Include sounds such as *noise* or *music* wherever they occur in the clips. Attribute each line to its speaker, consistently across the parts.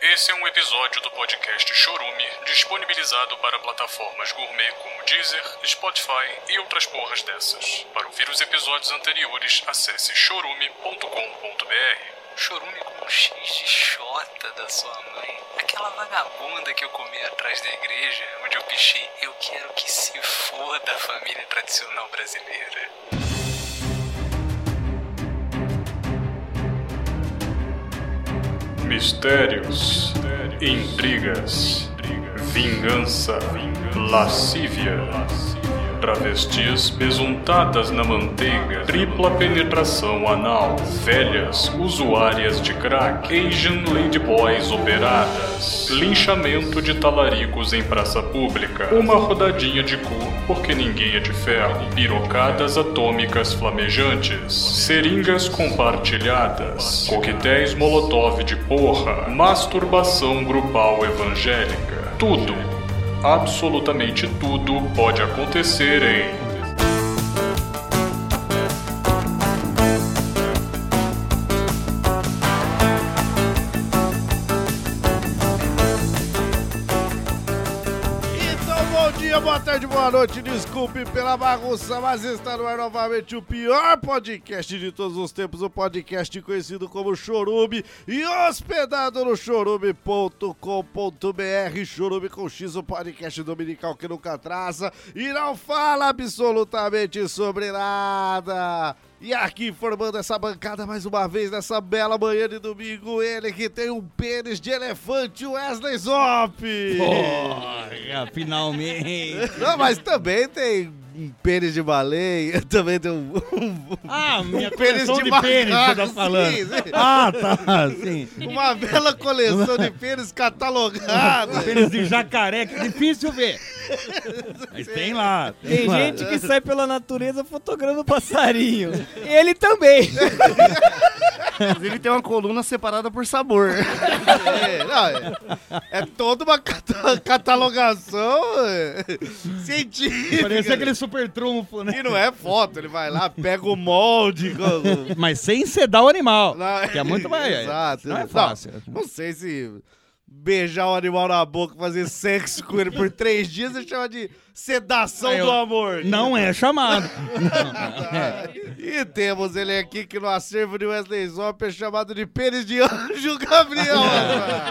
Speaker 1: Esse é um episódio do podcast Chorume, disponibilizado para plataformas gourmet como Deezer, Spotify e outras porras dessas. Para ouvir os episódios anteriores, acesse chorume.com.br.
Speaker 2: Chorume com um X de Xota da sua mãe. Aquela vagabunda que eu comi atrás da igreja, onde eu pichei Eu quero que se foda a família tradicional brasileira.
Speaker 1: Mistérios, intrigas, vingança, lascívia, travestis besuntadas na manteiga, tripla penetração anal, velhas usuárias de crack, Asian ladyboys operadas, linchamento de talaricos em praça pública, uma rodadinha de cu porque ninguém é de ferro, pirocadas atômicas flamejantes, seringas compartilhadas, coquetéis molotov de porra, masturbação grupal evangélica. Tudo, absolutamente tudo pode acontecer em
Speaker 3: Então, bom dia, boa tarde, boa noite. Desculpe pela bagunça, mas está no ar novamente o pior podcast de todos os tempos, o podcast conhecido como Chorume e hospedado no chorume.com.br. Chorume com X, o podcast dominical que nunca atrasa e não fala absolutamente sobre nada. E aqui formando essa bancada mais uma vez nessa bela manhã de domingo, ele que tem um pênis de elefante, Wesley Zop.
Speaker 4: Oh. Porra, finalmente!
Speaker 3: Não, mas também tem um pênis de baleia, *laughs* também tem um, um-
Speaker 4: *laughs* Ah, minha
Speaker 3: Pênis
Speaker 4: coleção
Speaker 3: de
Speaker 4: de, pênis que você tá
Speaker 3: macaco,
Speaker 4: falando.
Speaker 3: sim, sim.
Speaker 4: Ah, tá, sim.
Speaker 3: uma bela coleção de pênis catalogada.
Speaker 4: Pênis de jacaré, que é difícil ver. Mas tem lá. Tem,
Speaker 5: Tem
Speaker 4: lá.
Speaker 5: gente que sai pela natureza fotografando passarinho. Ele também.
Speaker 4: É,
Speaker 6: Inclusive tem uma coluna separada por sabor.
Speaker 3: *laughs* É, não, é, é toda uma cata- catalogação é, científica.
Speaker 4: Parecia aquele super trunfo, né?
Speaker 3: E não é foto, ele vai lá, pega o
Speaker 4: *laughs*
Speaker 3: molde. com-
Speaker 4: Mas sem sedar o animal.
Speaker 3: Não,
Speaker 4: Que é muito mais.
Speaker 3: Exato.
Speaker 4: Não é fácil.
Speaker 3: Não, sei se beijar o animal na boca, fazer sexo com ele por três dias, você chama de sedação
Speaker 4: Ah, eu-
Speaker 3: do amor.
Speaker 4: Não é chamado.
Speaker 3: E temos ele aqui que no acervo de Wesley Zop é chamado de pênis de anjo Gabriel.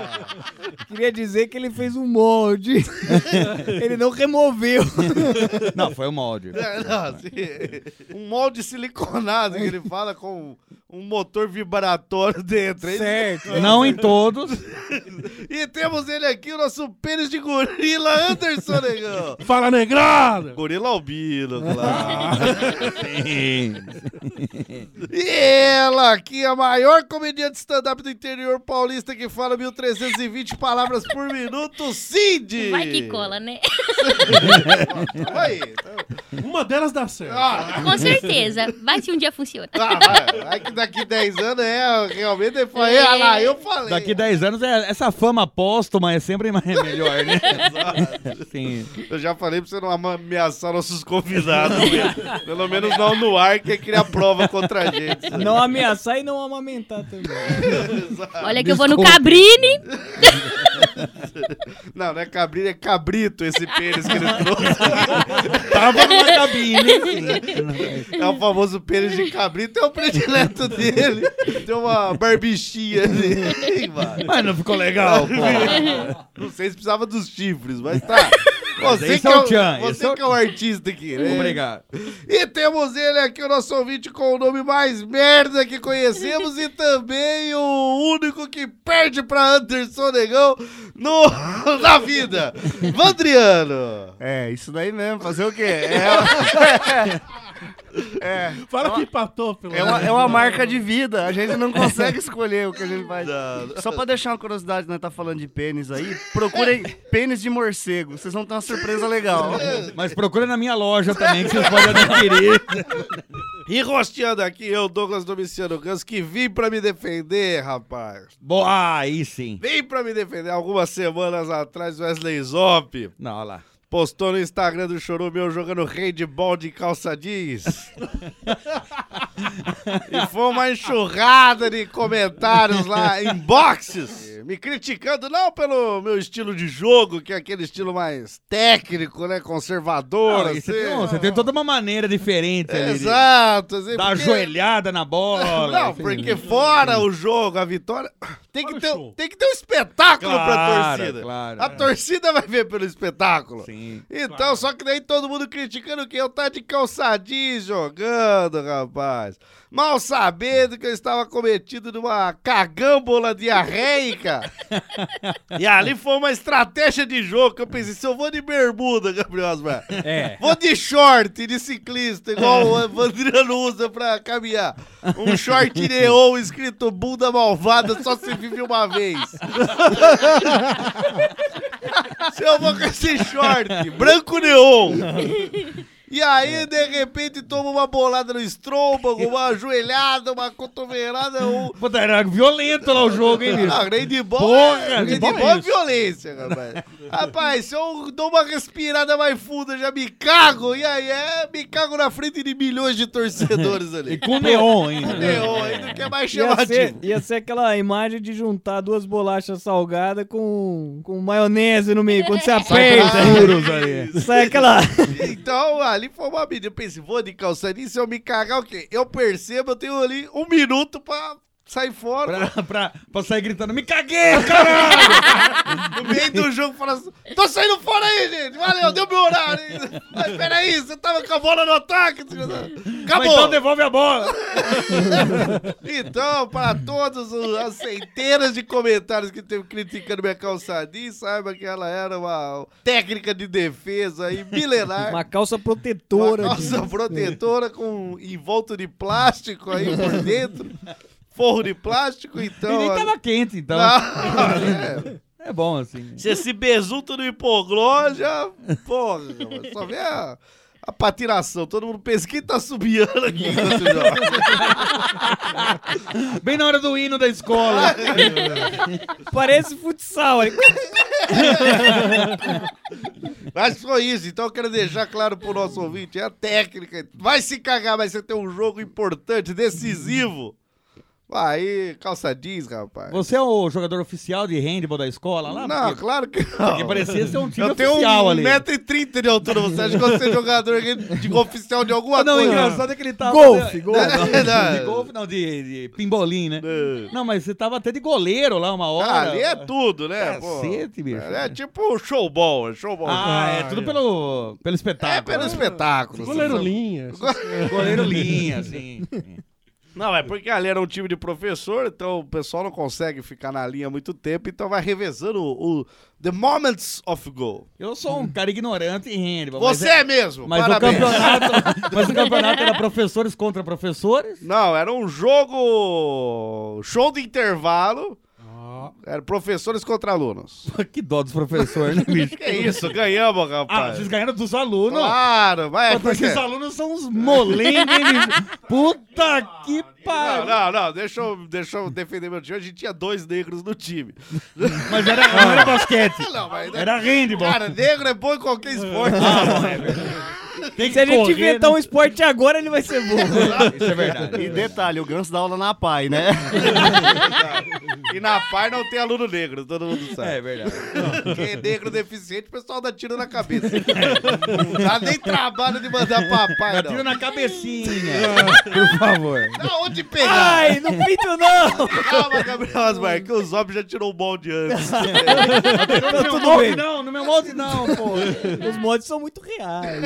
Speaker 4: *laughs*
Speaker 5: Queria dizer que ele fez um molde. Ele não removeu.
Speaker 4: Não, foi o molde.
Speaker 3: É, não, assim, um molde siliconado que ele fala com um motor vibratório dentro. hein?
Speaker 5: Certo.
Speaker 4: Não em todos.
Speaker 3: E temos ele aqui, o nosso pênis de gorila, Anderson Negão.
Speaker 4: Fala negrada!
Speaker 3: Gorila albino,
Speaker 4: Ah.
Speaker 3: claro.
Speaker 4: Sim.
Speaker 3: E ela aqui, a maior comediante stand-up do interior paulista que fala 1320 palavras por minuto, Cid!
Speaker 7: Vai que cola, né? *laughs*
Speaker 3: Vai, então-
Speaker 6: Uma delas dá certo.
Speaker 3: Ah,
Speaker 7: Com certeza. Vai se um dia funciona.
Speaker 3: ah, vai, vai que daqui 10 anos é, realmente, eu falei, ah lá, eu falei.
Speaker 4: Daqui 10 anos, é- essa fama póstuma é sempre mais- melhor, né? Sim.
Speaker 3: Eu já falei pra você não ama- ameaçar nossos convidados. né? Pelo menos não no ar, que é criar prova contra a gente.
Speaker 5: Não ameaçar e não amamentar também.
Speaker 3: Ah,
Speaker 7: Olha que eu vou no
Speaker 4: Desculpa.
Speaker 7: Cabrini.
Speaker 3: Não, não é cabrito, é cabrito esse pênis que ele trouxe.
Speaker 4: Tava numa cabine.
Speaker 3: É o famoso pênis de cabrito, é o
Speaker 4: *laughs*
Speaker 3: predileto dele. Tem uma barbichinha ali. Vai.
Speaker 4: Mas não ficou legal, pô.
Speaker 3: Não sei se precisava dos chifres, mas tá. Você,
Speaker 4: esse
Speaker 3: que,
Speaker 4: é
Speaker 3: é
Speaker 4: o
Speaker 3: o,
Speaker 4: Tchan, esse
Speaker 3: você
Speaker 4: é o-
Speaker 3: que é o artista aqui, né?
Speaker 4: Obrigado.
Speaker 3: E temos ele aqui, o nosso ouvinte com o nome mais merda que conhecemos e também o único que perde pra Anderson Negão no, *laughs* na vida. Vandriano.
Speaker 6: É, isso daí mesmo. Fazer o quê? É,
Speaker 8: Fala que empatou, pelo
Speaker 6: é, uma, é uma marca de vida. A gente não consegue escolher o que a gente faz. Só pra deixar uma curiosidade, né? Tá falando de pênis aí. Procurem pênis de morcego. Vocês vão ter uma surpresa legal.
Speaker 4: Mas procura na minha loja também, que vocês podem adquirir.
Speaker 3: E rosteando aqui, eu, Douglas Domiciano Gans, que vim pra me defender, rapaz.
Speaker 4: Boa, aí sim.
Speaker 3: Vim pra me defender. Algumas semanas atrás, Wesley Zop
Speaker 4: Não, olha lá.
Speaker 3: postou no Instagram do Chorume eu jogando handball de calça
Speaker 4: *laughs*
Speaker 3: jeans. e foi uma enxurrada de comentários lá, inboxes. gente, me criticando não pelo meu estilo de jogo, que é aquele estilo mais técnico, né? Conservador,
Speaker 4: Não, e
Speaker 3: assim.
Speaker 4: você, tem, um, você tem um toda uma maneira diferente ali. de
Speaker 3: Exato, assim,
Speaker 4: Dar
Speaker 3: porque-
Speaker 4: ajoelhada na bola.
Speaker 3: Não,
Speaker 4: assim.
Speaker 3: porque fora o jogo, a vitória. Tem que,
Speaker 8: Fora o
Speaker 3: ter,
Speaker 8: show.
Speaker 3: tem que ter um espetáculo pra
Speaker 4: Claro,
Speaker 3: torcida.
Speaker 4: claro.
Speaker 3: a torcida vai ver pelo espetáculo.
Speaker 4: Sim.
Speaker 3: Então, só que daí todo mundo criticando que eu tá de calçadinho jogando, rapaz. Mal sabendo que eu estava cometido de uma cagâmbola diarreica. e ali foi uma estratégia de jogo que eu pensei, se eu vou de bermuda, Gabriel Osmar,
Speaker 8: É.
Speaker 3: vou de short de ciclista, igual o Vandriano usa pra caminhar. Um short neon escrito bunda malvada, só se vive uma vez. Se eu vou com esse short, branco neon. E
Speaker 4: É.
Speaker 3: aí, de repente, toma uma bolada no estômago, uma ajoelhada, uma cotovelada, um...
Speaker 4: Puta, era violento lá o jogo, hein, bicho?
Speaker 3: Ah, handball
Speaker 4: Porra,
Speaker 3: é, handball
Speaker 4: handball é
Speaker 3: é
Speaker 4: isso.
Speaker 3: violência, rapaz. rapaz, se eu dou uma respirada mais funda, eu já me cago, e aí é, me cago na frente de milhões de
Speaker 4: *laughs*
Speaker 3: torcedores
Speaker 4: E
Speaker 3: ali.
Speaker 4: com neon ainda. né?
Speaker 3: Neon, ainda que é mais
Speaker 5: Ia ser,
Speaker 3: chamativo.
Speaker 5: ia ser aquela imagem de juntar duas bolachas salgadas com, com maionese no meio, quando você aperta.
Speaker 4: Puros aí.
Speaker 5: Sai aquela.
Speaker 3: Então, ali foi uma medida. Eu pensei, vou de calçadinho, se eu me cagar, o quê? Eu percebo, eu tenho ali um minuto pra sair fora.
Speaker 4: Pra, pra, pra sair gritando, me caguei, caralho!
Speaker 3: No meio
Speaker 4: *laughs*
Speaker 3: do jogo, falando assim, tô saindo fora aí, gente. Valeu, deu meu horário. Mas peraí, você tava com a bola no ataque.
Speaker 4: Mas
Speaker 3: Acabou.
Speaker 4: então devolve a bola!
Speaker 3: *laughs* Então, para todas as centenas de comentários que teve criticando minha calçadinha, saiba que ela era uma técnica de defesa aí, milenar.
Speaker 5: Uma calça protetora.
Speaker 3: Uma
Speaker 5: de-
Speaker 3: calça protetora com envolto de plástico aí por dentro. Forro de plástico,
Speaker 4: e
Speaker 3: então.
Speaker 4: nem
Speaker 3: ó,
Speaker 4: tava quente, então.
Speaker 3: não, *laughs* é.
Speaker 4: É bom, assim.
Speaker 3: Se esse besunto não hipogló, já. Porra, só vê a, a patinação. Todo mundo pensa que tá subiando
Speaker 5: *laughs*
Speaker 3: aqui nesse jogo.
Speaker 4: Bem na hora do hino
Speaker 3: *laughs*
Speaker 4: da escola.
Speaker 5: Parece futsal. é olha.
Speaker 3: Mas foi isso, então eu quero deixar claro pro nosso ouvinte, é a técnica. Vai se cagar, mas você tem um jogo importante, decisivo. Aí, calça jeans, rapaz.
Speaker 4: Você é o jogador oficial de handball da escola lá?
Speaker 3: não,
Speaker 4: porque,
Speaker 3: claro que
Speaker 4: porque
Speaker 3: não.
Speaker 4: parecia ser um time
Speaker 3: Eu tenho
Speaker 4: oficial
Speaker 3: um
Speaker 4: ali.
Speaker 3: metro e trinta de altura, você acha que você é jogador de oficial de alguma
Speaker 4: Ah, não, o
Speaker 3: coisa?
Speaker 4: engraçado é que ele tava.
Speaker 5: Golfe,
Speaker 4: Não,
Speaker 5: golfe.
Speaker 4: não,
Speaker 3: *laughs* Não.
Speaker 4: de golfe, não, de, de pimbolim, né? Não, mas você tava até de goleiro lá uma hora.
Speaker 3: Ah, É. ali é tudo, né? pô?
Speaker 4: Cacete, bicho.
Speaker 3: É tipo um showball, um showball.
Speaker 4: Ah, é tudo pelo, pelo espetáculo.
Speaker 3: é pelo espetáculo.
Speaker 8: Goleiro
Speaker 3: sabe?
Speaker 8: linha.
Speaker 4: Goleiro linha, assim.
Speaker 3: Não, é porque ali era um time de professor, então o pessoal não consegue ficar na linha muito tempo, então vai revezando o, o- The Moments of Goal.
Speaker 4: Eu sou um cara ignorante em handball. mas
Speaker 3: Você
Speaker 4: é-
Speaker 3: é mesmo,
Speaker 4: Mas o,
Speaker 3: parabéns. *laughs*
Speaker 4: campeonato, mas o campeonato era professores contra professores? *laughs*
Speaker 3: Não, era um jogo show de intervalo,
Speaker 4: Ah.
Speaker 3: era professores contra alunos.
Speaker 4: Que dó dos professores, né,
Speaker 3: *laughs*
Speaker 4: bicho?
Speaker 3: Que isso, ganhamos,
Speaker 4: Ah,
Speaker 3: rapaz.
Speaker 4: vocês ganharam dos alunos?
Speaker 3: Claro, mas é
Speaker 4: Porque
Speaker 3: porque...
Speaker 4: esses alunos são uns molengues, hein, bicho? Puta que
Speaker 3: Não,
Speaker 4: pariu!
Speaker 3: não, não, deixa eu, deixa eu defender meu time. A gente tinha dois negros no time.
Speaker 4: Mas era, *laughs* não era basquete,
Speaker 3: Não, mas...
Speaker 4: era handball.
Speaker 3: Cara, negro é bom em qualquer esporte.
Speaker 4: Tem que
Speaker 5: Se a gente
Speaker 4: correr,
Speaker 5: inventar
Speaker 4: né?
Speaker 5: um esporte agora, ele vai ser bom.
Speaker 4: Isso é verdade.
Speaker 6: E detalhe, o Ganso dá aula na PAI, né?
Speaker 3: E na par não tem aluno negro, todo mundo sabe.
Speaker 4: É verdade.
Speaker 3: Quem é negro deficiente, o pessoal dá tiro na *laughs* cabeça. Não dá nem trabalho de mandar papai, não.
Speaker 4: Tira Tá na *laughs* cabecinha, Ah, por favor.
Speaker 3: Da onde pegar?
Speaker 5: Ai, não pinto não!
Speaker 3: Calma, Gabriel Osmar, que o Zob já tirou o balde *laughs* antes.
Speaker 5: Tá
Speaker 4: No
Speaker 5: tudo
Speaker 4: meu molde
Speaker 5: bem.
Speaker 4: não, no meu molde não, pô.
Speaker 5: Os mods são muito reais.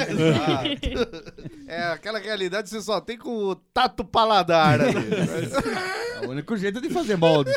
Speaker 3: *laughs* É aquela realidade que você só tem com o tato paladar. né?
Speaker 4: É o único jeito de fazer moldes.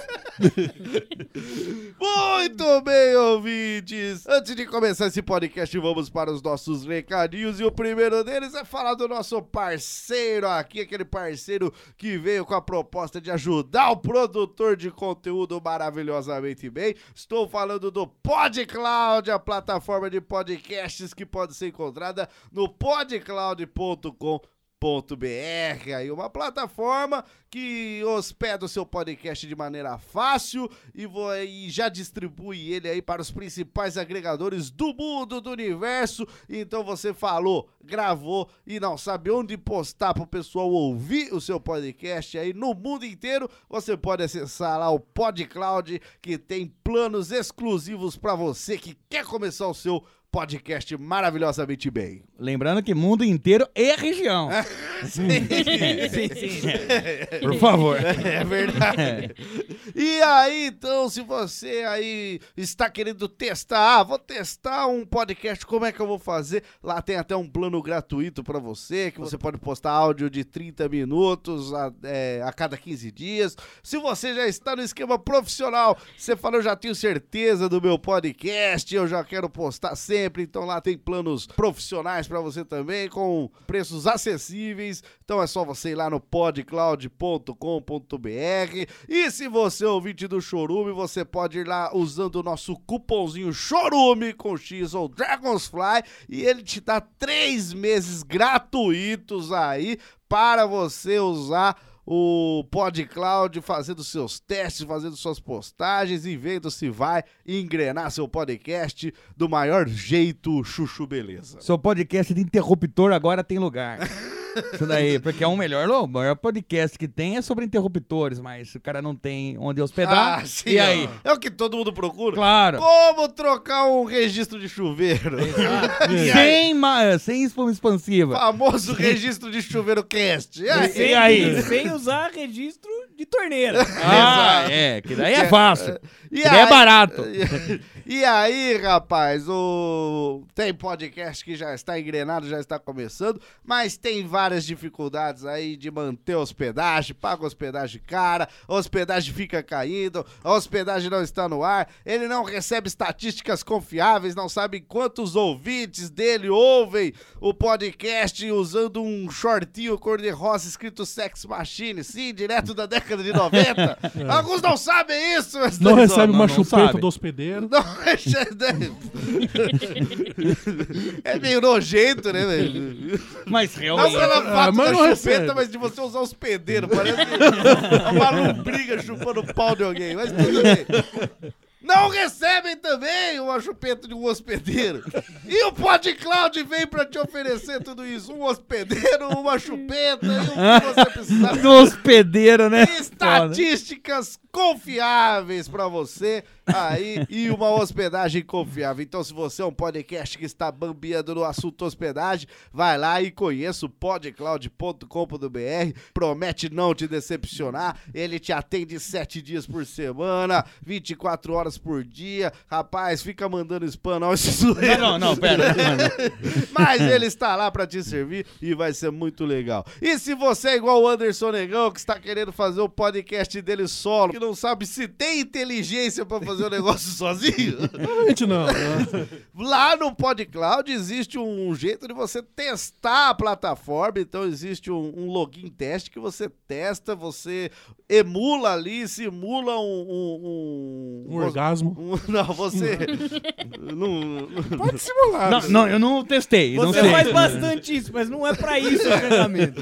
Speaker 3: Muito bem, ouvintes! Antes de começar esse podcast, vamos para os nossos recadinhos. E o primeiro deles é falar do nosso parceiro aqui, aquele parceiro que veio com a proposta de ajudar o produtor de conteúdo maravilhosamente bem. Estou falando do PodCloud, a plataforma de podcasts que pode ser encontrada no podcloud.com.br .br, aí uma plataforma que hospeda o seu podcast de maneira fácil e, vo- e já distribui ele aí para os principais agregadores do mundo, do universo. Então você falou, gravou e não sabe onde postar para o pessoal ouvir o seu podcast aí no mundo inteiro. Você pode acessar lá o PodCloud que tem planos exclusivos para você que quer começar o seu podcast maravilhosamente bem.
Speaker 4: Lembrando que mundo inteiro e *laughs* região.
Speaker 3: Sim, sim.
Speaker 4: Por favor.
Speaker 3: *laughs* É verdade. E aí, então, se você aí está querendo testar, ah, vou testar um podcast, como é que eu vou fazer? Lá tem até um plano gratuito para você, que você pode postar áudio de 30 minutos a, é, a cada 15 dias. Se você já está no esquema profissional, você fala, eu já tenho certeza do meu podcast, eu já quero postar sempre, então lá tem planos profissionais para você também, com preços acessíveis. Então é só você ir lá no podcloud.com.br. E se você é ouvinte do Chorume, você pode ir lá usando o nosso cupomzinho Chorume com X ou Dragonfly e ele te dá três meses gratuitos aí para você usar o PodCloud fazendo seus testes, fazendo suas postagens e vendo se vai engrenar seu podcast do maior jeito, Chuchu Beleza.
Speaker 4: Seu podcast de interruptor agora tem
Speaker 3: *laughs*
Speaker 4: lugar. Isso daí, porque é um melhor, o maior podcast que tem é sobre interruptores, mas o cara não tem onde hospedar.
Speaker 3: Ah, sim,
Speaker 4: e
Speaker 3: ó.
Speaker 4: aí?
Speaker 3: É o que todo mundo procura.
Speaker 4: Claro.
Speaker 3: Como trocar um registro de chuveiro? *laughs* E aí?
Speaker 4: Sem, ma- sem espuma expansiva.
Speaker 3: Famoso registro de chuveiro cast. E aí?
Speaker 4: E aí?
Speaker 5: Sem usar registro de torneira.
Speaker 4: Ah, é, que daí é fácil.
Speaker 3: E
Speaker 4: Que daí é
Speaker 3: aí?
Speaker 4: barato.
Speaker 3: E *laughs* aí, rapaz, o... tem podcast que já está engrenado, já está começando, mas tem várias dificuldades aí de manter hospedagem, paga hospedagem cara, a hospedagem fica caindo, a hospedagem não está no ar, ele não recebe estatísticas confiáveis, não sabe quantos ouvintes dele ouvem o podcast usando um shortinho cor-de-rosa escrito Sex Machine, sim, direto da década de
Speaker 8: *laughs*
Speaker 3: 90. Alguns não sabem isso, mas
Speaker 8: Não
Speaker 3: tem-
Speaker 8: recebe
Speaker 4: não-
Speaker 8: uma
Speaker 4: não
Speaker 8: chupeta
Speaker 4: sabe.
Speaker 8: do hospedeiro.
Speaker 3: não, *laughs* é che- é meio nojento, né, velho?
Speaker 4: Mas
Speaker 3: Não
Speaker 4: realmente.
Speaker 3: pela fato
Speaker 8: Ah, mas
Speaker 3: da
Speaker 8: não
Speaker 3: chupeta,
Speaker 8: recebe.
Speaker 3: mas de você usar os pedeiros. Parece uma lombriga chupando o pau de alguém. Mas tudo bem. Não recebem também uma chupeta de um hospedeiro. E o PodCloud vem pra te oferecer tudo isso. Um hospedeiro, uma chupeta e o que você
Speaker 8: *laughs*
Speaker 3: precisar.
Speaker 4: Do hospedeiro, né?
Speaker 3: Estatísticas confiáveis pra você aí e uma hospedagem confiável. Então, se você é um podcast que está bambeando no assunto hospedagem, vai lá e conheça o podcloud.com.br. Promete não te decepcionar. Ele te atende sete dias por semana, 24 horas por dia. Rapaz, fica mandando spam, não, esse zoeiro.
Speaker 4: Não, não,
Speaker 3: *laughs*
Speaker 4: não, pera.
Speaker 8: *laughs*
Speaker 3: Mas ele está lá pra te servir e vai ser muito legal. E se você é igual o Anderson Negão, que está querendo fazer o podcast dele solo, que não sabe se tem inteligência pra fazer o negócio *laughs* sozinho,
Speaker 8: Provavelmente não. né?
Speaker 3: *laughs* lá no PodCloud existe um jeito de você testar a plataforma. Então existe um, um login teste que você testa, você emula ali, simula um- um-
Speaker 8: Um orgasmo.
Speaker 3: um- *laughs* não, você.
Speaker 8: *laughs*
Speaker 3: não,
Speaker 8: Pode simular.
Speaker 4: Não, não, eu não testei. Não
Speaker 5: Você
Speaker 4: sei.
Speaker 5: faz bastante isso, mas não é pra isso o treinamento.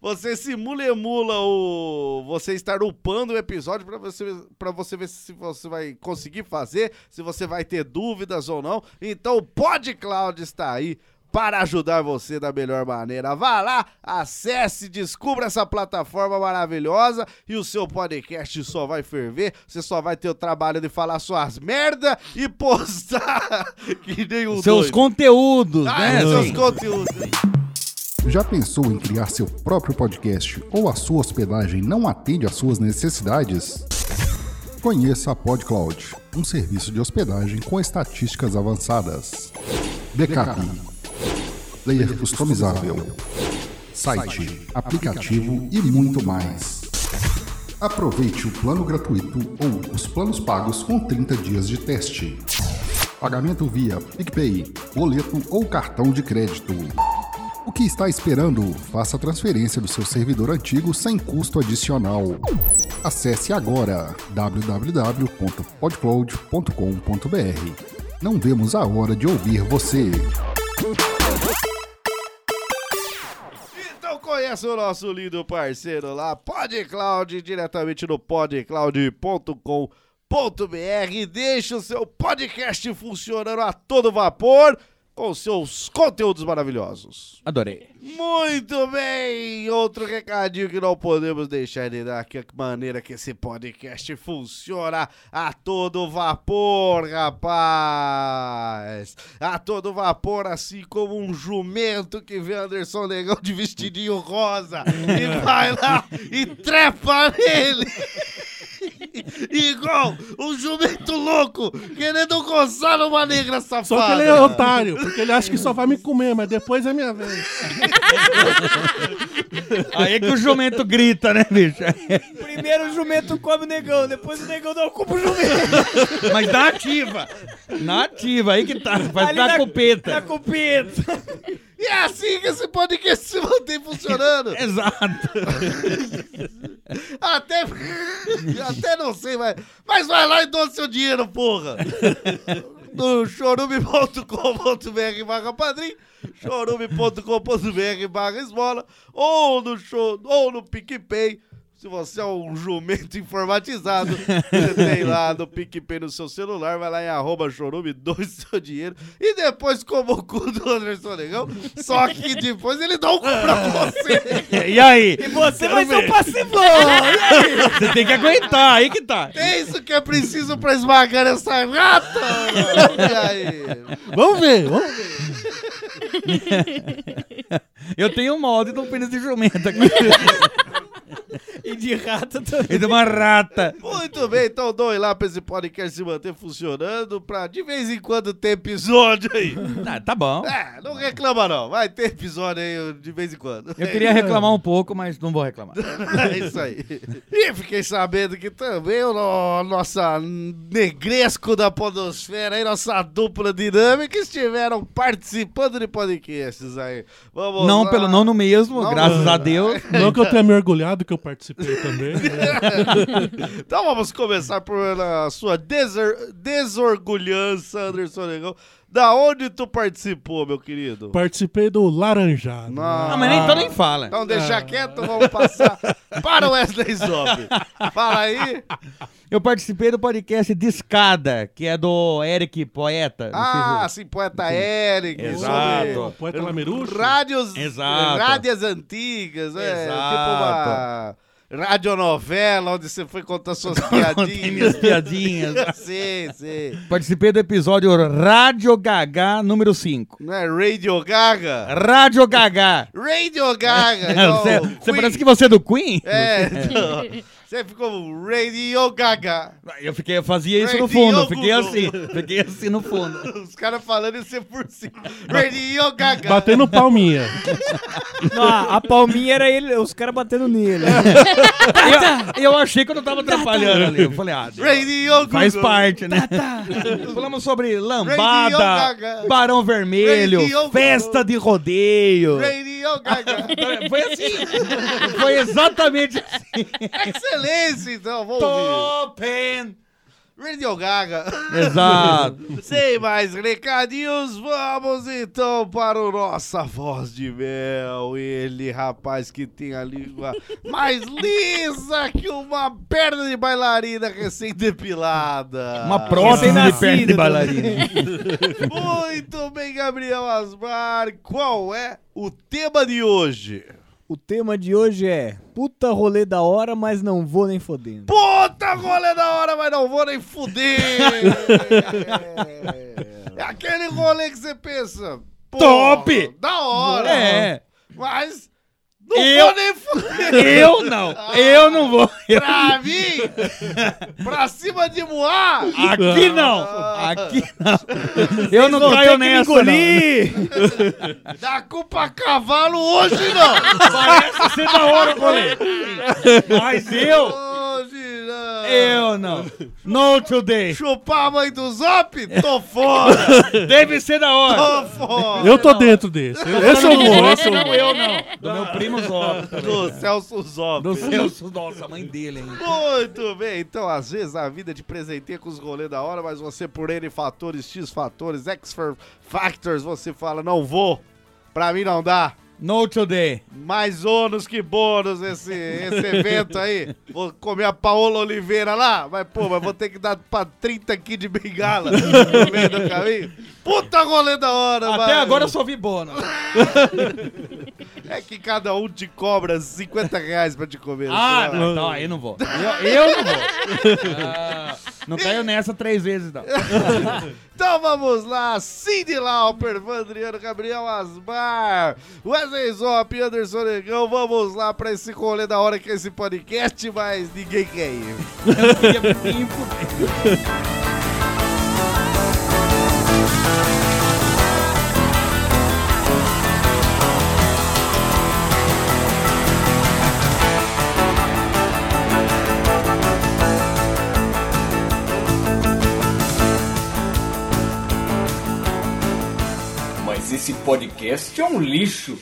Speaker 3: Você simula e emula o. Você estar upando o episódio pra você, pra você ver se você vai conseguir fazer, se você vai ter dúvidas ou não. Então o PodCloud está aí para ajudar você da melhor maneira. Vá lá, acesse, descubra essa plataforma maravilhosa e o seu podcast só vai ferver. Você só vai ter o trabalho de falar suas merda e postar *laughs* que nem um
Speaker 4: Seus
Speaker 3: doido.
Speaker 4: conteúdos,
Speaker 3: Ah,
Speaker 4: né?
Speaker 3: seus
Speaker 4: Sim.
Speaker 3: conteúdos.
Speaker 9: Já pensou em criar seu próprio podcast ou a sua hospedagem não atende às suas necessidades? Conheça a PodCloud, um serviço de hospedagem com estatísticas avançadas. Backup, player customizável, site, aplicativo e muito mais. Aproveite o plano gratuito ou os planos pagos com 30 dias de teste. Pagamento via PicPay, boleto ou cartão de crédito. O que está esperando? Faça a transferência do seu servidor antigo sem custo adicional. Acesse agora www.podcloud.com.br. Não vemos a hora de ouvir você.
Speaker 3: Então conhece Conheça o nosso lindo parceiro lá, PodCloud, diretamente no podcloud.com.br. Deixe o seu podcast funcionando a todo vapor com seus conteúdos maravilhosos.
Speaker 4: Adorei.
Speaker 3: Muito bem! Outro recadinho que não podemos deixar de dar, que é a maneira que esse podcast funciona a todo vapor, rapaz! A todo vapor, assim como um jumento que vê Anderson Negão de vestidinho rosa
Speaker 8: *laughs*
Speaker 3: e vai lá e trepa nele! Igual um jumento louco querendo gozar numa negra safada!
Speaker 8: Só que ele é otário, porque ele acha que só vai me comer, mas depois é minha vez.
Speaker 4: Aí que o jumento grita, né, bicho?
Speaker 5: Primeiro o jumento come o negão, depois o negão dá o cu pro jumento.
Speaker 4: Mas na ativa. Na ativa, aí que tá. Faz
Speaker 5: Ali
Speaker 4: na,
Speaker 5: na-
Speaker 4: copeta.
Speaker 5: Tá com pinto.
Speaker 3: E é assim que esse podcast se mantém funcionando!
Speaker 4: Exato.
Speaker 3: Até, *laughs* até não sei, mas, mas vai lá e doa seu dinheiro, porra! No chorume.com.br barra padrim, chorume.com.br barra esmola, ou no, show, ou no PicPay. Se você é um jumento informatizado, você tem lá no PicPay no seu celular, vai lá em arroba chorume, doe seu dinheiro. E depois, como o cu do Anderson Negão, só que depois ele dá o cu pra você.
Speaker 4: E aí?
Speaker 5: E você vai ser o passivo.
Speaker 4: Você tem que aguentar, aí que tá.
Speaker 3: É isso que é preciso pra esmagar essa rata! E aí?
Speaker 8: Vamos ver, vamos ver.
Speaker 4: Eu tenho um molde de um pênis de jumento aqui.
Speaker 5: E de rato também.
Speaker 4: E de uma rata.
Speaker 3: Muito bem, então doe lá pra esse podcast se manter funcionando pra de vez em quando ter episódio aí.
Speaker 4: Tá, tá bom.
Speaker 3: É, não reclama não, vai ter episódio aí de vez em quando.
Speaker 4: Eu queria reclamar um pouco, mas não vou reclamar.
Speaker 3: É isso aí. E fiquei sabendo que também o no- nossa negresco da podosfera e nossa dupla dinâmica estiveram participando de podcasts aí. Vamos
Speaker 4: Não,
Speaker 3: lá.
Speaker 4: pelo não no mesmo,
Speaker 3: Não,
Speaker 4: graças
Speaker 3: não.
Speaker 4: a Deus.
Speaker 8: Não que eu tenha me orgulhado que eu participei também. né?
Speaker 3: *laughs* Então vamos começar pela sua deser- desorgulhança, Anderson Negão. Da onde tu participou, meu querido?
Speaker 8: Participei do Laranjado.
Speaker 4: Ah, mas nem, Ah. então nem fala.
Speaker 3: Então deixa quieto, vamos passar para o Wesley Zop. Fala aí.
Speaker 4: Eu participei do podcast Discada, que é do Eric Poeta. *laughs* não sei se-
Speaker 3: Ah, sim, poeta Eric.
Speaker 4: Exato.
Speaker 3: sobre
Speaker 8: Poeta Lameruxo?
Speaker 3: Rádios,
Speaker 4: Exato.
Speaker 3: rádias antigas, é,
Speaker 4: Exato.
Speaker 3: tipo uma radionovela onde você foi contar
Speaker 4: *laughs*
Speaker 3: suas
Speaker 4: Contei minhas
Speaker 3: piadinhas. *laughs*
Speaker 4: piadinhas.
Speaker 3: sim, sim.
Speaker 4: Participei do episódio Rádio Gagá número 5.
Speaker 3: Não é Radio Gaga?
Speaker 4: Rádio Gagá.
Speaker 3: Radio
Speaker 4: *laughs*
Speaker 3: Gaga. igual
Speaker 4: Você você
Speaker 3: É, Queen.
Speaker 4: parece que você é do Queen?
Speaker 3: É,
Speaker 4: *laughs*
Speaker 3: então, você ficou Radio Gaga.
Speaker 4: Eu, fiquei, eu fazia isso no
Speaker 3: Radio
Speaker 4: fundo, fiquei
Speaker 3: Google.
Speaker 4: assim, fiquei assim no fundo.
Speaker 3: Os caras falando e você por cima. Radio Gaga.
Speaker 8: Batendo palminha.
Speaker 5: Não, a, a palminha era ele, os caras batendo nele. Tá,
Speaker 4: Eu, eu achei que eu não tava atrapalhando ali. Eu falei, ah,
Speaker 3: Radio Gaga.
Speaker 4: faz parte, né?
Speaker 5: tá.
Speaker 4: Falamos sobre
Speaker 3: Radio
Speaker 4: lambada,
Speaker 3: Gaga.
Speaker 4: barão vermelho,
Speaker 3: Radio Google.
Speaker 4: festa de rodeio.
Speaker 3: Radio
Speaker 4: *laughs*
Speaker 3: Gaga.
Speaker 4: Foi assim, foi exatamente assim.
Speaker 3: Excelência, então, vamos ouvir.
Speaker 4: Open.
Speaker 3: Radio
Speaker 4: *laughs*
Speaker 3: Gaga.
Speaker 4: Exato.
Speaker 3: Sem mais recadinhos, vamos então para o nossa voz de mel. Ele, rapaz, que tem a língua mais lisa que uma perna de bailarina recém-depilada.
Speaker 4: Uma prótese de
Speaker 5: Recém-nascido
Speaker 4: perna de
Speaker 5: também.
Speaker 4: bailarina.
Speaker 3: Muito bem, Gabriel Asmar. Qual é o tema de hoje?
Speaker 5: O tema de hoje é puta rolê da hora, mas não vou nem fodendo.
Speaker 3: Puta rolê da hora, mas não vou nem
Speaker 4: *laughs*
Speaker 3: fuder. É aquele rolê que você pensa. pô,
Speaker 4: Top!
Speaker 3: Da hora!
Speaker 4: É.
Speaker 3: Mas não
Speaker 4: Eu-
Speaker 3: vou nem fuder.
Speaker 4: Eu não, eu não vou. Eu-
Speaker 3: Pra mim, pra cima de Moá,
Speaker 4: Aqui não, *laughs* aqui não. Eu não caio nessa, não.
Speaker 3: dá culpa cavalo hoje não.
Speaker 4: *laughs* Parece ser da hora o rolê. Mas eu,
Speaker 3: Hoje não.
Speaker 4: eu não. No today.
Speaker 3: Chupar a mãe do Zop? Tô fora,
Speaker 4: Deve ser da hora.
Speaker 3: tô fora.
Speaker 8: Eu tô dentro desse. Esse eu vou, esse eu vou.
Speaker 4: eu não. Do meu primo *laughs* Zó.
Speaker 3: Do Celso Zop.
Speaker 4: Do Celso, nossa, a mãe dele ainda.
Speaker 3: Muito bem, então às vezes a vida te presenteia com os rolês da hora, mas você por N fatores, X fatores, X fa- factors, você fala, não vou, pra mim não dá,
Speaker 4: No today.
Speaker 3: Mais ônus que bônus esse, esse
Speaker 4: *laughs*
Speaker 3: evento aí. Vou comer a Paola Oliveira lá, mas pô, mas vou ter que dar pra 30 aqui de bengala no meio do caminho. Puta rolê da hora,
Speaker 4: Até
Speaker 3: mano.
Speaker 4: agora eu só vi bônus.
Speaker 3: É que cada um te cobra 50 reais pra te comer. assim, né,
Speaker 4: Ah,
Speaker 3: sei lá.
Speaker 4: não, não, aí não vou. Eu, eu não *laughs* vou. Ah, não caiu nessa três vezes, *laughs* não.
Speaker 3: Então vamos lá, Cindy Lauper, Vandriano, Gabriel Asmar, Wesley Zop, Anderson Negão, vamos lá pra esse rolê da hora que é esse podcast, mas ninguém quer ir.
Speaker 4: Eu queria me fuder.
Speaker 10: Mas esse podcast é um lixo.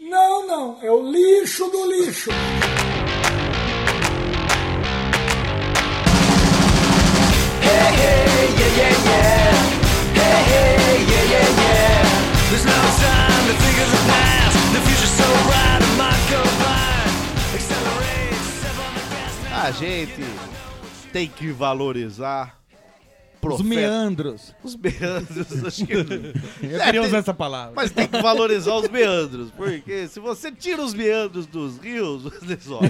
Speaker 11: Não, não, é o lixo do lixo.
Speaker 3: A gente tem que valorizar
Speaker 4: Os
Speaker 3: profeta-
Speaker 4: meandros.
Speaker 3: Os meandros, acho
Speaker 4: *laughs*
Speaker 3: que.
Speaker 4: Eu
Speaker 3: É,
Speaker 4: queria
Speaker 3: tem-
Speaker 4: usar essa palavra.
Speaker 3: Mas tem que valorizar os meandros, porque se você tira os meandros dos rios, olha só,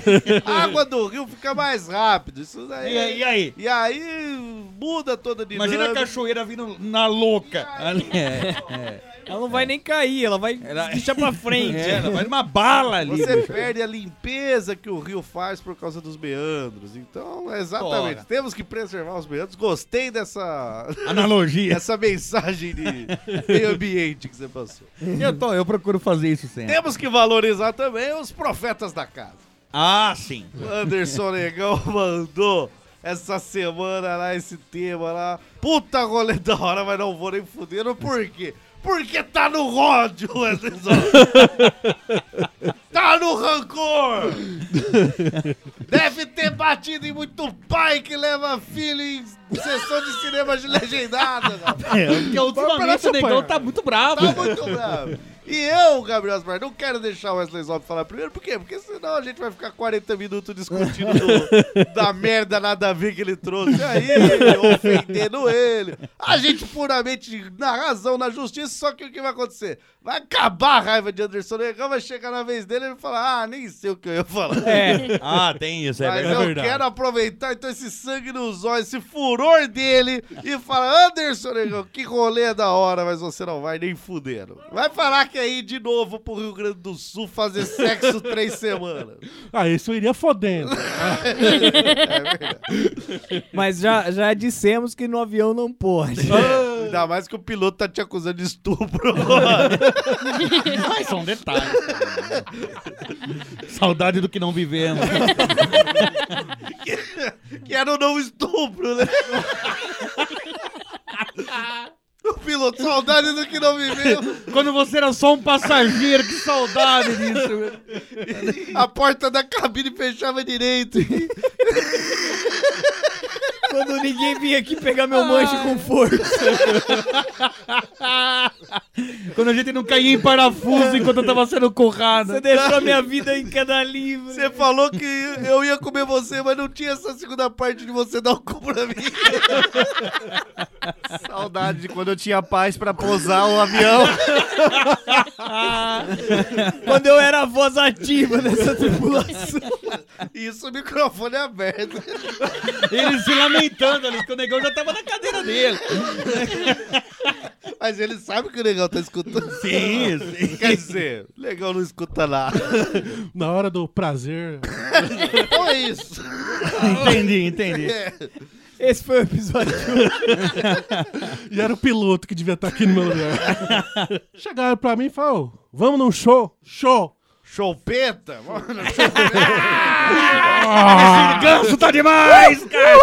Speaker 3: a água do rio fica mais rápido. Isso daí.
Speaker 4: E aí? E aí?
Speaker 3: E aí muda toda a dinâmica.
Speaker 4: Imagina a cachoeira vindo na louca. Ali, é, é.
Speaker 5: Ela não vai nem cair, ela vai deixar pra frente.
Speaker 4: É, ela vai numa bala ali.
Speaker 3: Você perde a limpeza que o rio faz por causa dos meandros. Então, exatamente.
Speaker 4: Ora.
Speaker 3: Temos que preservar os meandros. Gostei dessa
Speaker 4: Analogia.
Speaker 3: essa mensagem de meio ambiente que você passou.
Speaker 4: Eu, tô, eu procuro fazer isso sempre.
Speaker 3: Temos que valorizar também os profetas da casa.
Speaker 4: Ah, sim.
Speaker 3: Anderson Negão *laughs* mandou essa semana lá esse tema lá. Puta rolê da hora, mas não vou nem fudendo. Por quê? Porque tá no ódio, *laughs* Anderson. tá no rancor. Deve ter batido em muito pai que leva filho em sessão de cinema de legendada, rapaz.
Speaker 4: Porque ultimamente o negão tá muito bravo.
Speaker 3: Tá muito bravo. E eu, Gabriel Asmar, não quero deixar o Wesley Zop falar primeiro, por quê? Porque senão a gente vai ficar 40 minutos discutindo do- da merda nada a ver que ele trouxe aí, ofendendo ele. A gente puramente na razão, na justiça, só que o que vai acontecer? Vai acabar a raiva de Anderson Negão, vai chegar na vez dele e ele vai falar, ah, nem sei o que eu ia falar.
Speaker 4: Ah, tem isso, é
Speaker 3: Mas
Speaker 4: verdade.
Speaker 3: eu quero aproveitar então esse sangue nos olhos, esse furor dele e falar, Anderson, negão, que rolê da hora, mas você não vai nem fudendo. Vai falar que é ir de novo pro Rio Grande do Sul fazer sexo
Speaker 4: *laughs*
Speaker 3: três semanas.
Speaker 8: Ah, isso eu iria fodendo.
Speaker 5: Mas já, já dissemos que no avião não pode.
Speaker 3: Ainda mais que o piloto tá te acusando de estupro agora.
Speaker 4: Mas são detalhes. Saudade do que não vivemos.
Speaker 3: que era o não estupro,
Speaker 4: *laughs*
Speaker 3: né? o piloto, saudade do que não viveu.
Speaker 4: Quando você era só um passageiro, que saudade disso.
Speaker 3: A porta da cabine fechava direito.
Speaker 5: Quando ninguém vinha aqui pegar meu manche com força.
Speaker 4: *laughs* Quando a gente não caía em parafuso enquanto eu tava sendo currado.
Speaker 5: Você deixou minha vida em cada livro.
Speaker 3: Você falou que eu ia comer você, mas não tinha essa segunda parte de você dar o cu pra mim.
Speaker 6: *laughs* Saudade de quando eu tinha paz pra pousar o avião.
Speaker 5: Quando eu era a voz ativa dessa tripulação.
Speaker 3: *laughs* Isso, o microfone é aberto.
Speaker 4: Ele se lamentando ali, que o negão já tava na cadeira dele.
Speaker 3: Mas ele sabe que o Negão tá escutando.
Speaker 4: Sim, sim.
Speaker 3: Quer dizer, o Negão não escuta nada.
Speaker 8: Na hora do prazer.
Speaker 3: Então é isso.
Speaker 4: Entendi, entendi.
Speaker 3: É.
Speaker 5: Esse foi o episódio.
Speaker 8: E era o piloto que devia estar aqui no meu lugar. Chegaram pra mim e falaram, "Ô, vamos num show? Show!
Speaker 3: Choupeta? Mano,
Speaker 5: Ah.
Speaker 4: Esse ganso tá
Speaker 5: Uh,
Speaker 4: demais, cara.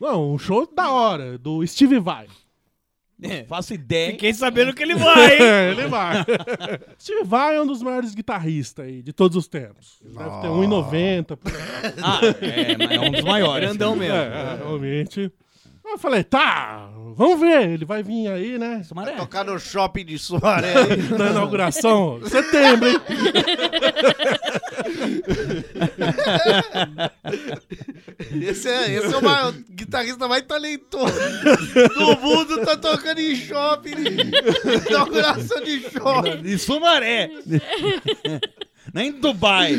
Speaker 8: Não, um show da hora, do Steve Vai.
Speaker 4: É, Faço ideia.
Speaker 5: Fiquei sabendo que ele vai, hein?
Speaker 8: É, ele vai. Steve Vai é um dos maiores guitarristas aí de todos os tempos. Ele Deve ter 1,90. por aí.
Speaker 4: Ah, é, mas é um dos maiores. É.
Speaker 5: Grandão mesmo.
Speaker 8: É, é, realmente. Eu falei, tá, vamos ver, ele vai vir aí, né?
Speaker 3: Vai tocar no shopping de Sumaré. hein?
Speaker 8: Na inauguração, é setembro, hein?
Speaker 3: Esse é, esse é o maior- guitarrista mais talentoso do mundo, tá tocando em shopping. Inauguração de shopping.
Speaker 4: Em
Speaker 5: *laughs*
Speaker 4: Sumaré. Nem Dubai.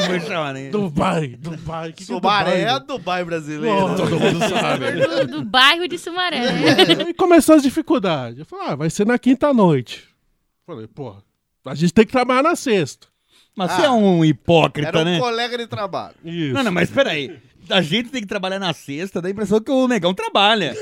Speaker 4: *laughs* Foi chamar, né?
Speaker 8: Dubai, Dubai. Que que
Speaker 3: Sumaré é
Speaker 8: Dubai?
Speaker 3: a Dubai brasileira.
Speaker 8: Nossa, todo mundo sabe.
Speaker 7: Do, do bairro
Speaker 3: *laughs*
Speaker 7: de Sumaré. É,
Speaker 8: *laughs* Aí começou as dificuldades. Eu falei, ah, vai ser na quinta-noite. Falei, porra, a gente tem que trabalhar na sexta.
Speaker 4: Mas
Speaker 5: Ah.
Speaker 4: você é um hipócrita,
Speaker 3: Era um
Speaker 4: né?
Speaker 3: colega de trabalho.
Speaker 8: Isso.
Speaker 4: Não, não, mas peraí. A gente tem que trabalhar na sexta, dá a impressão que o negão trabalha.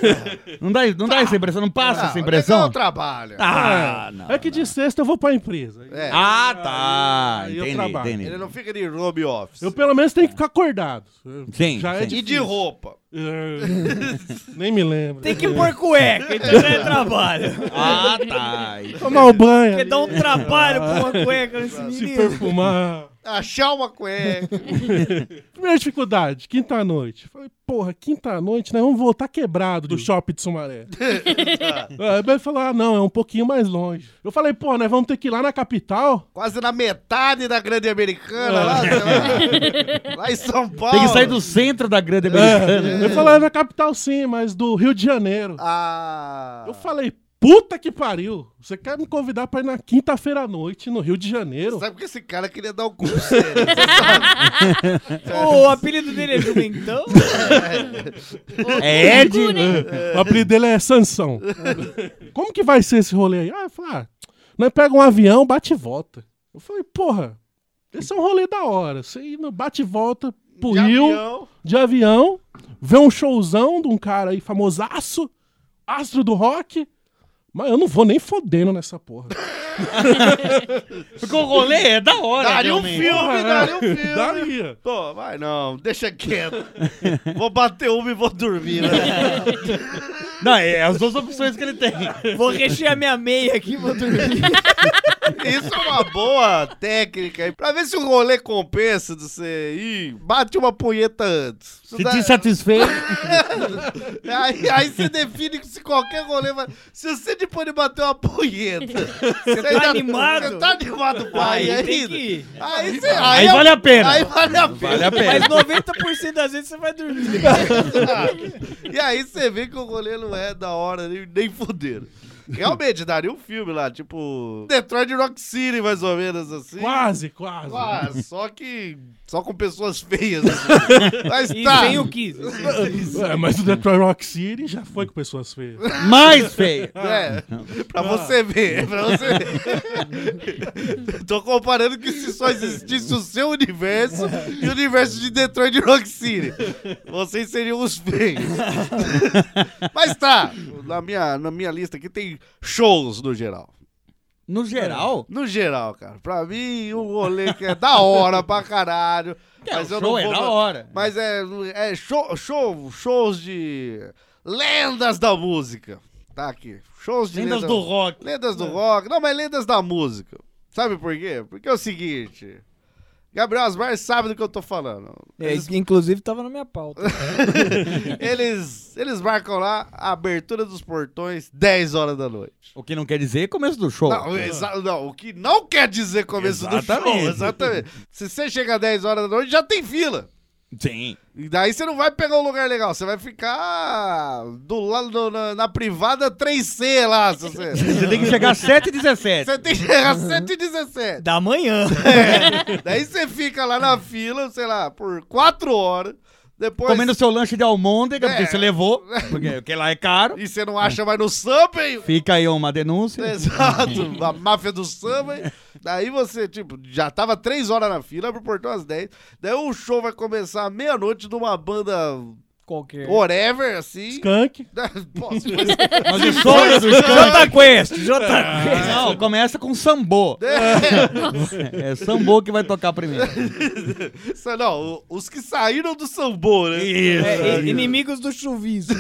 Speaker 4: Não dá, não dá essa impressão, não passa
Speaker 3: Ah,
Speaker 4: essa
Speaker 3: o
Speaker 4: impressão?
Speaker 3: negão trabalha.
Speaker 4: Ah, não.
Speaker 8: é que de sexta eu vou pra empresa.
Speaker 3: É.
Speaker 4: Ah, tá.
Speaker 8: Aí eu
Speaker 4: entendi,
Speaker 8: trabalho.
Speaker 4: entendi.
Speaker 3: Ele não fica de home office.
Speaker 8: Eu pelo menos tenho que ficar acordado. Eu-
Speaker 4: Sim,
Speaker 8: Já é
Speaker 3: *laughs*
Speaker 4: sim.
Speaker 3: E de
Speaker 8: difícil.
Speaker 3: roupa.
Speaker 8: É, Nem me lembro.
Speaker 5: Tem que pôr cueca, então já é trabalho.
Speaker 4: Ah, tá.
Speaker 8: Tomar o banho.
Speaker 5: Porque
Speaker 8: ali,
Speaker 5: dá um trabalho pôr uma cueca nesse
Speaker 8: Se
Speaker 5: menino.
Speaker 8: perfumar.
Speaker 3: Achar uma cueca.
Speaker 8: Primeira dificuldade, quinta-noite. Falei, porra, quinta-noite, né? Vamos voltar quebrado do shopping de Sumaré. Aí ele falou, ah, não, é um pouquinho mais longe. Eu falei, porra, nós vamos ter que ir lá na capital?
Speaker 3: Quase na metade da grande americana. Lá, lá, lá em São Paulo.
Speaker 4: É. *laughs* Tem que sair do centro da grande americana.
Speaker 8: É. Ele falou, é na capital sim, mas do Rio de Janeiro.
Speaker 3: Ah.
Speaker 8: Eu falei, puta que pariu. Você quer me convidar pra ir na quinta-feira à noite no Rio de Janeiro?
Speaker 3: Sabe que esse cara queria dar um curso
Speaker 4: *laughs*
Speaker 3: sério.
Speaker 5: Ô, o apelido dele é Jumentão?
Speaker 4: É Ed?
Speaker 8: *laughs* O apelido dele é Sansão. Como que vai ser esse rolê aí? Ah, eu falei, ah, nós pega um avião, bate e volta. Eu falei, porra, esse é um rolê da hora. Você ir no bate e volta pro
Speaker 3: De
Speaker 8: Rio,
Speaker 3: avião.
Speaker 8: de avião, ver um showzão de um cara aí famosaço, astro do rock. Mas eu não vou nem fodendo
Speaker 3: *laughs*
Speaker 8: nessa porra.
Speaker 4: Porque o rolê é da hora.
Speaker 3: Daria um
Speaker 4: realmente.
Speaker 3: filme, daria um filme.
Speaker 8: *laughs* Daria.
Speaker 3: Pô, vai não, deixa quieto. Vou bater uma e vou dormir, né?
Speaker 4: Não, é as duas opções que ele tem.
Speaker 5: Vou rechear minha meia aqui, vou dormir.
Speaker 3: Isso é uma boa técnica aí. Pra ver se o rolê compensa de você ir, bate uma punheta antes. Isso
Speaker 4: Se
Speaker 3: dá-
Speaker 4: insatisfeito.
Speaker 3: aí, aí você define se qualquer rolê vai. Se você depois de bater uma punheta, você tá
Speaker 5: animado?
Speaker 3: Você tá animado, pai,
Speaker 5: Aí
Speaker 3: ainda.
Speaker 5: tem que ir.
Speaker 3: Aí, você,
Speaker 4: Aí vale a pena.
Speaker 3: Aí vale a pena.
Speaker 4: Vale a
Speaker 5: Mas
Speaker 4: pena.
Speaker 5: 90% das vezes você vai dormir.
Speaker 3: *laughs* E aí você vê que o rolê não é da hora, nem, nem fudeiro. Realmente, daria um filme lá, tipo. Detroit Rock City, mais ou menos assim.
Speaker 8: Quase, quase.
Speaker 3: Ah, só que. Só com pessoas feias.
Speaker 5: *laughs*
Speaker 3: assim. Mas
Speaker 5: E
Speaker 3: tá.
Speaker 5: sem o assim. 15.
Speaker 8: É, mas o Detroit Rock City já foi com pessoas feias.
Speaker 4: Mais feio.
Speaker 3: É, pra você ver, *laughs* pra você ver. Tô comparando que se só existisse o seu universo e o universo de Detroit Rock City. Vocês seriam os feios. Mas tá, na minha, na minha lista aqui tem shows no geral.
Speaker 4: No geral,
Speaker 3: No geral, cara. Pra mim, o rolê que é da hora pra caralho.
Speaker 4: é,
Speaker 3: mas
Speaker 4: o
Speaker 3: eu
Speaker 4: show
Speaker 3: não
Speaker 4: é
Speaker 3: vou.
Speaker 4: da hora.
Speaker 3: Mas é, é show, show, shows de lendas da música. Tá aqui. Shows de
Speaker 4: Lendas do rock.
Speaker 3: Lendas do rock. Não, mas lendas da música. Sabe por quê? Porque é o seguinte. Gabriel Asmar sabe do que eu tô falando.
Speaker 5: É
Speaker 3: Eles,
Speaker 5: inclusive tava na minha pauta.
Speaker 3: eles, eles marcam lá a abertura dos portões 10 horas da noite.
Speaker 4: O que não quer dizer começo do show.
Speaker 3: Não, é exa- não, o que não quer dizer começo do show.
Speaker 4: é. Exatamente.
Speaker 3: Exatamente. Se você chega às 10 horas da noite, já tem fila.
Speaker 4: Sim.
Speaker 3: E daí você não vai pegar um lugar legal, você vai ficar do lado do- na, na privada 3C lá. se Você,
Speaker 4: Você tem que chegar às 7h17.
Speaker 3: *laughs* você tem que chegar às 117.
Speaker 5: Da manhã.
Speaker 3: É. Daí você fica lá na fila, sei lá, por 4 horas. Depois.
Speaker 4: Comendo seu lanche de almôndega,
Speaker 3: É.
Speaker 4: porque você levou, porque, porque lá é caro.
Speaker 3: E você não acha mais no samba,
Speaker 5: *laughs*
Speaker 3: hein?
Speaker 4: Fica aí uma denúncia.
Speaker 3: Exato, a máfia do samba. hein? Daí você, tipo, já tava três horas na fila, abre o portão às 10. Daí o show vai começar à meia-noite de uma banda
Speaker 5: Qualquer.
Speaker 3: whatever, assim. *laughs*
Speaker 8: Skank.
Speaker 3: Pô, se fosse-
Speaker 5: *laughs*
Speaker 4: Mas o show é do
Speaker 5: Jota Quest, Jota Quest.
Speaker 4: Não, começa com sambô. É sambô que vai tocar primeiro.
Speaker 3: Sa- é, Não, o- os que saíram do sambô, né?
Speaker 5: É, inimigos do chuvisco.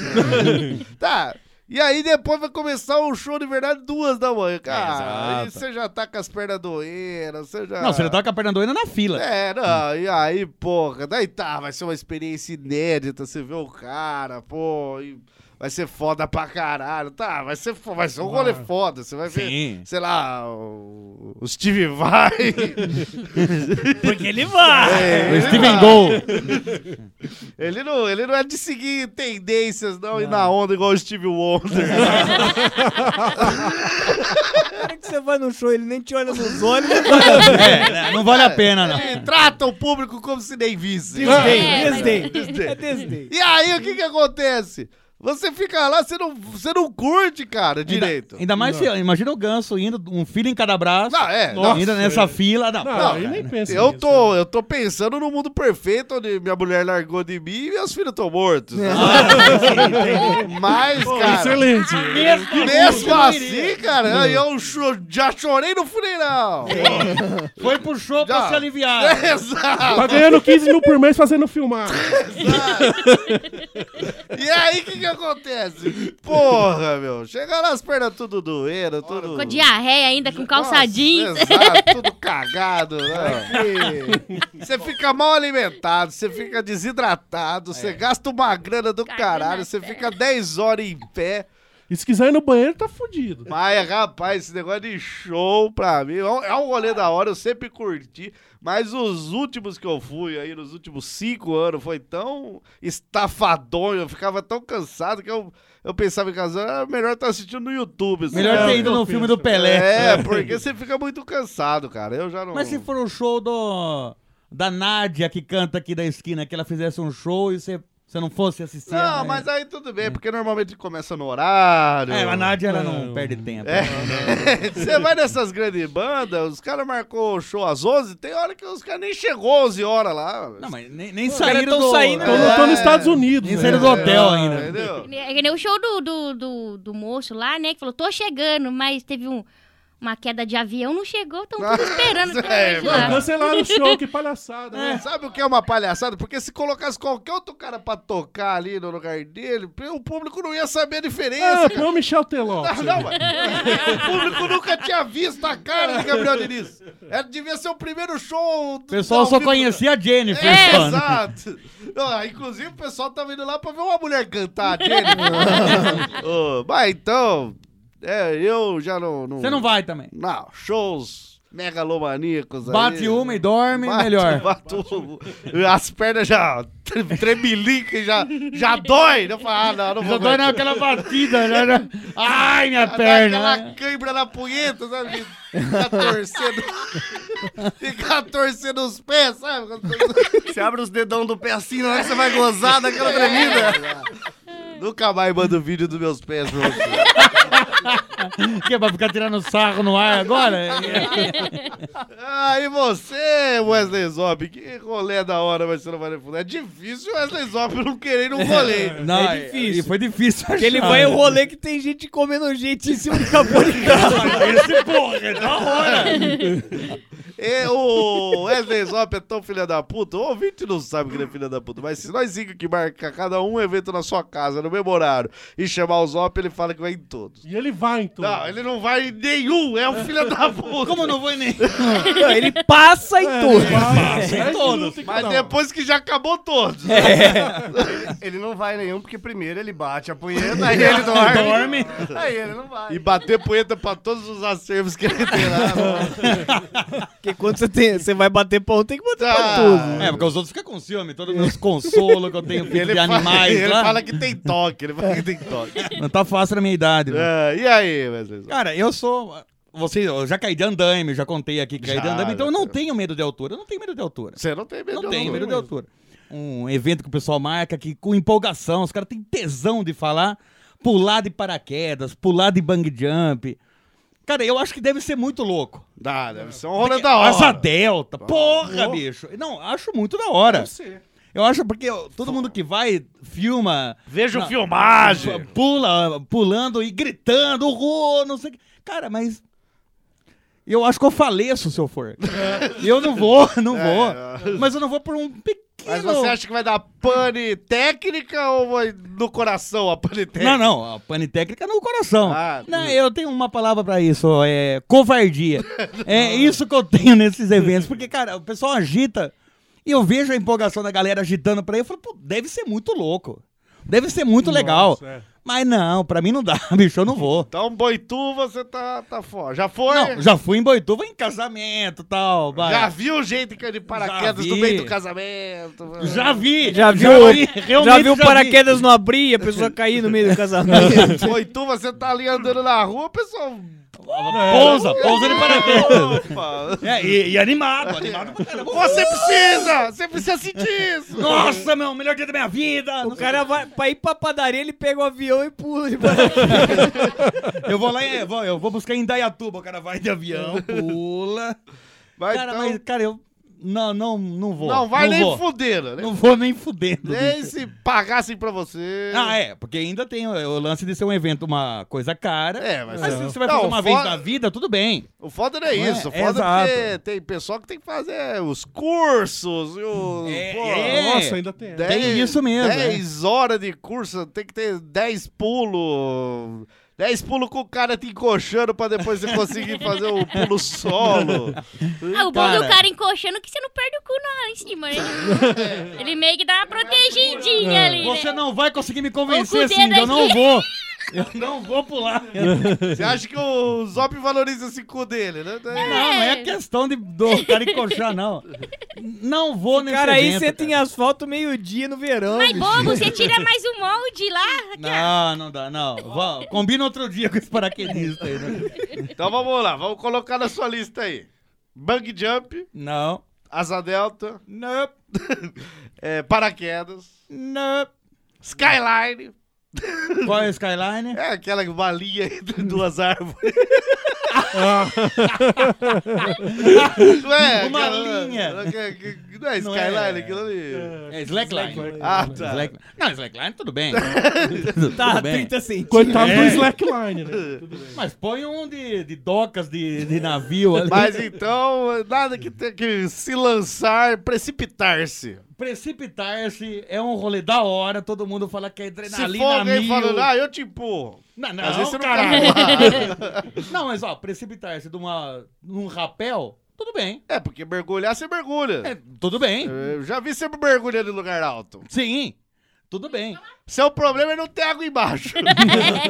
Speaker 3: Tá. E aí depois vai começar o show de verdade duas da manhã, cara.
Speaker 4: É,
Speaker 3: aí
Speaker 4: exato.
Speaker 3: você já tá com as pernas doendo, você já...
Speaker 4: Não, você já tá com a perna doendo na fila.
Speaker 3: É, não, e aí, porra, daí tá, vai ser uma experiência inédita, você vê o cara, pô, e vai ser foda pra caralho, tá, vai ser, fo- vai ser um rolê
Speaker 4: Claro.
Speaker 3: foda, você vai ver,
Speaker 4: Sim.
Speaker 3: sei lá, o, o Steve
Speaker 4: *laughs*
Speaker 3: vai. É,
Speaker 5: Porque ele vai.
Speaker 3: ele
Speaker 4: O Steven
Speaker 3: vai.
Speaker 4: Gold.
Speaker 3: Ele não, ele não é de seguir tendências, não, e na onda igual o Steve Wonder.
Speaker 5: Cara é que você vai no show, ele nem te olha nos olhos.
Speaker 4: *laughs* É, não vale a pena, não.
Speaker 3: Ele trata o público como se nem visse.
Speaker 5: Desdém, desdém. É desdém.
Speaker 3: E aí, o que que acontece? Você fica lá, você não, você não curte, cara,
Speaker 4: Ainda-
Speaker 3: direito.
Speaker 4: Ainda, mais, se, imagina o ganso indo, um filho em cada braço.
Speaker 3: Não, é,
Speaker 4: Nossa, ainda nessa fila. Não,
Speaker 8: Não,
Speaker 4: pô,
Speaker 8: aí
Speaker 4: cara.
Speaker 8: nem pensa
Speaker 3: Eu
Speaker 8: nisso.
Speaker 4: é.
Speaker 3: tô, eu tô pensando no mundo perfeito onde minha mulher largou de mim e meus filhos estão mortos.
Speaker 4: É. *laughs*
Speaker 3: né? Mas,
Speaker 8: Pô,
Speaker 3: cara,
Speaker 8: Excelente.
Speaker 3: mesmo assim, cara, eu cho- já chorei no funeral.
Speaker 4: É. Foi pro show
Speaker 3: Já.
Speaker 4: pra se
Speaker 3: *laughs*
Speaker 4: aliviar.
Speaker 3: Exato.
Speaker 8: Tá ganhando 15 mil por mês fazendo filmar.
Speaker 3: E aí, o que que acontece? Porra, meu, chega lá as pernas tudo doendo, tudo...
Speaker 7: Com diarreia ainda, com calça
Speaker 3: Nossa, é.
Speaker 7: jeans.
Speaker 3: Exato, tudo cagado, né? E Você fica mal alimentado, você fica desidratado, você gasta uma grana do
Speaker 7: Caga
Speaker 3: caralho,
Speaker 7: na
Speaker 3: você fica 10 horas em pé.
Speaker 8: E se quiser ir no banheiro, tá fudido.
Speaker 3: Mas, rapaz, esse negócio de show pra mim é um- é um rolê da hora, eu sempre curti. Mas os últimos que eu fui aí, nos últimos cinco anos, foi tão estafadonho, eu ficava tão cansado que eu, eu pensava em casa, "Ah, melhor estar assistindo no YouTube. esse
Speaker 4: Melhor ter
Speaker 3: negócio."
Speaker 4: ido no filme do Pelé.
Speaker 3: É, porque você fica muito cansado, cara. Eu já não.
Speaker 4: Mas se for o show do, da Nádia que canta aqui da esquina, que ela fizesse um show e você, você não fosse assistir.
Speaker 3: Não,
Speaker 4: né?
Speaker 3: mas aí tudo bem, porque normalmente começa no horário.
Speaker 4: É, a Nádia ela não,
Speaker 8: Não.
Speaker 4: perde tempo.
Speaker 3: *laughs* É. Você vai nessas grandes bandas, os caras marcou o show às 11, tem hora que os caras nem chegou 11 horas lá.
Speaker 4: Não, mas nem, nem
Speaker 5: caras
Speaker 4: saíram
Speaker 5: tão
Speaker 4: do...
Speaker 5: saindo,
Speaker 8: Tô,
Speaker 3: É.
Speaker 8: no- tô né? nos Estados Unidos.
Speaker 4: Nem
Speaker 8: né?
Speaker 4: saíram é do hotel ainda.
Speaker 3: Entendeu?
Speaker 7: É que nem o show do, do, do, do moço lá, né? Que falou, tô chegando, mas teve um, uma queda de avião, não chegou, estão tudo esperando
Speaker 3: é,
Speaker 7: até hoje lá.
Speaker 8: É. Cancelaram o show, que palhaçada. né?
Speaker 3: Sabe o que é uma palhaçada? Porque se colocasse qualquer outro cara pra tocar ali no lugar dele, o público não ia saber a diferença.
Speaker 8: Ah, põe o Michel Teló.
Speaker 3: É. Não, não, mas-
Speaker 4: *laughs*
Speaker 3: o público nunca tinha visto a cara de Gabriel Diniz. Era, devia ser o primeiro show. do-
Speaker 4: O pessoal
Speaker 3: ao
Speaker 4: só
Speaker 3: vivo.
Speaker 4: conhecia a Jennifer.
Speaker 3: É,
Speaker 4: só, né?
Speaker 3: exato. Não, ah, inclusive, o pessoal tava indo lá pra ver uma mulher cantar.
Speaker 4: *laughs*
Speaker 3: Jennifer. Ô, mas então, é, eu já não...
Speaker 4: Você não vai também.
Speaker 3: Não, shows megalomaníacos
Speaker 4: Bate
Speaker 3: aí.
Speaker 4: uma e dorme,
Speaker 3: Bate-
Speaker 4: melhor.
Speaker 3: bate uma. As pernas já *laughs* tre- tremelincam, e já, já dói. Eu falo, ah, não, não vou
Speaker 4: Já dói
Speaker 3: aguentar.
Speaker 4: naquela batida,
Speaker 3: *laughs*
Speaker 4: né? né? Ai, minha
Speaker 3: Dá
Speaker 4: perna.
Speaker 3: Aquela
Speaker 4: né?
Speaker 3: cãibra na punheta, sabe? Ficar torcendo.
Speaker 6: *laughs*
Speaker 3: Ficar torcendo os pés, sabe?
Speaker 6: Você abre os dedão do pé assim, na hora que você vai gozar daquela tremida.
Speaker 3: *laughs* Nunca mais mando vídeo dos meus pés pra você.
Speaker 4: Que vai ficar tirando sarro no ar agora?
Speaker 3: Ah, e você, Wesley Zop? Que rolê da hora vai ser no Vale Fundo. É difícil o Wesley Zop não querer ir num rolê.
Speaker 4: *laughs* Não,
Speaker 5: É difícil.
Speaker 4: e foi difícil
Speaker 5: Porque ele
Speaker 4: achar,
Speaker 5: vai
Speaker 4: né?
Speaker 5: o rolê que tem gente comendo gente em cima do capô de carro.
Speaker 4: Esse porra, é da hora.
Speaker 3: E o É, Wesley Zop é tão filha da puta. O ouvinte não sabe que ele é filha da puta. Mas se nós cinco que marca cada um evento na sua casa, no mesmo horário, e chamar o Zop, ele fala que vai em todos.
Speaker 8: E ele vai, então.
Speaker 3: Não, ele não vai em nenhum. É um filho
Speaker 4: *laughs*
Speaker 3: da puta.
Speaker 4: Como não vou nem...
Speaker 5: Não, ele passa e tudo.
Speaker 8: Dez minutos em
Speaker 3: Mas
Speaker 8: cada um.
Speaker 3: depois que já acabou todos.
Speaker 4: É.
Speaker 6: *laughs* Ele não vai nenhum, porque primeiro ele bate a punheta, aí
Speaker 3: *laughs*
Speaker 6: ele dorme.
Speaker 4: Dorme.
Speaker 6: Aí ele não vai.
Speaker 3: E bater punheta pra todos os acervos que ele tem
Speaker 6: *laughs*
Speaker 3: lá.
Speaker 5: Porque quando você, tem, você vai bater pra um, tem que bater pra
Speaker 3: Tá.
Speaker 5: tudo.
Speaker 4: É, porque os outros ficam com ciúme. Todos os meus consolos que
Speaker 3: *laughs*
Speaker 4: eu tenho filho de
Speaker 3: fala-
Speaker 4: animais
Speaker 3: ele
Speaker 4: lá.
Speaker 3: fala que tem toque, ele fala que tem
Speaker 4: *laughs*
Speaker 3: toque.
Speaker 4: Não tá fácil na minha idade. né?
Speaker 3: É, e aí, Wesley? Zop?
Speaker 4: Cara, eu sou... Você, eu já caí de andaime, já contei aqui que caí de
Speaker 3: Já,
Speaker 4: andaime, então eu
Speaker 3: já
Speaker 4: não
Speaker 3: caiu.
Speaker 4: tenho medo de altura, eu não tenho medo de altura.
Speaker 3: Você não tem medo de
Speaker 4: Não tem
Speaker 3: altura.
Speaker 4: medo de altura. Um evento que o pessoal marca que com empolgação, os caras têm tesão de falar, pular de paraquedas, pular de bang jump. Cara, eu acho que deve ser muito louco.
Speaker 3: Dá, deve ser um rolê da hora. Tá
Speaker 4: Asa delta, porra, bicho. Não, acho muito da hora. Eu acho porque ó, todo mundo que vai filma,
Speaker 3: Vejo
Speaker 4: Não.
Speaker 3: filmagem.
Speaker 4: pula, pulando e gritando, rua, não sei o que. Cara, mas
Speaker 3: *laughs*
Speaker 4: eu acho que eu faleço se eu for. Eu não vou, não vou. Mas eu não vou por um pe-
Speaker 3: É, Mas você acha que vai dar pane técnica ou vai no coração a pane técnica?
Speaker 4: Não, não, a pane técnica é no coração.
Speaker 3: Ah,
Speaker 4: não, eu tenho uma palavra pra isso, ó, é
Speaker 3: *laughs*
Speaker 4: covardia. é isso que eu tenho nesses eventos, porque, cara, o pessoal agita e eu vejo a empolgação da galera agitando pra aí, eu falo, pô, deve ser muito louco. Deve ser muito legal.
Speaker 3: Nossa, é.
Speaker 4: Mas não, pra mim não dá, *laughs* bicho, eu não vou.
Speaker 3: Então, Boitu, você tá, tá fora. Já foi?
Speaker 4: Não, já fui em Boituva em casamento e tal. vai.
Speaker 3: Já viu o jeito que ele paraquedas
Speaker 4: vi.
Speaker 3: no meio do casamento? mano?
Speaker 4: Já vi!
Speaker 5: Já viu, já viu o paraquedas não abrir, a pessoa cair no meio do *laughs* casamento.
Speaker 3: Boitu, você tá ali andando na rua, o pessoal.
Speaker 4: Pousa, pousa de
Speaker 3: paraquedas.
Speaker 4: É, e, e animado,
Speaker 5: *laughs*
Speaker 4: animado pra caramba.
Speaker 3: Você precisa! Você precisa sentir isso!
Speaker 4: Nossa, meu, melhor dia da minha vida!
Speaker 5: O cara vai pra ir pra padaria, ele pega o avião e pula. *laughs* de
Speaker 4: Eu vou lá em- eu vou, eu vou buscar em Indaiatuba, o cara vai
Speaker 3: *laughs*
Speaker 4: de avião, pula.
Speaker 3: Vai,
Speaker 4: cara,
Speaker 3: então.
Speaker 4: mas, cara, eu. Não, não, não vou.
Speaker 3: Não vai nem
Speaker 4: vou.
Speaker 3: fudendo, né?
Speaker 4: Não vou nem fudendo.
Speaker 3: Nem
Speaker 4: bicho.
Speaker 3: se pagassem pra você.
Speaker 4: Ah, é, porque ainda tem o, o lance de ser um evento, uma coisa cara.
Speaker 3: É, mas-
Speaker 4: se você vai
Speaker 3: Não,
Speaker 4: fazer uma vez
Speaker 3: fora-
Speaker 4: na vida, tudo bem.
Speaker 3: O foda não é
Speaker 4: Não é?
Speaker 3: isso. O
Speaker 4: É
Speaker 3: foda
Speaker 4: exato.
Speaker 3: é porque tem pessoal que tem que fazer os cursos. E os, pô,
Speaker 4: é. Nossa, ainda tem essa. Tem isso mesmo, é.
Speaker 3: 10 horas de curso, tem que ter 10 pulos. 10 pulos com o cara te encoxando pra depois você conseguir fazer o
Speaker 4: *laughs*
Speaker 3: pulo solo.
Speaker 7: Ah, o bom do cara encoxando é que você não perde o cu não, em cima,
Speaker 3: *laughs*
Speaker 7: né? Ele meio que dá uma
Speaker 3: É.
Speaker 7: protegidinha ali, né?
Speaker 4: Você não vai conseguir me
Speaker 7: Ou com
Speaker 4: convencer
Speaker 7: o dedo
Speaker 4: assim, eu não
Speaker 7: aqui. É.
Speaker 4: vou. Eu não vou pular.
Speaker 7: *laughs*
Speaker 3: Você acha que o Zop valoriza esse cu dele, né?
Speaker 4: Não, é questão de do cara encoxar, não. Não vou nesse
Speaker 5: Cara, aí
Speaker 4: evento,
Speaker 5: você
Speaker 4: cara.
Speaker 5: tem asfalto meio-dia no verão.
Speaker 7: Mas
Speaker 3: é
Speaker 5: bicho.
Speaker 7: bobo, você tira mais um molde lá.
Speaker 4: Não, não dá, não. Vá- Combina outro dia com esse paraquedista aí. Né?
Speaker 3: Então vamos lá, vamos colocar na sua lista aí. Bang Jump,
Speaker 4: Não.
Speaker 3: Asa Delta,
Speaker 4: Não.
Speaker 3: *laughs* é, Paraquedas,
Speaker 4: Não.
Speaker 3: Skyline.
Speaker 4: Qual é o Skyline?
Speaker 3: É aquela balinha *laughs* entre duas árvores.
Speaker 4: Ah.
Speaker 3: não é?
Speaker 4: Uma
Speaker 3: aquela-
Speaker 4: linha.
Speaker 3: que- que- Não é
Speaker 4: Não
Speaker 3: Skyline,
Speaker 4: é.
Speaker 3: aquilo ali.
Speaker 4: É Slackline.
Speaker 3: Ah, tá.
Speaker 4: Slack- Não, Slackline tudo
Speaker 3: *laughs*
Speaker 4: bem.
Speaker 5: Tá,
Speaker 4: tudo bem.
Speaker 5: 30 centímetros.
Speaker 8: Coitado do
Speaker 4: É.
Speaker 8: slackline, né?
Speaker 4: Mas põe um de, de docas de, de navio ali.
Speaker 3: Mas então, nada que ter que se lançar, precipitar-se.
Speaker 4: Precipitar-se é um rolê da hora, todo mundo fala que é adrenalina
Speaker 3: Se for alguém
Speaker 4: mil.
Speaker 3: falando, ah, eu te empurro.
Speaker 4: Não, não,
Speaker 3: Às vezes você não quer
Speaker 4: cara. *laughs* Não, mas ó, precipitar-se de uma, num rapel, tudo bem.
Speaker 3: É, porque mergulhar, você mergulha.
Speaker 4: É, tudo bem.
Speaker 3: Eu já vi você mergulhando em lugar alto.
Speaker 4: Sim,
Speaker 3: *laughs*
Speaker 4: tudo bem.
Speaker 3: Seu problema é não ter água
Speaker 4: *laughs*
Speaker 3: embaixo.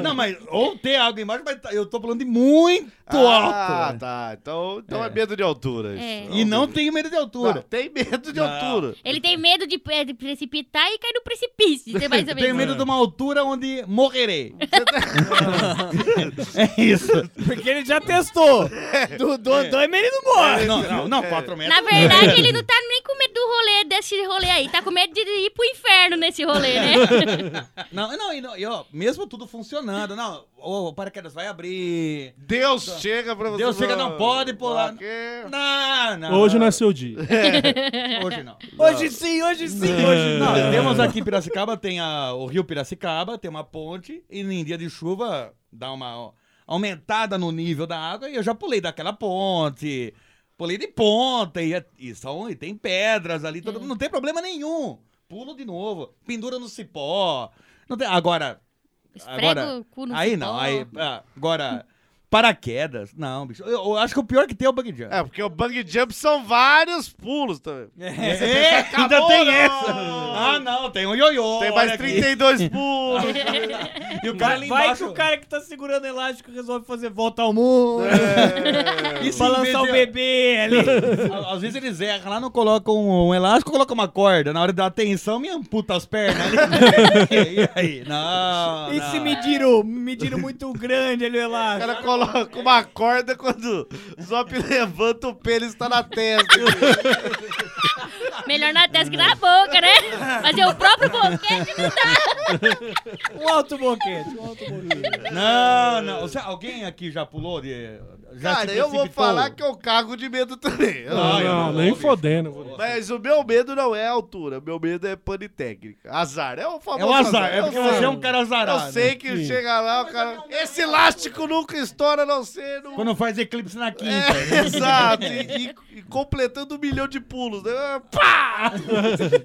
Speaker 4: Não, mas ou ter água embaixo, mas tá- eu tô falando de muito
Speaker 3: ah,
Speaker 4: alto.
Speaker 3: tá. Então, então é. medo de altura. isso.
Speaker 7: É.
Speaker 4: E não tenho medo de
Speaker 3: Não,
Speaker 4: altura.
Speaker 3: tem medo de
Speaker 4: Não.
Speaker 3: altura.
Speaker 7: Ele tem medo de, é, de precipitar e cair no precipício. Você vai saber.
Speaker 4: Tenho medo de uma altura onde
Speaker 8: *laughs*
Speaker 4: morrerei. é isso.
Speaker 5: Porque ele já *laughs* testou. Do, do andão é menino morre.
Speaker 4: Não, não, não, 4 metros.
Speaker 7: Na verdade, ele não tá nem com medo do rolê, desse rolê aí. Tá com medo de ir pro inferno nesse rolê, né?
Speaker 4: Não, não, e, não, e ó, mesmo tudo funcionando, não, o paraquedas vai abrir.
Speaker 3: Deus chega pra você.
Speaker 4: Tá. Deus chega, não pode pular.
Speaker 3: Pra quê?
Speaker 4: Não, não.
Speaker 8: Hoje não é seu dia.
Speaker 4: Hoje não.
Speaker 5: Hoje sim, hoje sim,
Speaker 7: É.
Speaker 5: hoje É, não.
Speaker 4: Não, temos aqui em Piracicaba, tem a, o rio Piracicaba, tem uma ponte, e em dia de chuva dá uma ó, aumentada no nível da água, e eu já pulei daquela ponte, pulei de ponta, e, é- e, são, e tem pedras ali,
Speaker 7: É.
Speaker 4: todo, não tem problema nenhum. Pulo de novo, pendura no cipó. Não tem, agora,
Speaker 7: Esfrega
Speaker 4: agora
Speaker 7: o cu no
Speaker 4: aí
Speaker 7: cipó.
Speaker 4: não, aí, ah, agora, paraquedas, não, bicho. Eu, eu acho que o pior que tem é o bug jump.
Speaker 3: É, porque o bang jump são vários pulos também.
Speaker 4: *laughs* É, ainda
Speaker 3: acabou,
Speaker 4: tem
Speaker 3: não!
Speaker 4: essa. Ah, não, tem um ioiô.
Speaker 3: Tem mais
Speaker 4: olha aqui. *laughs*
Speaker 3: 32 pulos. né?
Speaker 4: E o cara ali
Speaker 5: Vai que
Speaker 4: embaixo.
Speaker 5: o cara que tá segurando elástico resolve fazer volta ao mundo.
Speaker 4: E se
Speaker 5: Balançar o
Speaker 4: em vez de-
Speaker 5: bebê *laughs* ali.
Speaker 4: Á- Às vezes eles erram lá, não colocam um, um elástico, colocam uma corda. Na hora da tensão, me amputa as pernas. *laughs* e aí? Não.
Speaker 5: E
Speaker 4: não.
Speaker 5: se mediram, mediram muito grande ali o
Speaker 3: O
Speaker 5: elástico.
Speaker 3: cara coloca uma corda quando o Zop levanta o pênis tá na testa.
Speaker 7: Melhor na testa que na boca, né? Fazer o próprio boquete não dá.
Speaker 5: Um alto boquete. Um alto boquete.
Speaker 4: Não, não. Você- alguém aqui já pulou? De, *laughs* já
Speaker 3: Cara,
Speaker 4: se
Speaker 3: eu vou
Speaker 4: precipitou?
Speaker 3: falar que eu cago de medo também. Eu-
Speaker 8: Não,
Speaker 4: eu não
Speaker 8: não,
Speaker 4: vou,
Speaker 8: nem
Speaker 4: bicho.
Speaker 8: fodendo. eu vou-
Speaker 3: Mas o meu medo não é a altura, meu medo é pane técnica. Azar, é o famoso
Speaker 4: É um azar. É
Speaker 3: eu
Speaker 4: porque
Speaker 3: sei.
Speaker 4: você é um cara azarado.
Speaker 3: Eu sei que
Speaker 8: Sim.
Speaker 3: chega lá, o cara. Esse elástico nunca estoura, a não ser no.
Speaker 4: Quando faz eclipse na quinta.
Speaker 3: É, exato. E, e- e completando um milhão de pulos. Né? Pá! pá!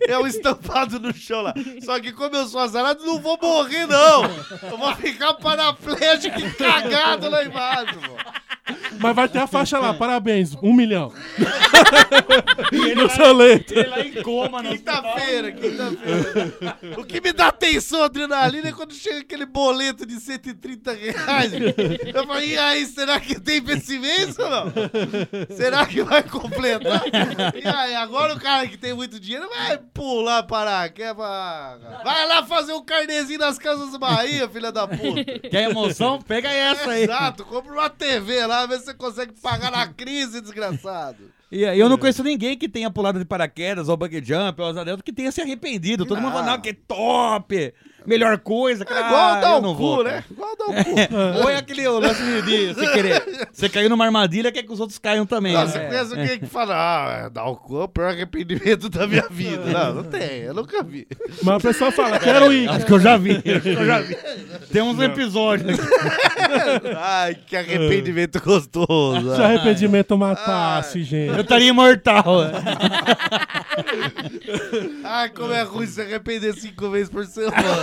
Speaker 3: Eu estampado no chão lá. Só que como eu sou azarado, não vou morrer, não. Eu vou ficar paraplégico e cagado lá embaixo, mano.
Speaker 8: Mas vai ter a faixa lá, parabéns,
Speaker 3: *laughs*
Speaker 8: um milhão. no seu leito.
Speaker 3: coma, não. Quinta-feira, quinta-feira. O que me dá atenção, adrenalina, é quando chega aquele boleto de 130 reais. Eu falo, e aí, será que tem pra esse mês ou não? Será que vai completar? E aí, agora o cara que tem muito dinheiro vai pular para quebra. Vai lá fazer um carnezinho nas casas Bahia, filha da puta.
Speaker 4: né? Quer emoção? Pega essa aí.
Speaker 3: Exato, compra uma TV lá, vê se você consegue pagar na crise, desgraçado.
Speaker 4: E aí eu
Speaker 3: É.
Speaker 4: não conheço ninguém que tenha pulado de paraquedas ou bug jump ou asa delta que tenha se arrependido. Todo mundo falando que é top, melhor coisa. Cara,
Speaker 3: É igual dar
Speaker 4: Ah, eu
Speaker 3: o
Speaker 4: não
Speaker 3: cu,
Speaker 4: vou,
Speaker 3: né?
Speaker 4: *laughs* cara.
Speaker 3: Igual dar o cu.
Speaker 4: É. Ou é aquele lance de, de você querer. Você caiu numa armadilha, quer que os outros caiam também.
Speaker 3: Não,
Speaker 4: né?
Speaker 3: você
Speaker 4: É.
Speaker 3: conhece alguém que fala, ah, é, dar o cu é o pior arrependimento da minha vida. Não, não tem, eu nunca vi.
Speaker 8: Mas o pessoal fala, quero ir.
Speaker 4: Acho que eu já vi.
Speaker 8: Acho que eu já vi.
Speaker 4: Tem uns
Speaker 3: Não.
Speaker 4: episódios. né?
Speaker 3: Ai, que arrependimento gostoso.
Speaker 8: Se o arrependimento matasse, gente.
Speaker 4: Eu estaria imortal. né?
Speaker 3: Ai, como é ruim se arrepender cinco vezes por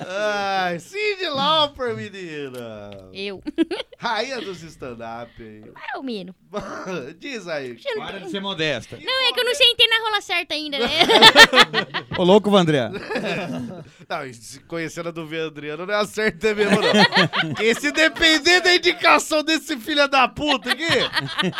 Speaker 3: Ai, Cindy Lauper, menina.
Speaker 7: Eu. *laughs*
Speaker 3: Rainha dos stand-up. *laughs* hein?
Speaker 7: Ah, o menino.
Speaker 3: Diz aí.
Speaker 4: Para de ser modesta.
Speaker 7: Não, é que eu não sei entrar na rola certa ainda, né?
Speaker 4: Ô, louco, Vandré.
Speaker 3: Não, e se conhecendo a do Vandriano, não é acerta mesmo, não. Porque se depender da indicação desse filho da puta aqui,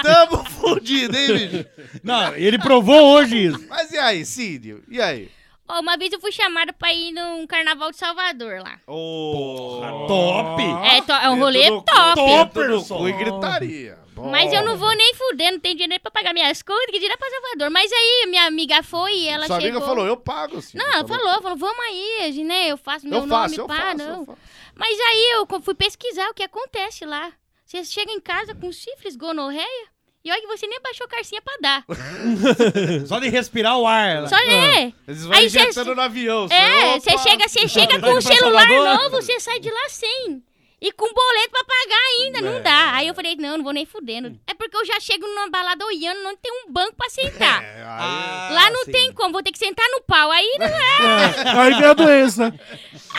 Speaker 3: tamo fudido, hein, bicho?
Speaker 4: Não, ele provou hoje isso.
Speaker 3: Mas e aí, Cídio? E aí?
Speaker 7: Ó, uma vez eu fui chamada pra ir num carnaval de Salvador lá.
Speaker 4: Top!
Speaker 7: É, to- é um rolê top.
Speaker 3: Fui gritaria.
Speaker 7: Mas eu não vou nem fudendo, não tem dinheiro pra pagar minhas contas, que dinheiro pra Salvador. Mas aí minha amiga foi e ela
Speaker 3: Sua
Speaker 7: chegou...
Speaker 3: amiga falou, eu pago, Cídio.
Speaker 7: Não, ela falou, falou, vamos aí, gente, né? Eu faço meu
Speaker 3: Eu
Speaker 7: nome,
Speaker 3: faço, eu
Speaker 7: pá,
Speaker 3: faço, eu
Speaker 7: não. Mas aí eu co- fui pesquisar o que acontece lá. Você chega em casa com sífilis, gonorreia, e olha que você nem baixou carcinha pra
Speaker 3: *laughs*
Speaker 7: dar.
Speaker 4: Só de respirar o ar.
Speaker 7: Só é.
Speaker 3: Eles vão
Speaker 7: Aí cê-
Speaker 3: injetando no avião.
Speaker 7: É, você
Speaker 3: *laughs*
Speaker 7: chega, você chega com um
Speaker 4: Daqui pra
Speaker 7: celular
Speaker 4: Salvador?
Speaker 7: novo, você sai de lá sem. E com boleto pra pagar ainda, não
Speaker 3: É.
Speaker 7: dá. Aí eu falei, não, não vou nem fudendo. É porque eu já chego numa balada olhando, não tem um banco pra sentar.
Speaker 3: É.
Speaker 4: Ah,
Speaker 3: Ah,
Speaker 7: lá não tem como, vou ter que sentar no pau. Aí não é.
Speaker 8: Aí vem a doença.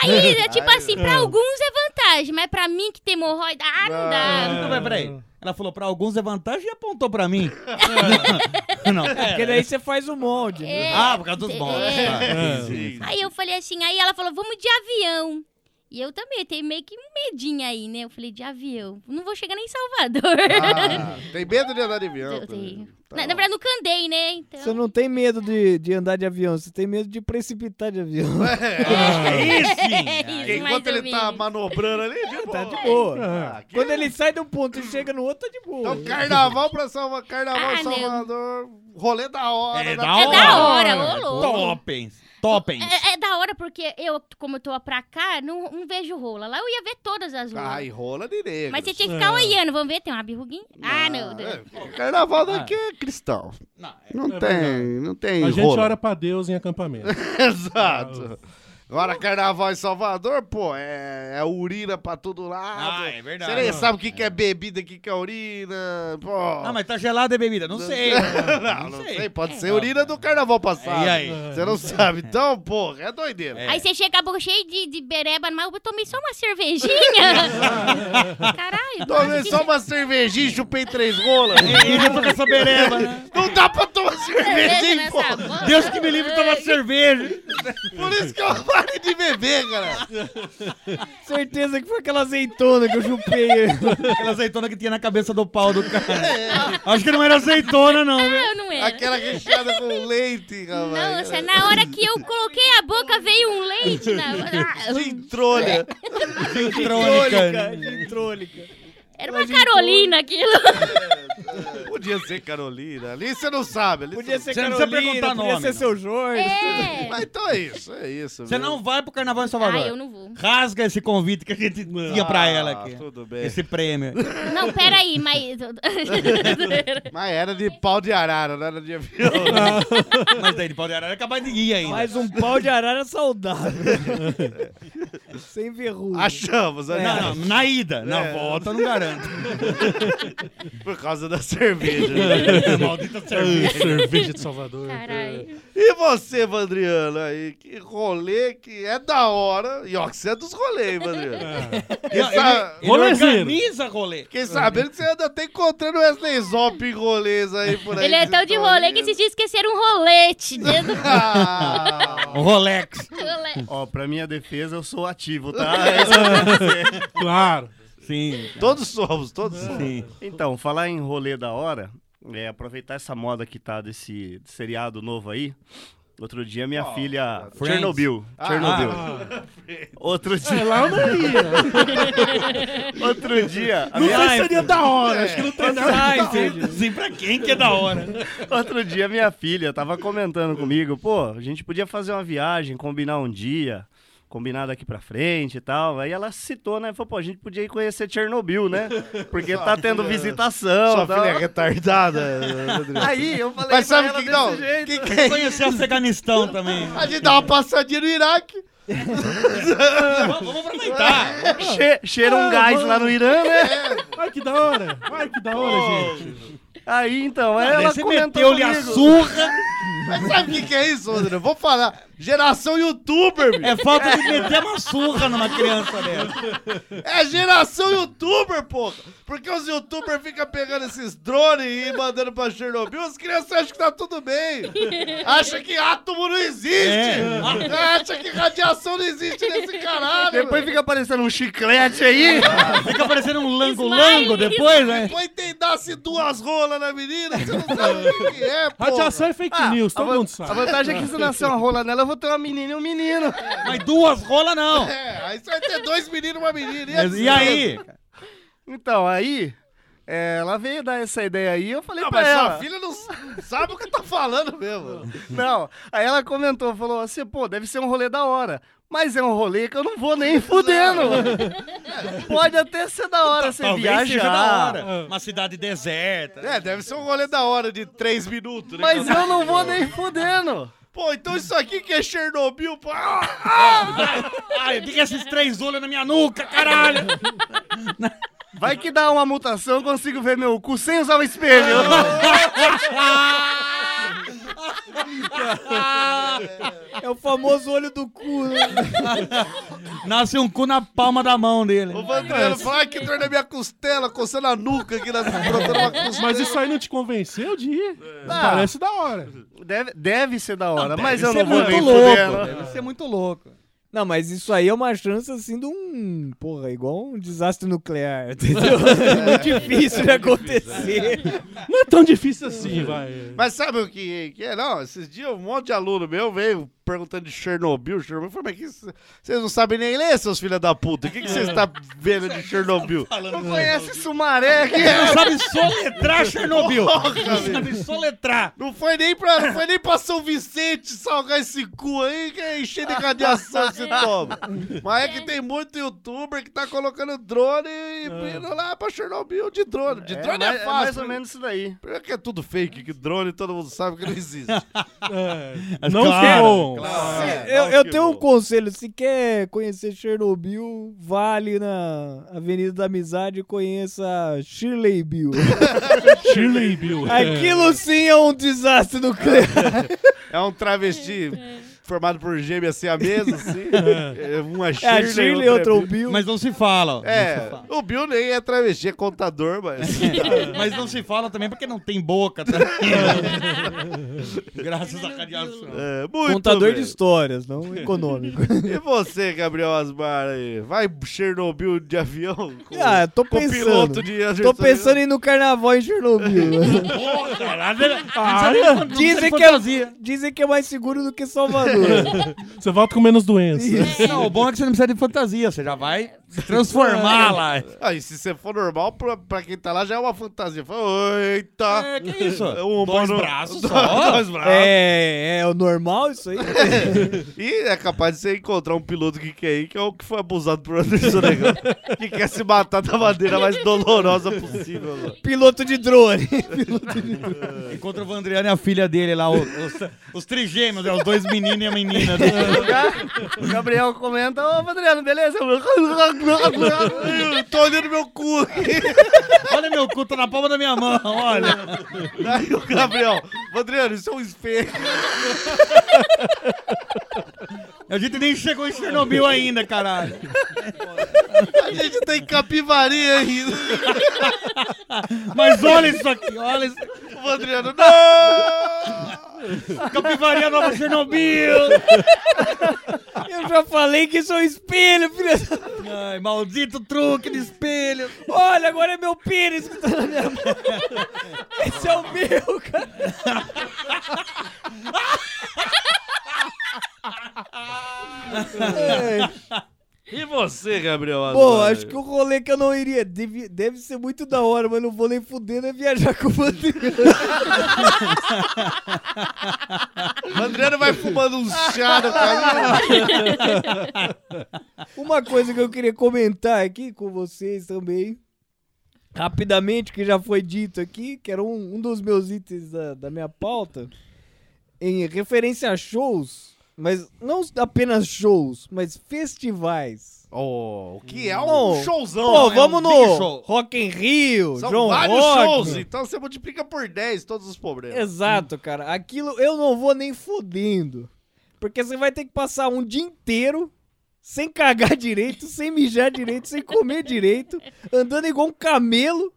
Speaker 7: Aí, é tipo
Speaker 8: Ai,
Speaker 7: assim,
Speaker 8: é.
Speaker 7: pra alguns é vantagem, mas pra mim que tem hemorroida, ah, não dá.
Speaker 4: Não, mas peraí. Ela falou pra alguns é vantagem e apontou pra
Speaker 7: *laughs*
Speaker 4: mim. não.
Speaker 5: É, porque daí você faz o molde. né?
Speaker 7: É.
Speaker 4: Ah, por causa dos
Speaker 7: É.
Speaker 4: moldes.
Speaker 7: É.
Speaker 3: *laughs*
Speaker 4: tá.
Speaker 7: Aí eu falei assim, aí ela falou, vamos de avião. E eu também, tem meio que um medinho aí, né? Eu falei, de avião. Não vou chegar nem em Salvador. *laughs*
Speaker 3: Ah, tá tem medo de andar de avião.
Speaker 7: Eu tenho. na, na verdade, nunca andei, né? Então.
Speaker 5: Você não tem medo de, de andar de avião, você tem medo de precipitar de avião.
Speaker 7: *laughs* é Isso,
Speaker 3: Porque
Speaker 7: mais
Speaker 3: enquanto
Speaker 7: ou
Speaker 3: ele tá
Speaker 7: menos.
Speaker 3: manobrando ali,
Speaker 5: *laughs* Tá de boa.
Speaker 3: Ah,
Speaker 5: Quando
Speaker 4: é?
Speaker 5: ele sai de um ponto e chega no outro, tá de boa.
Speaker 3: Então, carnaval pra Salvador, carnaval
Speaker 7: Ah,
Speaker 3: em
Speaker 7: não.
Speaker 3: Salvador, rolê da hora.
Speaker 4: É
Speaker 3: né?
Speaker 4: da hora.
Speaker 7: hora, ô louco.
Speaker 4: Topens. Topens.
Speaker 7: É, é da hora porque eu, como eu tô pra cá, não, não vejo rola. Lá eu ia ver todas as rolas.
Speaker 3: Ai, rola de negro.
Speaker 7: Mas você tinha que ficar olhando, vamos ver, tem uma birruguinha? Ah, não.
Speaker 3: Carnaval daqui é cristão. Não, tem, não tem
Speaker 8: A gente
Speaker 3: rola. *laughs*
Speaker 8: ora pra Deus em acampamento.
Speaker 3: Exato. Agora, carnaval em Salvador, pô, é, é urina pra todo lado.
Speaker 4: Ah, é verdade.
Speaker 3: Você nem
Speaker 4: Não.
Speaker 3: sabe o que, que é bebida, o que, que é urina, pô. Ah,
Speaker 4: Ah, mas tá gelada a bebida? Não sei.
Speaker 3: não, não sei. Pode ser urina do carnaval passado.
Speaker 4: E aí?
Speaker 3: Você não sabe. Então, porra, é doideira.
Speaker 7: Aí você chega a boca cheia de, de bereba, mas eu tomei só uma
Speaker 3: *laughs*
Speaker 7: cervejinha. Caralho.
Speaker 3: Tomei
Speaker 7: que-
Speaker 3: só um uma cervejinha e chupei três rolas.
Speaker 4: E É, já tô com essa bereba, né?
Speaker 3: Não dá pra tomar cerveja, hein,
Speaker 7: nessa
Speaker 3: pô.
Speaker 7: boca. Ah,
Speaker 4: Deus que me livre de tomar cerveja.
Speaker 3: Por isso que eu parei de beber, cara.
Speaker 5: Certeza que foi aquela azeitona que eu chupei.
Speaker 4: Aquela azeitona que tinha na cabeça do pau do cara. Acho que não era azeitona, não. viu?
Speaker 7: Ah, não era.
Speaker 3: Aquela né? recheada com leite, cara.
Speaker 7: Nossa, na hora que eu coloquei a boca, veio um leite
Speaker 3: *laughs*
Speaker 7: na... Ah,
Speaker 3: Trolha.
Speaker 4: Eletrônica.
Speaker 5: Eletrônica.
Speaker 7: Era uma
Speaker 3: então- *laughs*
Speaker 7: Carolina aquilo.
Speaker 3: Podia ser Carolina. Ali você não sabe. Ali
Speaker 5: Podia ser
Speaker 4: Você não
Speaker 5: Carolina,
Speaker 4: precisa perguntar
Speaker 5: podia
Speaker 4: nome,
Speaker 5: ser
Speaker 4: não.
Speaker 5: seu Jorge.
Speaker 7: É.
Speaker 3: Mas então é isso, é isso.
Speaker 4: Você não vai pro carnaval em Salvador.
Speaker 7: Ah, eu não vou.
Speaker 4: Rasga esse convite que a gente tinha pra ela aqui.
Speaker 3: Tudo bem.
Speaker 4: Esse prêmio.
Speaker 7: Não, peraí, mas...
Speaker 3: Mas era de pau de arara, não era de
Speaker 4: *laughs*
Speaker 3: avião.
Speaker 5: um
Speaker 4: Mas daí de pau de arara é capaz de ir ainda.
Speaker 5: Mais um pau de arara saudável. Sem verruga.
Speaker 3: Achamos,
Speaker 4: É. Não,
Speaker 3: aliás.
Speaker 4: não, na ida. Na
Speaker 3: É.
Speaker 4: volta, não garanto.
Speaker 3: Por causa da cerveja. né?
Speaker 4: É, *laughs* maldita cerveja.
Speaker 8: Cerveja de Salvador.
Speaker 7: *laughs* Caralho.
Speaker 3: E você, Vandriano, aí? Que rolê que é da hora. E ó, que você é dos rolês, hein, Vandriano. Quem,
Speaker 4: É. Não,
Speaker 3: sa-
Speaker 4: ele, ele
Speaker 8: Rolezeiro.
Speaker 4: organiza rolê.
Speaker 3: Quem sabendo que você anda até encontrando Wesley Zop em rolês aí por aí.
Speaker 7: Ele é tão de rolê que esses dias esqueceram um rolete dentro do
Speaker 3: Ah,
Speaker 4: Um Rolex.
Speaker 7: rolê.
Speaker 6: Ó, pra minha defesa, eu sou ativo, tá? É isso que eu
Speaker 8: Claro.
Speaker 4: Sim.
Speaker 3: *laughs* todos somos, todos somos.
Speaker 4: Sim.
Speaker 6: Então, falar em rolê da hora, é, aproveitar essa moda que tá desse seriado novo aí. Outro dia minha filha.
Speaker 4: Friends.
Speaker 6: Chernobyl.
Speaker 3: ah,
Speaker 6: Chernobyl. Outro dia.
Speaker 8: Lá não
Speaker 3: *laughs*
Speaker 8: ia.
Speaker 6: Outro dia. a
Speaker 8: Não
Speaker 6: minha-
Speaker 8: sei se seria da hora. Acho que não tem nada.
Speaker 4: Sai, filho. Sim, pra quem que é da hora?
Speaker 6: Outro dia minha filha tava comentando comigo, pô, a gente podia fazer uma viagem, combinar um dia, combinar daqui pra frente e tal. Aí ela citou, né? Falou, pô, a gente podia ir conhecer Chernobyl, né? Porque tá tendo visitação.
Speaker 3: Sua
Speaker 6: tal.
Speaker 3: filha é retardada,
Speaker 6: *laughs*
Speaker 3: Vandriano.
Speaker 6: Aí eu falei,
Speaker 3: Mas sabe
Speaker 6: pra
Speaker 3: o
Speaker 6: ela
Speaker 3: que
Speaker 6: desse
Speaker 3: não?
Speaker 6: jeito.
Speaker 3: Que que é isso?
Speaker 4: Conhecer o Afeganistão também.
Speaker 3: A gente dá uma passadinha no Iraque.
Speaker 4: Vamos vamos aproveitar.
Speaker 6: Che- cheira um gás lá no Irã, né?
Speaker 8: Ah. Ai, que da hora. Ai, que da hora, gente.
Speaker 6: Aí então, aí
Speaker 4: Daí
Speaker 6: ela
Speaker 4: você
Speaker 6: comentou
Speaker 4: meteu-lhe a
Speaker 6: comigo.
Speaker 4: surra.
Speaker 3: Mas sabe o que, que é isso, Vandriano? Vou falar. Geração youtuber, bicho.
Speaker 4: É falta de meter uma surra numa criança dessa.
Speaker 3: É geração youtuber, porra! Porque os youtubers ficam pegando esses drones e mandando pra Chernobyl, as crianças acham que tá tudo bem. Acha que átomo não existe! É, Acha que radiação não existe nesse caralho!
Speaker 6: Depois
Speaker 3: velho.
Speaker 6: fica aparecendo um chiclete aí.
Speaker 4: Fica parecendo um lango-lango depois, né?
Speaker 3: Depois tem dar-se duas rolas na menina, você não sabe o que que é, porra!
Speaker 8: Radiação é fake news, todo mundo
Speaker 6: A
Speaker 8: sabe.
Speaker 6: vantagem é que se nascer uma rola nela, eu vou ter uma menina e um menino.
Speaker 4: Mas duas rolas não.
Speaker 3: É, aí você vai ter dois meninos e uma menina. E,
Speaker 4: Mas
Speaker 3: assim,
Speaker 4: É, E aí?
Speaker 6: Então, aí, é, ela veio dar essa ideia aí, eu falei
Speaker 3: Não,
Speaker 6: pra
Speaker 3: mas
Speaker 6: ela.
Speaker 3: sua filha não s- não sabe o que tá falando mesmo.
Speaker 6: Não, aí ela comentou, falou assim, pô, deve ser um rolê da hora. Mas é um rolê que eu não vou nem fudendo. Pode até ser da hora você
Speaker 4: Talvez
Speaker 6: viajar.
Speaker 4: seja da hora. Uma cidade deserta.
Speaker 3: É, deve ser um rolê da hora de três minutos, né?
Speaker 6: Mas eu não vou nem fudendo.
Speaker 3: Pô, então isso aqui que é Chernobyl, pô. Ah!
Speaker 4: Ai, fica esses três olhos na minha nuca, caralho.
Speaker 6: Vai que dá uma mutação, eu consigo ver meu cu sem usar o espelho.
Speaker 5: É o famoso olho do cu, né?
Speaker 4: Nasce um cu na palma da mão dele.
Speaker 3: O Vandrelo fala "Ai, que dor na minha costela, coçando a nuca aqui, nas brotando uma costela.
Speaker 8: Mas isso aí não te convenceu de ir?
Speaker 3: É. Ah.
Speaker 8: Parece da hora.
Speaker 6: Deve, deve ser da hora, mas
Speaker 4: Deve
Speaker 6: eu
Speaker 4: ser
Speaker 6: não vou
Speaker 4: muito
Speaker 6: nem
Speaker 4: louco.
Speaker 6: fudendo.
Speaker 4: Deve ser muito louco.
Speaker 5: Não, mas isso aí é uma chance, assim, de um... Porra, igual um desastre nuclear, entendeu? *laughs* Muito difícil de acontecer.
Speaker 8: Não é tão difícil assim, vai.
Speaker 3: Mas sabe o que, que é? Não, esses dias um monte de aluno meu veio perguntando de Chernobyl, Chernobyl. Eu falei, mas que isso- vocês não sabem nem ler, seus filhos da puta. O que, que
Speaker 6: *laughs*
Speaker 3: vocês estão vendo de Chernobyl?
Speaker 6: Não conhece Sumaré aqui.
Speaker 3: né?
Speaker 4: Não sabe
Speaker 3: *laughs*
Speaker 4: soletrar Chernobyl. Não sabe soletrar.
Speaker 3: Não foi nem pra, não foi nem pra São Vicente salgar esse cu aí que é encher de radiação que se toma. Mas é que tem muito youtuber que tá colocando drone e indo lá pra Chernobyl de drone. De drone é,
Speaker 6: mais-
Speaker 3: fácil.
Speaker 6: mais ou menos isso daí.
Speaker 3: Primeiro que é tudo fake, que drone todo mundo sabe que não existe.
Speaker 4: Mas
Speaker 8: Não
Speaker 4: claro,
Speaker 8: bom.
Speaker 3: É,
Speaker 5: Eu, eu tenho um conselho. Se quer conhecer Chernobyl, vale na Avenida da Amizade e conheça
Speaker 3: *laughs*
Speaker 5: Shirley Bill.
Speaker 8: Shirley Bill.
Speaker 5: Aquilo sim é um
Speaker 3: *laughs*
Speaker 5: desastre nuclear.
Speaker 3: É um travesti formado por gêmeas assim, a mesa, assim. É, Uma
Speaker 5: É a
Speaker 3: Shirley,
Speaker 5: Shirley,
Speaker 3: outra
Speaker 5: outro
Speaker 3: Bill.
Speaker 5: Bill.
Speaker 4: Mas não se fala. ó.
Speaker 3: É, o Bill nem é travesti, é contador, mas...
Speaker 4: Mas não se fala também porque não tem boca. Tá? *laughs* Graças à radiação.
Speaker 3: É, muito
Speaker 5: Contador de
Speaker 3: bem.
Speaker 5: histórias,
Speaker 3: *laughs*
Speaker 5: não econômico.
Speaker 3: E você, Gabriel Asmar, aí? Vai Chernobyl de avião?
Speaker 5: *laughs*
Speaker 3: Com,
Speaker 5: ah, tô
Speaker 3: com piloto
Speaker 5: pensando.
Speaker 3: de
Speaker 5: Tô pensando em ir no carnaval
Speaker 3: *laughs*
Speaker 5: em Chernobyl.
Speaker 4: Porra, caralho. Ah,
Speaker 5: Ah, dizem, que é, dizem que é mais seguro do que Salvador.
Speaker 3: *laughs*
Speaker 8: Você volta com menos doença.
Speaker 4: Não, o bom é que você não precisa de fantasia. Você já vai Se transformar lá.
Speaker 3: Aí, se você for normal, pra, pra quem tá lá já é uma fantasia. Fala, Eita!
Speaker 4: É, que isso?
Speaker 3: Um
Speaker 4: Dois
Speaker 3: mano- *laughs*
Speaker 4: braços
Speaker 3: dois-
Speaker 4: só?
Speaker 3: Dois braços.
Speaker 5: É, é o normal isso aí?
Speaker 3: E é capaz de você encontrar um piloto que quer ir, que é o que foi abusado por Anderson
Speaker 5: *laughs*
Speaker 3: Negão. que quer se matar da maneira mais dolorosa possível. mano.
Speaker 5: Piloto de drone. Piloto de drone.
Speaker 4: Encontra o Vandriano e a filha dele lá, o- os, os trigêmeos, né, os dois meninos e a menina.
Speaker 6: O Gabriel comenta, ô Adriano, beleza?
Speaker 3: Eu tô olhando meu cu aqui.
Speaker 4: Olha meu cu, tá na palma da minha mão, olha.
Speaker 3: Aí o Gabriel, Adriano, isso é um espelho.
Speaker 4: A gente nem chegou em Chernobyl ainda, caralho.
Speaker 3: A gente tá em capivari ainda.
Speaker 4: Mas olha isso aqui, olha isso.
Speaker 3: O Adriano, não!
Speaker 4: Capivaria Nova Chernobyl.
Speaker 5: Eu já falei que isso é um espelho, filha. da-
Speaker 4: Ai, maldito truque de espelho.
Speaker 5: Olha, agora é meu pênis que tá na minha mão. Esse é o meu, cara.
Speaker 3: E você, Gabriel?
Speaker 5: Pô, acho que o rolê que eu não iria. Deve, deve ser muito da hora, mas não vou nem fudendo é viajar com o Vandriano.
Speaker 3: o Adriano vai fumando um chá no caminho.
Speaker 5: Uma coisa que eu queria comentar aqui com vocês também. Rapidamente, que já foi dito aqui, que era um, um dos meus itens da, da minha pauta. Em referência a shows, mas não apenas shows, mas festivais.
Speaker 3: Oh, o que é um
Speaker 5: Não.
Speaker 3: showzão?
Speaker 5: Pô,
Speaker 3: né?
Speaker 5: vamos
Speaker 3: Um
Speaker 5: no
Speaker 3: big show.
Speaker 5: Rock in Rio,
Speaker 3: São
Speaker 5: João
Speaker 3: vários
Speaker 5: Rock.
Speaker 3: shows, então você multiplica por 10 todos os problemas.
Speaker 5: Exato, cara. Aquilo eu não vou nem fodendo. Porque você vai ter que passar um dia inteiro sem cagar *laughs* direito, sem mijar direito, sem comer direito, andando igual um camelo,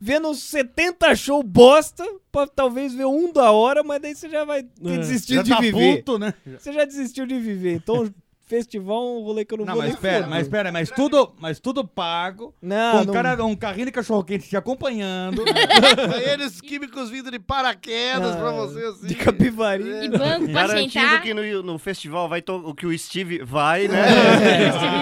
Speaker 5: vendo uns 70 show bosta, pra talvez ver um da hora, mas daí você já vai ter desistido
Speaker 4: Já
Speaker 5: de
Speaker 4: tá
Speaker 5: viver.
Speaker 4: puto, né?
Speaker 5: Você já desistiu de viver. Então, festival é um rolê que eu não,
Speaker 4: Não,
Speaker 5: vou
Speaker 4: mas
Speaker 5: nem
Speaker 4: espera,
Speaker 5: fodendo.
Speaker 4: mas espera, mas tudo, mas tudo pago.
Speaker 3: Ah,
Speaker 5: Não,
Speaker 4: Com um,
Speaker 5: não-
Speaker 4: cara, um carrinho de cachorro-quente te
Speaker 3: *laughs*
Speaker 4: acompanhando.
Speaker 3: Banheiros químicos vindo de paraquedas
Speaker 5: Ah,
Speaker 3: pra você, assim.
Speaker 5: de capivari.
Speaker 4: É,
Speaker 7: E banco pra
Speaker 6: Tá
Speaker 7: ah.
Speaker 6: Garantindo
Speaker 7: sentar.
Speaker 6: que no, no festival vai to- o que o Steve
Speaker 3: *laughs*
Speaker 6: vai, né?
Speaker 4: É.
Speaker 7: Steve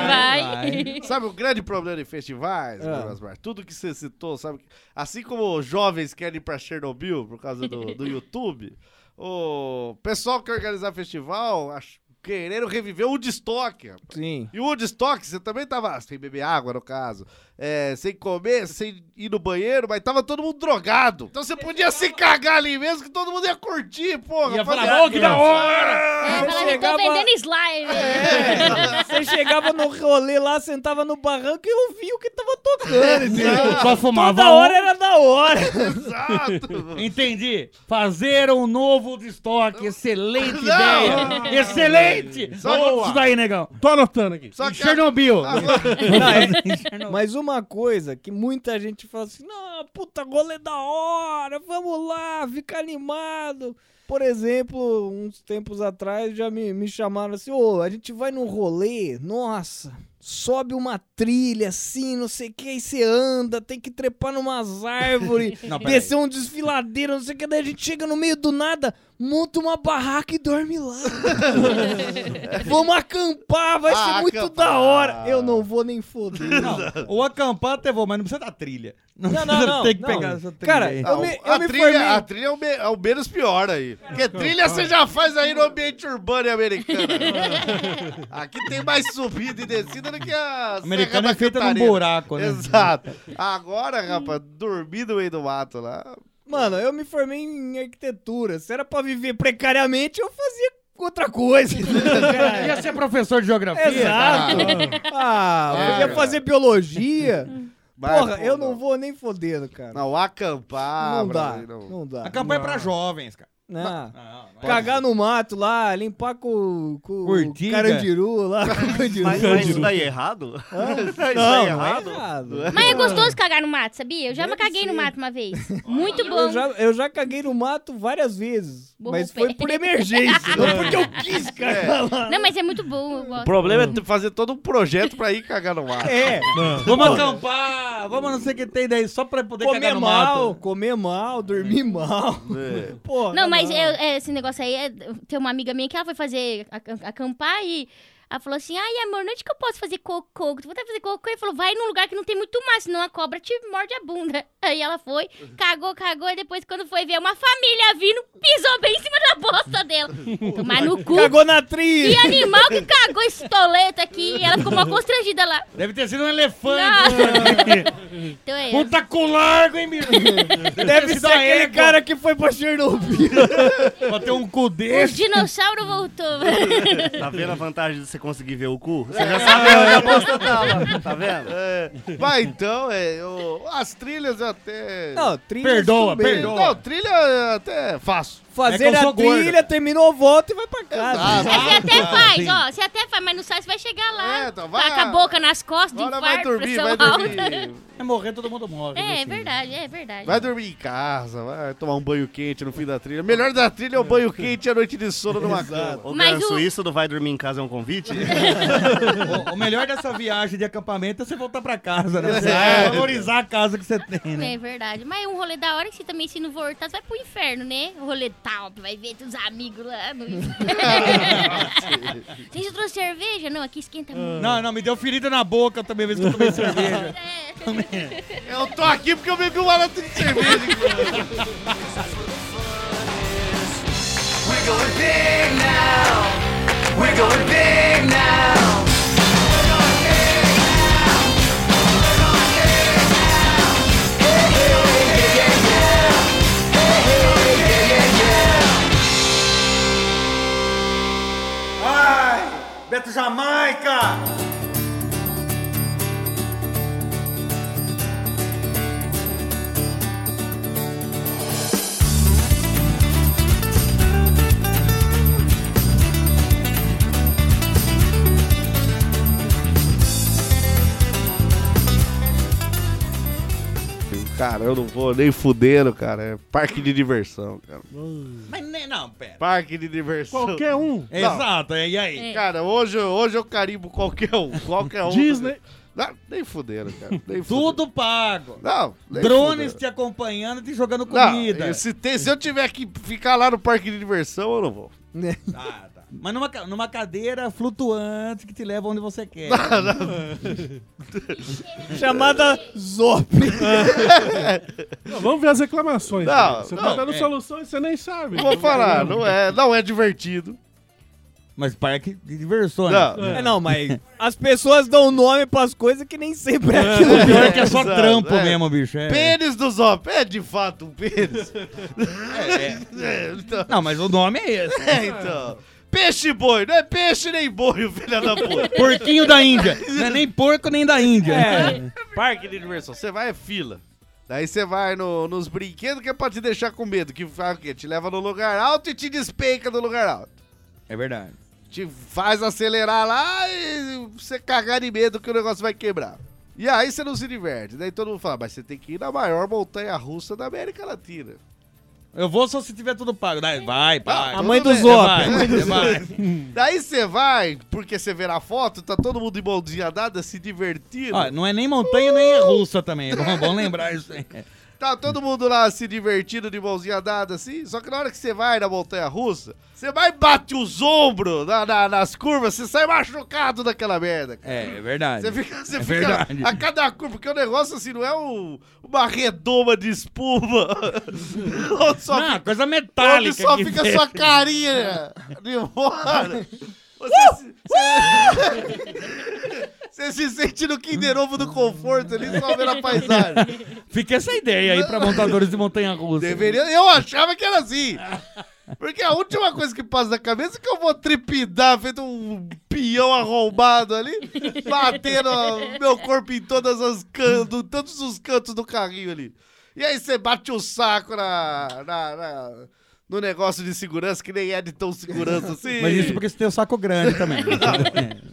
Speaker 7: vai.
Speaker 3: Sabe o grande problema em festivais,
Speaker 4: É.
Speaker 5: Ah.
Speaker 3: Bruno Asmar? Tudo que você citou, sabe? que- Assim como jovens querem ir pra Chernobyl por causa do, do YouTube, o pessoal que organizar festival ach- querendo reviver o destoque.
Speaker 5: Sim.
Speaker 3: E o Woodstock, você também tava sem beber água, no caso. É, sem comer, sem ir no banheiro, mas tava todo mundo drogado. Então você podia se cagar ali mesmo, que todo mundo ia curtir, porra.
Speaker 4: Ia
Speaker 3: fazer-
Speaker 4: falar, "Ô, que da hora!
Speaker 7: É,
Speaker 5: Você
Speaker 7: fala, eu
Speaker 5: chegava-
Speaker 7: tô vendendo slime.
Speaker 3: É.
Speaker 5: É. Você chegava no rolê lá, sentava no barranco e ouvia o que tava tocando. entendeu?
Speaker 4: Só fumava
Speaker 5: Toda
Speaker 4: um.
Speaker 5: hora era da hora.
Speaker 3: *laughs* Exato.
Speaker 4: Entendi. Fazer um novo de estoque. Excelente
Speaker 3: Não.
Speaker 4: ideia. Excelente.
Speaker 3: Só
Speaker 4: Boa.
Speaker 3: boa.
Speaker 4: Isso daí, negão.
Speaker 8: Tô anotando aqui.
Speaker 3: Só
Speaker 4: Em
Speaker 3: que
Speaker 4: Chernobyl. *laughs* é
Speaker 5: *laughs* Mas uma coisa que muita gente fala assim: não, puta, gol é da hora, vamos lá, fica animado. Por exemplo, uns tempos atrás já me, me chamaram assim: ô, a gente vai num rolê, nossa, sobe uma trilha assim, não sei o que, aí você anda, tem que trepar numas árvores,
Speaker 4: *laughs* Não, peraí.
Speaker 5: descer um desfiladeiro, não sei o que, daí a gente chega no meio do nada, monta uma barraca e dorme lá.
Speaker 4: *laughs*
Speaker 5: Vamos acampar, vai
Speaker 3: Ah,
Speaker 5: ser muito da
Speaker 3: acampar.
Speaker 5: hora. Eu não vou nem foder. *laughs*
Speaker 4: Não, o acampar até vou, mas não precisa da trilha.
Speaker 5: Não, não, não,
Speaker 4: Tem que
Speaker 5: não.
Speaker 4: pegar essa trilha
Speaker 5: Cara,
Speaker 4: aí.
Speaker 5: eu me-
Speaker 3: Ah, a,
Speaker 5: me
Speaker 3: trilha,
Speaker 5: formei.
Speaker 3: a trilha é o, me- é o menos pior aí. Porque trilha você já faz aí no ambiente urbano e
Speaker 4: *laughs*
Speaker 3: americano. Aqui tem mais subida e descida do que a.
Speaker 4: Americana
Speaker 3: Serra
Speaker 4: é feita
Speaker 3: da
Speaker 4: num
Speaker 3: Cantareira.
Speaker 4: buraco, né?
Speaker 3: Exato. Agora, rapaz, dormir no meio do mato lá.
Speaker 5: Mano, eu me formei em arquitetura. Se era pra viver precariamente, eu fazia outra *laughs* coisa.
Speaker 4: Ia ser professor de geografia.
Speaker 5: Exato. Ah,
Speaker 3: Ah,
Speaker 5: eu ia
Speaker 3: cara.
Speaker 5: fazer biologia.
Speaker 3: Mas,
Speaker 5: Porra,
Speaker 3: pô,
Speaker 5: eu não vou nem fodendo, cara. Não,
Speaker 3: Não, acampar.
Speaker 5: dá,
Speaker 3: brother,
Speaker 5: não.
Speaker 4: A
Speaker 5: dá.
Speaker 4: campanha é pra jovens, cara.
Speaker 5: Não.
Speaker 4: Não, não.
Speaker 5: Cagar no mato lá, limpar com, com
Speaker 4: Urtiga.
Speaker 5: carandiru *laughs* lá. com carandiru.
Speaker 6: Mas, mas isso daí é errado? *laughs* Isso daí
Speaker 5: não,
Speaker 6: é
Speaker 5: não é
Speaker 6: errado?
Speaker 5: errado.
Speaker 7: Mas é gostoso cagar no mato, sabia? Eu já
Speaker 5: Deve
Speaker 7: caguei no
Speaker 5: ser.
Speaker 7: mato
Speaker 5: *laughs*
Speaker 7: uma vez. Muito
Speaker 5: Eu
Speaker 7: bom.
Speaker 5: já, eu já caguei no mato várias vezes.
Speaker 7: Borrou
Speaker 5: mas
Speaker 7: o
Speaker 5: foi
Speaker 7: pé.
Speaker 5: por emergência, não porque eu quis cagar lá.
Speaker 7: Não, mas é muito bom, eu
Speaker 3: O
Speaker 7: gosto.
Speaker 3: problema é tu fazer todo um projeto pra ir cagar no mato.
Speaker 5: É.
Speaker 4: Vamos acampar, vamos não sei o que tem daí, só pra poder
Speaker 5: comer
Speaker 4: cagar no
Speaker 5: mal,
Speaker 4: mato. né?
Speaker 5: comer mal, dormir mal. *laughs* Porra,
Speaker 7: Não, mas eu- é, esse negócio aí é. Tem uma amiga minha que ela foi fazer acam- acampar e. Ela falou assim: ai, amor, onde que eu posso fazer cocô? Tu vontade de fazer cocô? Ele falou: vai num lugar que não tem muito mar, senão a cobra te morde a bunda. *laughs* Aí ela foi, cagou, cagou, e depois, quando foi ver uma família vindo, pisou bem em cima da
Speaker 5: *laughs*
Speaker 7: bosta dela. Tomar no cu.
Speaker 5: Cagou na atriz!
Speaker 7: E animal que cagou estoleta aqui, e ela ficou mó constrangida lá.
Speaker 4: Deve ter sido um elefante.
Speaker 7: Nossa. *laughs* então é isso.
Speaker 4: Puta com largo, hein, bicho?
Speaker 5: Deve ser
Speaker 4: sido a
Speaker 5: aquele
Speaker 4: égua.
Speaker 5: cara que foi pra Chernobyl.
Speaker 4: Bateu um cu
Speaker 7: Os
Speaker 4: desse.
Speaker 7: dinossauros voltou.
Speaker 6: Tá vendo a vantagem de você conseguir ver o cu? Você já sabe *laughs* onde é a bosta tava. Tá vendo?
Speaker 5: É.
Speaker 3: Vai então, é, o- as trilhas até.
Speaker 5: Não, trilha
Speaker 4: Perdoa,
Speaker 5: tudo bem.
Speaker 4: perdoa.
Speaker 3: Não, trilha é até fácil.
Speaker 5: Fazer
Speaker 4: É que eu
Speaker 5: a
Speaker 4: sou gordo.
Speaker 5: trilha, terminou, volta e vai pra casa. É.
Speaker 7: Aí você até faz,
Speaker 4: sim.
Speaker 7: ó. Você até faz, mas não sai, você vai chegar lá.
Speaker 3: É, então vai.
Speaker 7: Tá com a boca nas costas,
Speaker 3: Agora
Speaker 7: infarto,
Speaker 3: vai dormir,
Speaker 7: pressão
Speaker 3: vai
Speaker 7: alta.
Speaker 3: dormir.
Speaker 4: É morrer, todo mundo morre.
Speaker 7: É, é
Speaker 4: assim.
Speaker 7: verdade, é verdade.
Speaker 3: Vai dormir em casa, vai tomar um banho quente no fim da trilha. O melhor da trilha é o banho quente e a noite de sono numa cama.
Speaker 6: Ô,
Speaker 7: Mas
Speaker 6: Gran,
Speaker 7: o-
Speaker 6: Suíço do Vai Dormir em Casa é um convite?
Speaker 4: O, o melhor dessa viagem de acampamento é você voltar pra casa, né? Você
Speaker 3: É.
Speaker 4: valorizar a casa que você tem, né?
Speaker 7: É verdade. Mas é um rolê da hora que você também, se não voltar, você vai pro inferno, né? O rolê top, vai ver teus amigos lá. No... Vocês já trouxe cerveja? Não, aqui esquenta muito.
Speaker 4: Não, não, me deu ferida na boca também, vez que eu tomei cerveja.
Speaker 7: É.
Speaker 3: Eu tô aqui porque eu bebi uma lata de cerveja.
Speaker 10: Beto Jamaica!
Speaker 3: Cara, eu não vou nem fudendo, cara. É parque de diversão, cara.
Speaker 4: Mas nem, não, pera.
Speaker 3: Parque de diversão.
Speaker 8: Qualquer um.
Speaker 4: Exato, e aí?
Speaker 7: É.
Speaker 3: Cara, hoje, hoje eu carimbo qualquer um. Qualquer um.
Speaker 8: Disney.
Speaker 3: Não, nem fudendo, cara. Nem fudendo.
Speaker 4: Tudo pago.
Speaker 3: Não, nem
Speaker 4: Drones
Speaker 3: fudendo.
Speaker 4: te acompanhando e te jogando comida.
Speaker 3: Não, se, tem- se eu tiver que ficar lá no parque de diversão, eu não vou.
Speaker 4: Ah, tá. Mas numa, ca- numa cadeira flutuante que te leva onde você quer.
Speaker 5: Chamada Zop.
Speaker 8: Não, vamos ver as reclamações.
Speaker 3: Não,
Speaker 8: cara. você
Speaker 3: não,
Speaker 8: tá dando
Speaker 4: é.
Speaker 8: soluções, você nem sabe.
Speaker 3: Vou falar, não é, não é divertido.
Speaker 4: Mas parque de diversões.
Speaker 3: Não.
Speaker 5: É, não, mas as pessoas dão nome pras coisas que nem sempre é aquilo.
Speaker 4: O pior é que é só
Speaker 3: Exato,
Speaker 4: trampo
Speaker 3: é.
Speaker 4: mesmo, bicho. é.
Speaker 3: Pênis do Zop, é de fato um pênis. *laughs* É, então,
Speaker 4: Não, mas o nome é esse.
Speaker 3: é, então. Peixe boi, não é peixe nem boi, o filho da puta.
Speaker 4: Porquinho da Índia. Não é nem porco nem da Índia.
Speaker 3: *laughs* Parque de diversão, você vai é fila. Daí você vai no- nos brinquedos que é pra te deixar com medo, que faz o quê? Te leva no lugar alto e te despenca do lugar alto.
Speaker 4: É verdade.
Speaker 3: Te faz acelerar lá e você cagar de medo que o negócio vai quebrar. E aí você não se diverte. Daí todo mundo fala, mas você tem que ir na maior montanha russa da América Latina.
Speaker 4: Eu vou só se tiver tudo pago. Daí Vai, vai.
Speaker 3: a
Speaker 5: mãe do
Speaker 4: Você
Speaker 5: Zop.
Speaker 4: vai, você vai.
Speaker 3: Daí você vai, porque você vê na foto, tá todo mundo de mãozinha dada, se divertindo.
Speaker 4: Ó, não é nem montanha, nem é russa também. É bom, bom lembrar isso aí.
Speaker 3: Tá todo mundo lá se divertindo de mãozinha dada, assim. Só que na hora que você vai na montanha russa, você vai e bate os ombros na- na- nas curvas, você sai machucado daquela merda. cara.
Speaker 4: É, é verdade.
Speaker 3: Você fica, você
Speaker 4: É
Speaker 3: fica
Speaker 4: verdade.
Speaker 3: a cada curva, porque o negócio assim não é um- uma redoma de
Speaker 4: *laughs*
Speaker 3: espuma. Onde só
Speaker 4: Ah, coisa
Speaker 3: Onde
Speaker 4: metálica.
Speaker 3: só
Speaker 4: que
Speaker 3: fica
Speaker 4: tem.
Speaker 3: sua carinha né? de fora. Você, se- você- você se sente *laughs* no Kinder Ovo do conforto ali, só vendo a paisagem.
Speaker 4: Fica essa ideia aí pra montadores de montanha russa.
Speaker 3: Deveria, eu achava que era assim. Porque a última coisa que passa na cabeça é que eu vou trepidar, feito um peão arrombado ali, batendo a- meu corpo em todas as cantos, todos os cantos do carrinho ali. E aí você bate o saco na, na- na- no negócio de segurança, que nem é de tão segurança assim.
Speaker 4: Mas isso porque você tem o saco grande
Speaker 3: *laughs*
Speaker 4: também.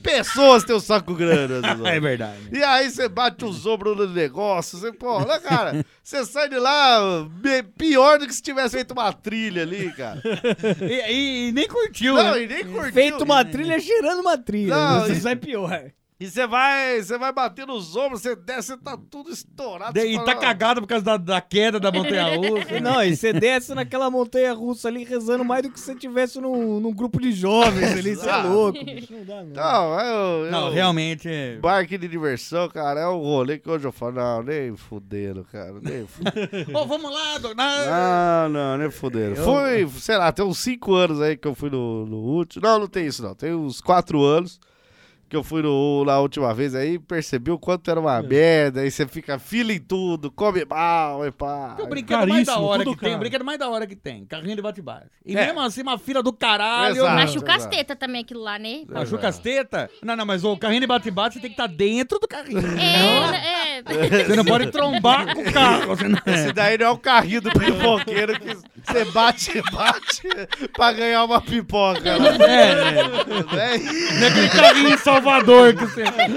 Speaker 3: Pessoas têm o saco grande. às vezes.
Speaker 4: é verdade.
Speaker 3: E aí você bate os ombros no negócio, você, pô, né,
Speaker 4: *laughs*
Speaker 3: cara, você sai de lá be- pior do que se tivesse feito uma trilha ali,
Speaker 4: *laughs*
Speaker 3: cara.
Speaker 4: E, e- e nem curtiu,
Speaker 3: Não,
Speaker 4: né?
Speaker 3: e nem curtiu.
Speaker 5: Feito uma trilha, cheirando uma trilha.
Speaker 3: Não,
Speaker 5: Isso
Speaker 3: e-
Speaker 5: é pior.
Speaker 3: E você vai, você vai bater nos ombros, você desce e tá tudo estourado.
Speaker 4: De- e
Speaker 3: você
Speaker 4: tá
Speaker 3: fala,
Speaker 4: cagado por causa da, da queda da
Speaker 3: *laughs*
Speaker 4: montanha russa.
Speaker 5: Não, e você desce naquela montanha russa ali rezando mais do que se você estivesse num, num grupo de jovens ali. Você é
Speaker 3: Exato.
Speaker 5: louco, bicho, não dá não.
Speaker 3: Não, eu, eu,
Speaker 4: Não, realmente. é-
Speaker 3: Parque de diversão, cara, é um rolê que hoje eu falo, não, nem fuderam, cara, nem fuderam.
Speaker 4: Ô, vamos lá, dona.
Speaker 3: Ah, não, não, nem fuderam. Foi, sei lá, tem uns 5 anos aí que eu fui no, no último. Não, não tem isso não, tem uns 4 anos que eu fui no, na última vez aí percebi o quanto era
Speaker 4: É.
Speaker 3: uma merda, aí você fica fila em tudo, come mal, e pá.
Speaker 4: É o brinquedo mais da
Speaker 8: Caríssimo,
Speaker 4: hora que
Speaker 8: tudo
Speaker 4: tem. O
Speaker 8: caro.
Speaker 4: brinquedo mais da hora que tem. Carrinho de bate-bate. E
Speaker 3: É.
Speaker 4: mesmo assim, uma fila do caralho. né?
Speaker 3: Exato.
Speaker 7: Machuca as tetas também aquilo lá, né?
Speaker 4: Machuca as tetas? Não, não, mas o carrinho de bate-bate você tem que estar dentro do
Speaker 3: *laughs*
Speaker 4: carrinho.
Speaker 7: É, é.
Speaker 4: Você não pode trombar com o carro. Você não...
Speaker 3: Esse daí não é o carrinho do pipoqueiro que você bate, *laughs* bate pra ganhar uma pipoca. Né?
Speaker 4: É,
Speaker 3: Né?
Speaker 4: é. Aquele carrinho em Salvador que você. tá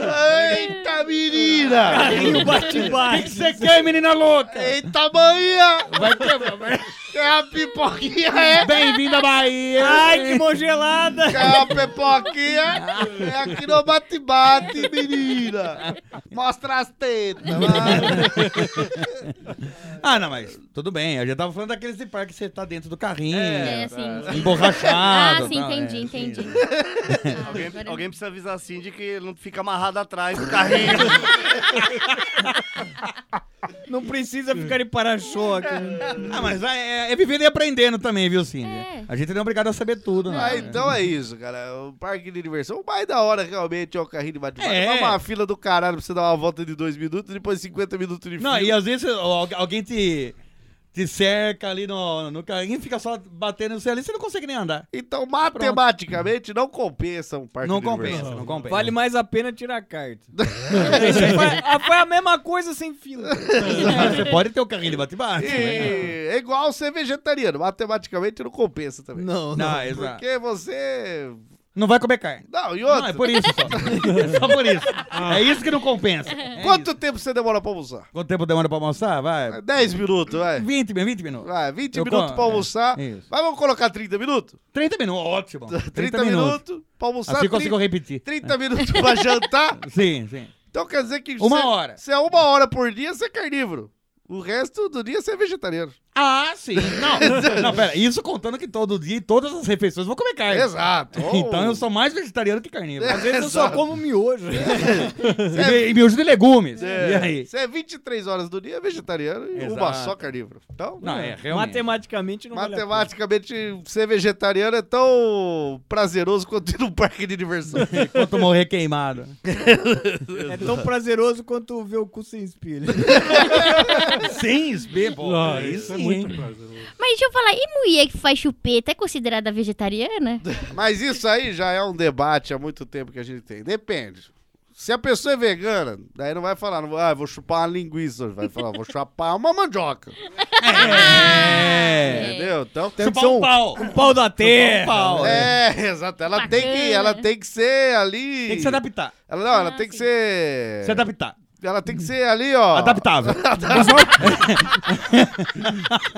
Speaker 3: Eita,
Speaker 4: *laughs*
Speaker 3: menina!
Speaker 5: Carrinho bate-bate.
Speaker 4: Você quer, menina louca?
Speaker 3: Eita, manhã!
Speaker 4: Vai ter.
Speaker 3: É a pipoquinha, é?
Speaker 4: Bem-vindo à Bahia!
Speaker 5: Ai, que mão gelada.
Speaker 3: É a pipoquinha! É aqui no bate-bate, menina! Mostra as tetas! vai.
Speaker 4: Ah, não, mas tudo bem. Eu já tava falando daqueles de parque que você tá dentro do carrinho.
Speaker 7: É, sim.
Speaker 4: Emborrachado.
Speaker 7: Ah, sim,
Speaker 4: tal, é.
Speaker 7: entendi, entendi. Ah,
Speaker 6: Alguém,
Speaker 7: agora-
Speaker 6: alguém precisa avisar a Cindy que ele não fica amarrado atrás do carrinho.
Speaker 5: Não precisa ficar de para-choque.
Speaker 4: Ah, mas é, é vivendo e aprendendo também, viu, Cíndia?
Speaker 7: É.
Speaker 4: A gente não é obrigado a saber tudo, não.
Speaker 3: Ah, então é isso, cara. O parque de diversão, o mais da hora realmente é o carrinho de bate-bate.
Speaker 4: É.
Speaker 3: É uma fila do caralho pra você dar uma volta de dois minutos, depois 50 minutos de fila.
Speaker 4: Não, e às vezes ó, algu- alguém te, te cerca ali no, no carrinho e fica só batendo no seu ali, você não consegue nem andar.
Speaker 3: Então, matematicamente, não compensa um parque
Speaker 4: Não
Speaker 3: de
Speaker 4: compensa,
Speaker 3: diversão.
Speaker 4: não compensa.
Speaker 5: Vale mais a pena tirar
Speaker 4: *laughs*
Speaker 5: a carta. Isso aí foi, ah, foi a mesma coisa sem fila.
Speaker 4: você pode ter o carrinho de bate-bate. né?
Speaker 3: E
Speaker 4: mas
Speaker 3: é igual ser vegetariano. Matematicamente, não compensa também.
Speaker 4: Não, não, não, exato.
Speaker 3: Porque você.
Speaker 4: Não vai comer carne.
Speaker 3: Não, e outro?
Speaker 4: Não, é por isso só. É *laughs* só por isso. É isso que não compensa. É
Speaker 3: Quanto
Speaker 4: isso.
Speaker 3: tempo você demora pra almoçar?
Speaker 4: Quanto tempo demora pra almoçar? Vai.
Speaker 3: 10 minutos, vai.
Speaker 4: 20, min- 20 minutos.
Speaker 3: Vai, 20
Speaker 4: Eu
Speaker 3: minutos
Speaker 4: con-
Speaker 3: pra almoçar.
Speaker 4: é, isso.
Speaker 3: Mas vamos colocar 30 minutos?
Speaker 4: 30 minutos, ótimo.
Speaker 3: 30, minutos pra almoçar.
Speaker 4: Assim eu
Speaker 3: 30,
Speaker 4: consigo repetir.
Speaker 3: 30 minutos
Speaker 4: *laughs*
Speaker 3: pra jantar.
Speaker 4: Sim, sim.
Speaker 3: Então quer dizer que.
Speaker 4: Uma
Speaker 3: você-
Speaker 4: hora.
Speaker 3: Você é uma hora por dia, você é carnívoro. O resto do dia você é vegetariano.
Speaker 4: Ah, sim. Não, não, pera. Isso contando que todo dia e todas as refeições eu vou comer carne.
Speaker 3: Exato. Ou-
Speaker 4: É. *laughs* Então eu sou mais vegetariano que carnívoro.
Speaker 5: Às vezes eu só
Speaker 3: Exato.
Speaker 5: como miojo.
Speaker 4: *laughs* E de- E miojo de legumes. E aí?
Speaker 3: Você é 23 horas do dia é vegetariano e uma
Speaker 4: Exato.
Speaker 3: só carnívoro. Então,
Speaker 4: Não, é, realmente.
Speaker 5: Matematicamente não vale a pena.
Speaker 3: matematicamente, ser vegetariano é tão prazeroso quanto ir num parque de
Speaker 4: *laughs*
Speaker 3: diversão.
Speaker 4: Quanto morrer queimado.
Speaker 5: É tão prazeroso quanto ver o cu sem espelho.
Speaker 4: Sem espelho. pô,
Speaker 8: Não,
Speaker 4: aí
Speaker 8: isso é
Speaker 4: sim,
Speaker 8: muito
Speaker 4: hein?
Speaker 8: prazeroso.
Speaker 7: Mas deixa eu falar, e mulher que faz chupeta é
Speaker 3: *laughs*
Speaker 7: considerada vegetariana?
Speaker 3: Mas isso aí já é um debate há muito tempo que a gente tem. Depende. Se a pessoa é vegana, daí não vai falar, não, ah, vou chupar uma linguiça. Vai falar, vou chupar uma mandioca.
Speaker 4: É.
Speaker 3: *laughs* Entendeu? Então,
Speaker 4: *laughs* Chupar um pau. Um pau da terra. Um pau. é.
Speaker 3: É, *laughs* exato. Ela tem, que, ela tem que ser ali.
Speaker 4: Tem que se adaptar.
Speaker 3: Ela, não, ela
Speaker 7: Ah,
Speaker 3: tem que
Speaker 7: sim.
Speaker 3: ser.
Speaker 4: Se adaptar.
Speaker 3: Ela tem que ser ali, ó.
Speaker 4: Adaptável.
Speaker 3: *laughs*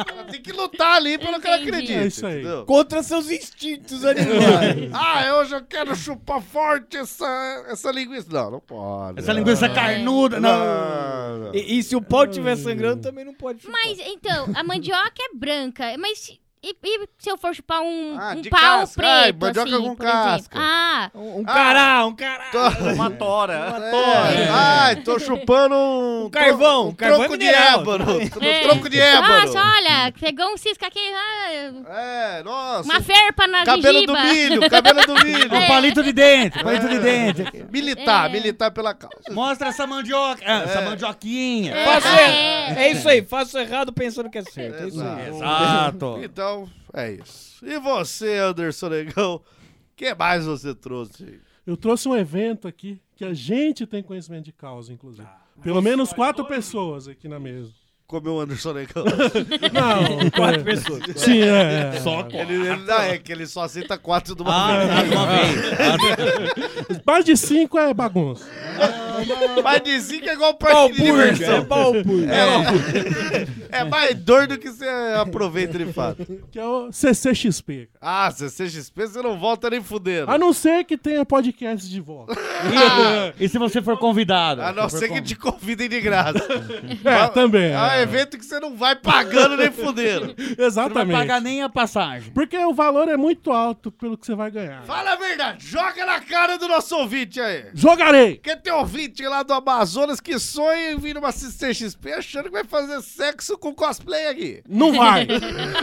Speaker 3: Ela tem que lutar ali pelo que ela
Speaker 7: Entendi.
Speaker 3: acredita.
Speaker 8: É isso aí.
Speaker 3: entendeu?
Speaker 5: Contra seus instintos animais.
Speaker 3: *laughs* Ah, hoje eu quero chupar forte essa, essa linguiça. Não, não pode.
Speaker 4: Essa linguiça carnuda. Não.
Speaker 3: Não.
Speaker 5: E, e se o pau estiver sangrando, também não pode chupar.
Speaker 7: Mas, então, a mandioca é branca, mas se- e, e se eu for chupar um,
Speaker 3: Ah,
Speaker 7: um
Speaker 3: de
Speaker 7: pau
Speaker 3: casca.
Speaker 7: preto,
Speaker 3: Ai, mandioca
Speaker 7: assim,
Speaker 3: com
Speaker 7: por exemplo?
Speaker 3: casca.
Speaker 7: Ah,
Speaker 5: Um, um cará, um cará.
Speaker 6: Uma tora.
Speaker 3: É. Ai, tô chupando um.
Speaker 5: Um carvão,
Speaker 3: um
Speaker 5: carvão
Speaker 3: tronco
Speaker 5: é
Speaker 3: de
Speaker 5: mineral.
Speaker 3: ébano.
Speaker 7: é.
Speaker 3: Um tronco de ébano.
Speaker 7: Nossa, olha, pegou um cisco aqui, ah,
Speaker 3: É, nossa.
Speaker 7: uma ferpa na
Speaker 3: cabelo
Speaker 7: gengiba.
Speaker 3: do milho, cabelo do
Speaker 4: *laughs*
Speaker 3: milho.
Speaker 5: É.
Speaker 4: Um palito de dente. Palito de dente.
Speaker 3: Militar,
Speaker 7: É.
Speaker 3: militar pela causa.
Speaker 4: Mostra essa mandioca. ah, Essa mandioquinha.
Speaker 5: Faço
Speaker 7: Ah,
Speaker 5: er- é. isso aí, faço errado pensando que é certo. É isso aí.
Speaker 4: Exato.
Speaker 3: Então, é isso. E você, Anderson Negão? O que mais você trouxe?
Speaker 8: Eu trouxe um evento aqui que a gente tem conhecimento de causa, inclusive.
Speaker 4: Ah,
Speaker 8: Pelo menos quatro pessoas aqui
Speaker 4: *laughs*
Speaker 8: na mesa.
Speaker 3: Comeu o Anderson Negão.
Speaker 8: Não,
Speaker 5: Quatro pessoas.
Speaker 8: Sim, é. Só
Speaker 3: ele, ele- não, é que ele só aceita quatro de uma
Speaker 4: Ah,
Speaker 3: vez.
Speaker 4: uma vez.
Speaker 8: Mais de cinco é bagunça.
Speaker 3: Mas de zinco é igual parque de
Speaker 5: Balbúrdia,
Speaker 3: diversão.
Speaker 5: é balbúrdia.
Speaker 3: É, é mais dor do que você aproveita de fato.
Speaker 8: Que é o CCXP.
Speaker 3: Ah, CCXP você não volta nem fudendo.
Speaker 4: Ah,
Speaker 8: A não ser que tenha podcast
Speaker 4: *laughs*
Speaker 8: de volta.
Speaker 5: Ah.
Speaker 4: E se você for convidado?
Speaker 3: A não
Speaker 4: Se for
Speaker 3: ser que
Speaker 4: convidado.
Speaker 3: te convidem de
Speaker 4: *laughs*
Speaker 3: graça.
Speaker 8: É,
Speaker 4: tá-
Speaker 8: também.
Speaker 3: É
Speaker 4: Ah,
Speaker 3: um
Speaker 8: é.
Speaker 3: evento que você não vai pagando nem fudendo.
Speaker 4: Você não
Speaker 8: Exatamente.
Speaker 4: vai pagar nem a passagem.
Speaker 8: Porque o valor é muito alto pelo que você vai ganhar.
Speaker 3: Fala a verdade, joga na cara do nosso ouvinte aí.
Speaker 8: Jogarei!
Speaker 3: Porque tem ouvinte lá do Amazonas que sonha em vir numa CCXP achando que vai fazer sexo com cosplay aqui.
Speaker 8: Não vai!
Speaker 4: *laughs*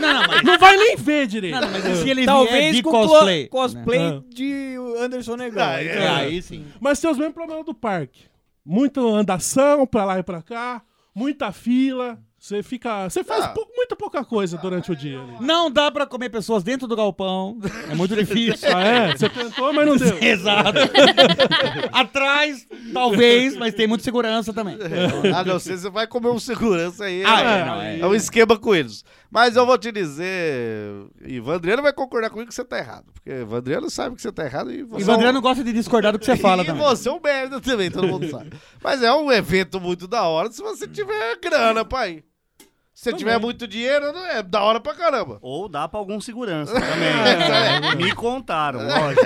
Speaker 4: Não, não, mas,
Speaker 8: não vai nem ver direito!
Speaker 4: não, mas assim, e se ele vier
Speaker 5: Talvez
Speaker 4: de
Speaker 5: com
Speaker 4: cosplay? né?
Speaker 5: cosplay, cosplay
Speaker 8: Ah.
Speaker 5: de Anderson Negão. então.
Speaker 3: Ah, é.
Speaker 4: É, aí sim.
Speaker 8: Mas tem os mesmos problemas do parque. Muita andação pra lá e pra cá, muita fila. Você fica. Você faz
Speaker 3: Ah. é
Speaker 8: pou- muita pouca coisa durante o dia. ali.
Speaker 4: Não dá pra comer pessoas dentro do galpão. É muito difícil.
Speaker 8: Ah, é? Você tentou, mas não
Speaker 3: *laughs*
Speaker 4: *laughs*
Speaker 5: *laughs*
Speaker 8: deu.
Speaker 4: Exato. Atrás, talvez, mas tem muita segurança também.
Speaker 3: *laughs* A não ser que você vai comer um segurança aí.
Speaker 4: Ah,
Speaker 3: né?
Speaker 4: é, não, é.
Speaker 3: é um esquema com eles. Mas eu vou te dizer, e Vandriano vai concordar comigo que você tá errado. Porque Vandriano sabe que você tá errado e você.
Speaker 4: E
Speaker 3: é
Speaker 4: o
Speaker 3: um-
Speaker 4: Adriano gosta de discordar do que você fala
Speaker 3: *laughs* e
Speaker 4: também.
Speaker 3: você é um merda também, todo mundo sabe. Mas é um evento muito da hora se você tiver grana pra ir. Se você tiver muito dinheiro, não é da hora pra
Speaker 6: *laughs*
Speaker 3: caramba.
Speaker 6: Ou dá pra algum segurança também. Me contaram, lógico.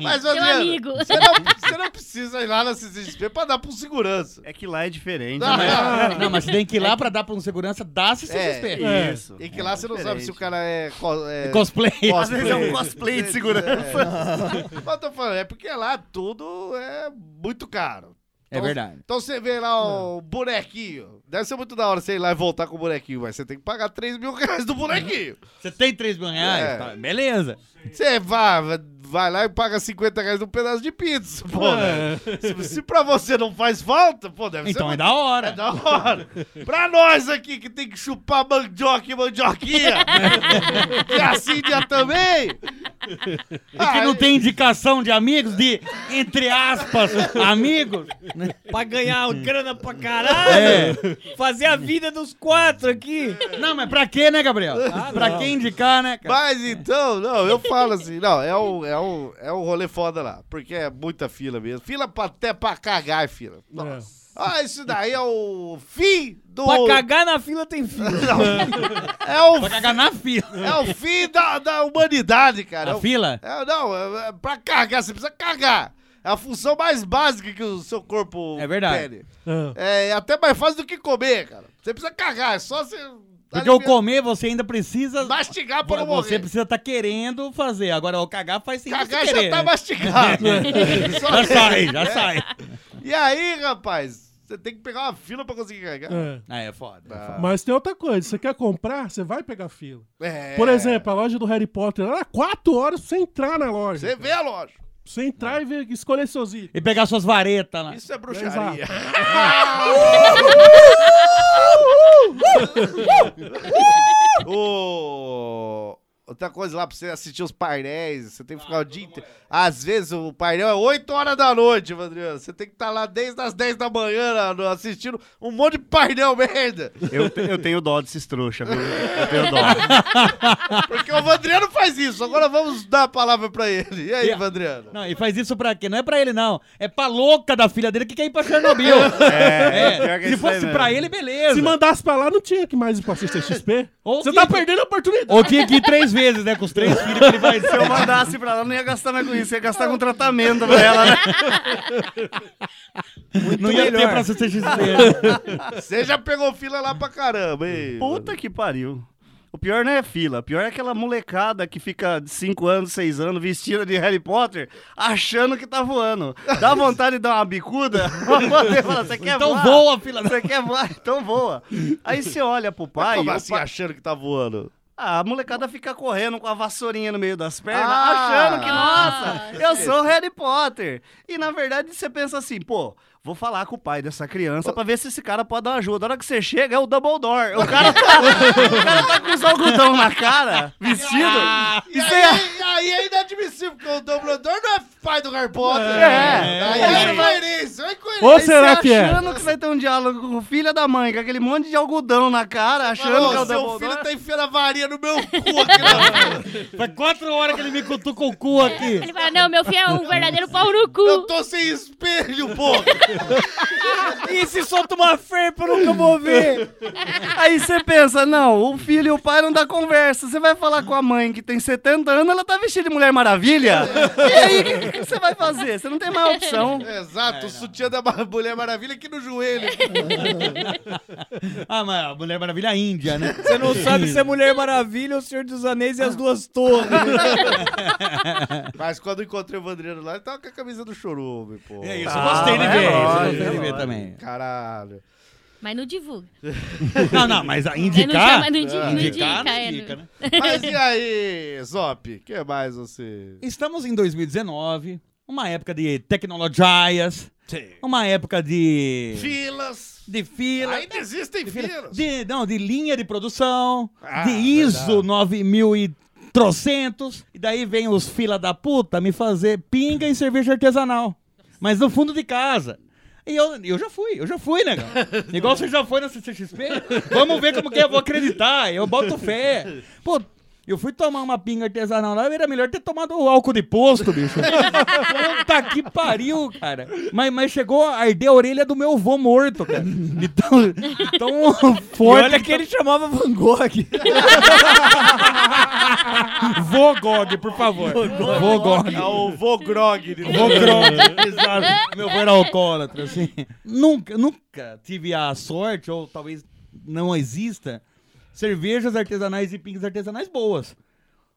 Speaker 3: Mas,
Speaker 7: Seu
Speaker 3: Adriano,
Speaker 7: amigo. *laughs*
Speaker 3: Você não, você não precisa ir lá na CCXP pra dar pro segurança.
Speaker 6: É que lá é diferente.
Speaker 3: *laughs* Ah,
Speaker 6: né?
Speaker 4: Não, mas você tem que ir lá pra dar pra um segurança, dá-se
Speaker 3: É,
Speaker 4: CXP.
Speaker 8: É.
Speaker 6: Isso.
Speaker 3: E que lá você não sabe se o
Speaker 6: diferente.
Speaker 3: cara é. co- é-
Speaker 4: Cosplay.
Speaker 6: Às vezes é um cosplay de segurança.
Speaker 3: Mas eu tô falando, é porque lá tudo é muito caro.
Speaker 4: É verdade.
Speaker 3: Então você vê lá
Speaker 6: É.
Speaker 3: o bonequinho. Deve ser muito da hora você ir lá e voltar com o bonequinho, mas você tem que pagar 3 mil reais do bonequinho.
Speaker 4: Você tem 3 mil reais?
Speaker 3: É.
Speaker 4: Tá, beleza.
Speaker 3: Você vai, vai lá e paga 50 reais num pedaço de pizza, pô.
Speaker 4: É.
Speaker 3: né? Se, se pra você não faz falta, pô, deve
Speaker 4: Então é
Speaker 3: ser.
Speaker 4: da hora.
Speaker 3: É *laughs* da hora. Pra nós aqui que tem que chupar mandioca e
Speaker 4: *laughs*
Speaker 3: mandioquinha. e assim dia também.
Speaker 4: E que
Speaker 3: Ah,
Speaker 4: não tem indicação de amigos, de, entre aspas,
Speaker 5: *laughs*
Speaker 4: amigos.
Speaker 5: Pra ganhar
Speaker 4: Hum.
Speaker 5: grana pra caralho.
Speaker 4: É.
Speaker 5: Fazer a vida dos quatro aqui.
Speaker 4: Não, mas pra quê, né, Gabriel?
Speaker 5: Ah,
Speaker 4: pra quem indicar, né, cara?
Speaker 3: Mas então, não, eu falo assim, não, é um, é um, é um rolê foda lá, porque é muita fila mesmo. Fila pra, até pra cagar, é fila. Nossa. Ah, isso daí é o fim do.
Speaker 5: Pra cagar na fila tem fila.
Speaker 3: É o,
Speaker 4: Pra cagar na fila.
Speaker 3: é o fim da, da humanidade, cara. É
Speaker 4: Na
Speaker 3: o-
Speaker 4: fila?
Speaker 3: É, não, é, é pra cagar, você precisa cagar. É a função mais básica que o seu corpo
Speaker 4: É verdade.
Speaker 3: pede.
Speaker 8: Ah.
Speaker 3: É, é até mais fácil do que comer, cara. Você precisa cagar, é só você.
Speaker 4: Porque o
Speaker 3: alimenta-
Speaker 4: comer você ainda precisa.
Speaker 3: Mastigar pra não
Speaker 4: Você
Speaker 3: morrer.
Speaker 4: precisa estar querendo fazer. Agora o cagar faz sentido.
Speaker 3: Cagar
Speaker 4: você
Speaker 3: já
Speaker 4: querer,
Speaker 3: tá
Speaker 4: né? *laughs*
Speaker 3: mastigado. Só
Speaker 4: Já
Speaker 3: que-
Speaker 4: sai, já sai.
Speaker 3: E aí, rapaz? Você tem que pegar uma fila pra conseguir carregar.
Speaker 8: É.
Speaker 4: Ah, é foda. é foda.
Speaker 8: Mas tem outra coisa. Você quer comprar, você vai pegar fila.
Speaker 3: É.
Speaker 8: Por exemplo, a loja do Harry Potter era 4 horas pra você entrar na loja.
Speaker 3: Você vê a loja.
Speaker 8: Você entrar e ver- escolher seus itens.
Speaker 4: E pegar suas varetas lá.
Speaker 3: Isso é bruxaria. Ô, Outra coisa lá pra você assistir os painéis, você tem que ficar o dia inteiro. Às vezes o painel é 8 horas da noite, Adriano. Você tem que estar lá desde as 10 da manhã lá, no- assistindo um monte de painel *laughs* merda.
Speaker 6: Eu, te- eu tenho dó desses trouxas, viu? Eu tenho dó.
Speaker 3: Porque o Vandriano faz isso. Agora vamos dar a palavra pra ele. E aí,
Speaker 4: E a-
Speaker 3: Vandriano?
Speaker 4: Não, e faz isso pra quê? Não é pra ele, não. É pra louca da filha dele que quer ir pra Chernobyl.
Speaker 6: *laughs* É, pior que
Speaker 4: Se
Speaker 6: isso aí
Speaker 4: fosse
Speaker 6: mesmo.
Speaker 4: pra ele, beleza.
Speaker 8: Se mandasse pra lá, não tinha que mais ir
Speaker 3: *laughs*
Speaker 8: pra CCXP.
Speaker 4: Ou
Speaker 8: Você
Speaker 4: tinha
Speaker 8: tá
Speaker 4: que-
Speaker 8: perdendo a oportunidade.
Speaker 4: Ou tinha que ir três vezes, né? Com os três filhos que ele vai
Speaker 6: Se eu mandasse pra ela, eu não ia gastar mais com isso, ia gastar com tratamento pra ela, né?
Speaker 4: Não ia ter pra CCXP.
Speaker 3: Você já pegou fila lá pra caramba, hein?
Speaker 6: *laughs* Puta que pariu. O pior não é a fila, o pior é aquela molecada que fica de 5 anos, 6 anos, vestida de Harry Potter, achando que tá voando. Dá vontade de dar uma *laughs* bicuda? Você fala, "Você quer
Speaker 4: Então
Speaker 6: voar?
Speaker 4: voa, fila.
Speaker 6: Você quer voar? Então voa. Aí você olha pro pai.
Speaker 3: Como
Speaker 6: o
Speaker 3: assim
Speaker 6: pai-
Speaker 3: achando que tá voando?
Speaker 6: Ah, a molecada fica correndo com a vassourinha no meio das pernas,
Speaker 3: Ah!
Speaker 6: É, né? achando que, nossa, eu sou o Harry Potter. E na verdade você pensa assim, pô, vou falar com o pai dessa criança pra ver se esse cara pode dar ajuda. A hora que você chega é o Dumbledore. O cara tá, *laughs* o cara tá com os algodão na cara, vestido.
Speaker 3: Ah, E aí, aí é inadmissível, porque o Dumbledore não é pai do Harry Potter.
Speaker 6: É.
Speaker 3: Aí é incoerência, é incoerência.
Speaker 6: tá
Speaker 8: Ou será que é?
Speaker 6: achando que vai ter um diálogo com o filho da mãe, com aquele monte de algodão na cara, achando
Speaker 3: Mano,
Speaker 6: que é o
Speaker 3: seu
Speaker 6: Dumbledore.
Speaker 3: filho tá enfiando a varinha no meu cu aqui né? na
Speaker 12: Faz quatro horas que ele me cutucou o cu
Speaker 7: Ele
Speaker 12: aqui.
Speaker 7: fala, não, meu filho é um verdadeiro pau no cu.
Speaker 3: Eu tô sem espelho,
Speaker 6: *laughs*
Speaker 3: pô!
Speaker 5: E se solta uma ferpa, eu nunca vou ver.
Speaker 6: Aí você pensa, não, o filho e o pai não dá conversa. Você vai falar com a mãe que tem 70 anos, ela tá vestida de Mulher Maravilha. E aí, o que- que você vai fazer? Você não tem mais opção.
Speaker 3: Exato,
Speaker 6: É,
Speaker 3: o sutiã da Mar- Mulher Maravilha aqui no joelho.
Speaker 4: Ah, mas a Mulher Maravilha Índia, né?
Speaker 5: Você não sabe se é Mulher Maravilha ou Senhor dos Anéis e as duas torres.
Speaker 3: Mas quando eu encontrei o Vandreiro lá, ele tava com a camisa do Chorume, pô.
Speaker 4: É isso, eu
Speaker 6: Ah,
Speaker 4: gostei de
Speaker 6: é
Speaker 4: ver. isso, eu
Speaker 6: lógico,
Speaker 4: gostei de ver
Speaker 6: lógico.
Speaker 4: também.
Speaker 3: Caralho.
Speaker 7: Mas não divulga.
Speaker 4: Não, não, mas a
Speaker 7: É, não
Speaker 4: indicar.
Speaker 7: chama- não indi- não
Speaker 4: indicar,
Speaker 7: indica,
Speaker 4: não
Speaker 7: é,
Speaker 4: indica,
Speaker 7: não-
Speaker 4: né?
Speaker 3: Mas e aí, Zop? O que mais você...
Speaker 4: Estamos em 2019, uma época de tecnologias, uma época de.
Speaker 3: Filas.
Speaker 4: de fila.
Speaker 3: Ainda existem filas.
Speaker 4: De, não, de linha de produção,
Speaker 3: Ah,
Speaker 4: de ISO
Speaker 3: verdade.
Speaker 4: 9000 e trocentos, e daí vem os fila da puta me fazer pinga e cerveja artesanal. Mas no fundo de casa. E eu, eu já fui, eu já
Speaker 3: *laughs*
Speaker 4: fui, negão. Igual você já foi na CCXP. Vamos ver como que é, eu vou acreditar, eu boto fé. Pô, eu fui tomar uma pinga artesanal lá, era melhor ter tomado álcool de posto, bicho. Puta que pariu, cara. Mas, mas chegou a arder a orelha do meu avô morto, cara. De tão, de tão forte.
Speaker 5: olha que ele chamava Van Gogh.
Speaker 4: Vogog, por favor. Vogog.
Speaker 3: É o Vogrog.
Speaker 4: É
Speaker 3: de-
Speaker 4: Vogrog. Exato. Meu avô era alcoólatra, assim. Nunca, nunca tive a sorte, ou talvez não exista, cervejas artesanais e pingas artesanais boas.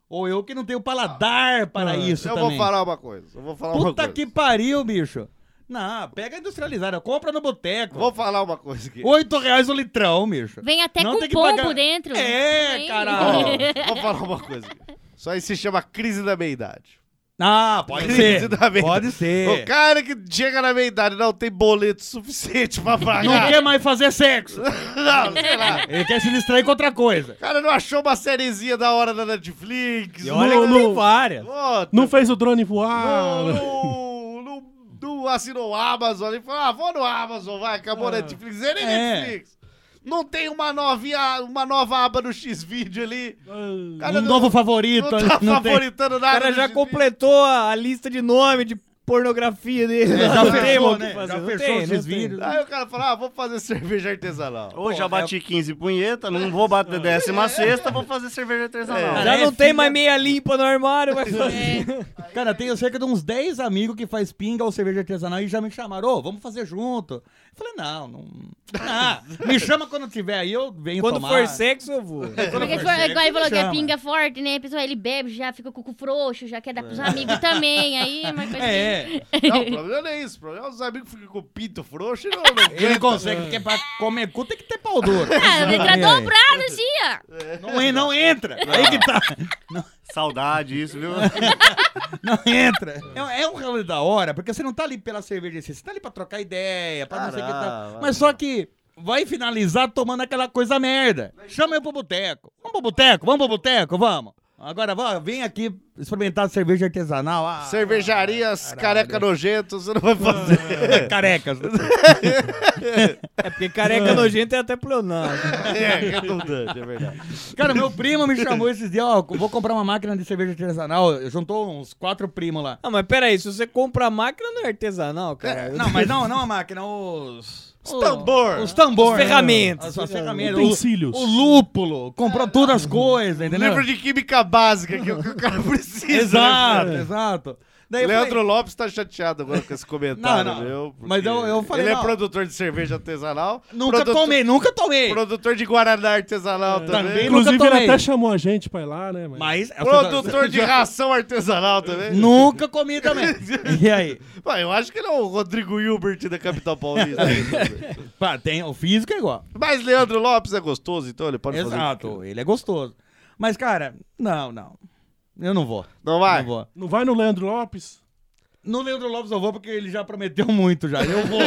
Speaker 4: Ou eu que não tenho paladar para isso
Speaker 3: Eu
Speaker 4: também.
Speaker 3: vou falar uma coisa. Eu vou falar uma
Speaker 4: Puta
Speaker 3: coisa.
Speaker 4: que pariu, bicho. Não, pega industrializada, compra no boteco.
Speaker 3: Vou falar uma coisa aqui.
Speaker 4: Oito reais o litrão, bicho.
Speaker 7: Vem até
Speaker 4: Não,
Speaker 7: com
Speaker 4: tem que
Speaker 7: pombo
Speaker 4: pagar.
Speaker 7: dentro.
Speaker 4: É,
Speaker 7: Vem. *laughs*
Speaker 4: caralho.
Speaker 3: Ó, vou falar uma coisa aqui. Isso aí se chama crise da meia-idade.
Speaker 4: Ah, pode
Speaker 3: Crise
Speaker 4: ser.
Speaker 3: da meia-idade.
Speaker 4: Pode
Speaker 3: O
Speaker 4: ser.
Speaker 3: cara que chega na meia-idade e não tem boleto suficiente pra pagar.
Speaker 4: Não quer mais fazer sexo.
Speaker 3: Não, sei lá.
Speaker 4: Ele quer se distrair com outra coisa.
Speaker 3: O cara não achou uma sériezinha da hora da Netflix.
Speaker 12: E olha que tem várias.
Speaker 3: Puta,
Speaker 8: Não fez o drone voar.
Speaker 3: não, não, não assinou o Amazon. Ele falou, ah, vou no Amazon, vai, acabou a Netflix. Ele é
Speaker 4: É.
Speaker 3: Netflix. Não tem uma, novinha, uma nova aba no X-Video ali. O cara
Speaker 4: um novo favorito.
Speaker 3: não tá
Speaker 4: não tem.
Speaker 3: favoritando
Speaker 5: O
Speaker 3: nada.
Speaker 5: cara
Speaker 3: no
Speaker 5: já
Speaker 3: X-Video.
Speaker 5: completou a, a lista de nome de pornografia dele.
Speaker 4: É,
Speaker 5: Não
Speaker 4: já
Speaker 5: tem mais
Speaker 4: fechou,
Speaker 5: o que
Speaker 4: né?
Speaker 5: fazer,
Speaker 4: Já
Speaker 5: não
Speaker 4: fechou
Speaker 5: tem, não
Speaker 4: esses
Speaker 5: tem.
Speaker 4: vídeos.
Speaker 3: Aí o cara fala, ah, vou fazer *laughs* cerveja artesanal.
Speaker 6: Ou já bati 15 punheta, não vou
Speaker 3: *laughs*
Speaker 6: bater 16, vou fazer cerveja artesanal.
Speaker 5: Já
Speaker 4: É,
Speaker 5: não tem
Speaker 4: filha-
Speaker 5: mais meia limpa no armário, vai fazer.
Speaker 4: Cara, tenho cerca de uns 10 amigos que faz pinga ou cerveja artesanal e já me chamaram, ô, vamos fazer junto. Eu falei, não, não.
Speaker 5: *laughs*
Speaker 4: Ah, me chama quando tiver aí, eu venho
Speaker 5: *laughs* Quando
Speaker 4: tomar.
Speaker 5: for sexo, eu vou.
Speaker 7: Porque se for, igual ele falou que é pinga forte, né? A pessoa, ele bebe, já fica com o cu frouxo, já quer dar pros amigos também. Aí é uma coisa que-
Speaker 4: É,
Speaker 3: Não, o problema não é isso. O problema é os amigos ficam com o pinto frouxo e não, né? não
Speaker 4: ele
Speaker 3: aguentam.
Speaker 4: consegue, porque pra comer cu tem que ter pau duro.
Speaker 7: Ah, entra
Speaker 4: Aí, aí.
Speaker 7: dobrado assim, ó.
Speaker 4: Não, en- não entra. Aí que tá.
Speaker 6: Saudade, isso, viu?
Speaker 4: Não entra. É, é um rolê da hora, porque você não tá ali pela cerveja em si, você tá ali pra trocar ideia, pra não sei o que
Speaker 6: Caralho,
Speaker 4: tal. Mas só que vai finalizar tomando aquela coisa merda. Chama eu pro boteco. Vamos pro boteco, vamos pro boteco, vamos. Agora vó, vem aqui experimentar cerveja artesanal. Ah,
Speaker 3: Cervejarias careca nojento, você não vai fazer.
Speaker 4: *laughs* Carecas.
Speaker 5: É porque
Speaker 4: *laughs*
Speaker 5: careca nojenta é até pleonasmo.
Speaker 3: É, redundante, é verdade.
Speaker 4: Cara, *laughs* meu primo me chamou esses dias, ó, vou comprar uma máquina de cerveja artesanal. Juntou uns quatro primos lá.
Speaker 5: Ah, mas peraí, se você compra a máquina, não é artesanal, cara.
Speaker 4: Não, mas não, não a máquina, os...
Speaker 3: Os tambor.
Speaker 4: Os tambores.
Speaker 5: né, As ferramentas.
Speaker 4: As, as ferramentas. o-
Speaker 8: Utensílios.
Speaker 4: O lúpulo. Comprou todas as coisas, entendeu?
Speaker 3: Livro de química básica que o que o cara *laughs* precisa.
Speaker 4: Exato,
Speaker 3: né, velho?
Speaker 4: exato. Daí eu
Speaker 3: Leandro
Speaker 4: falei,
Speaker 3: Lopes tá chateado agora com esse comentário,
Speaker 4: Não, não.
Speaker 3: meu. porque
Speaker 4: Mas eu- eu falei,
Speaker 3: Ele
Speaker 4: não.
Speaker 3: é produtor de cerveja artesanal.
Speaker 4: nunca
Speaker 3: produtor-
Speaker 4: tomei, nunca tomei.
Speaker 3: Produtor de Guaraná artesanal também.
Speaker 4: Também
Speaker 8: Inclusive,
Speaker 4: nunca
Speaker 8: ele
Speaker 4: tomei.
Speaker 8: até chamou a gente pra ir lá, né? Mas...
Speaker 4: Mas... é
Speaker 3: Produtor de ração artesanal também.
Speaker 4: *laughs* Nunca
Speaker 3: *laughs*
Speaker 4: comi também. E aí?
Speaker 3: Pô, eu acho que ele é o Rodrigo Hilbert da capital
Speaker 4: *laughs*
Speaker 3: paulista.
Speaker 4: Pá, tem, o físico é igual.
Speaker 3: Mas Leandro Lopes é gostoso, então ele pode fazer. o que
Speaker 4: Exato,
Speaker 3: quiser.
Speaker 4: ele é gostoso. Mas, cara, não, não. Eu não vou.
Speaker 3: Não vai?
Speaker 4: Não vou.
Speaker 8: Não vai no Leandro Lopes?
Speaker 4: No Leandro Lopes eu vou porque ele já prometeu muito já.
Speaker 3: *laughs*
Speaker 4: Eu vou.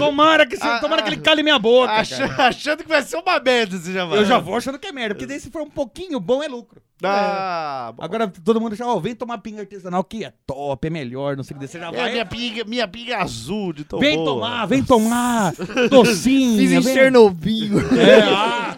Speaker 4: tomara que, você, tomara que ele cale minha boca.
Speaker 3: Ah, Acha- *laughs*
Speaker 4: cara.
Speaker 3: achando que vai ser uma merda esse já vai.
Speaker 4: Eu já vou achando que é merda, porque daí se for um pouquinho bom é lucro.
Speaker 3: Ah, bom.
Speaker 4: Agora todo mundo já, ó, vem tomar pinga artesanal que é top, é melhor, não sei o que. Você
Speaker 3: É
Speaker 4: já vai.
Speaker 3: minha pinga, minha pinga é azul de tão
Speaker 4: Vem
Speaker 3: boa.
Speaker 4: tomar, vem tomar,
Speaker 3: *laughs*
Speaker 4: docinho.
Speaker 3: Fiz em
Speaker 4: vem-
Speaker 3: Chernobyl.
Speaker 4: É,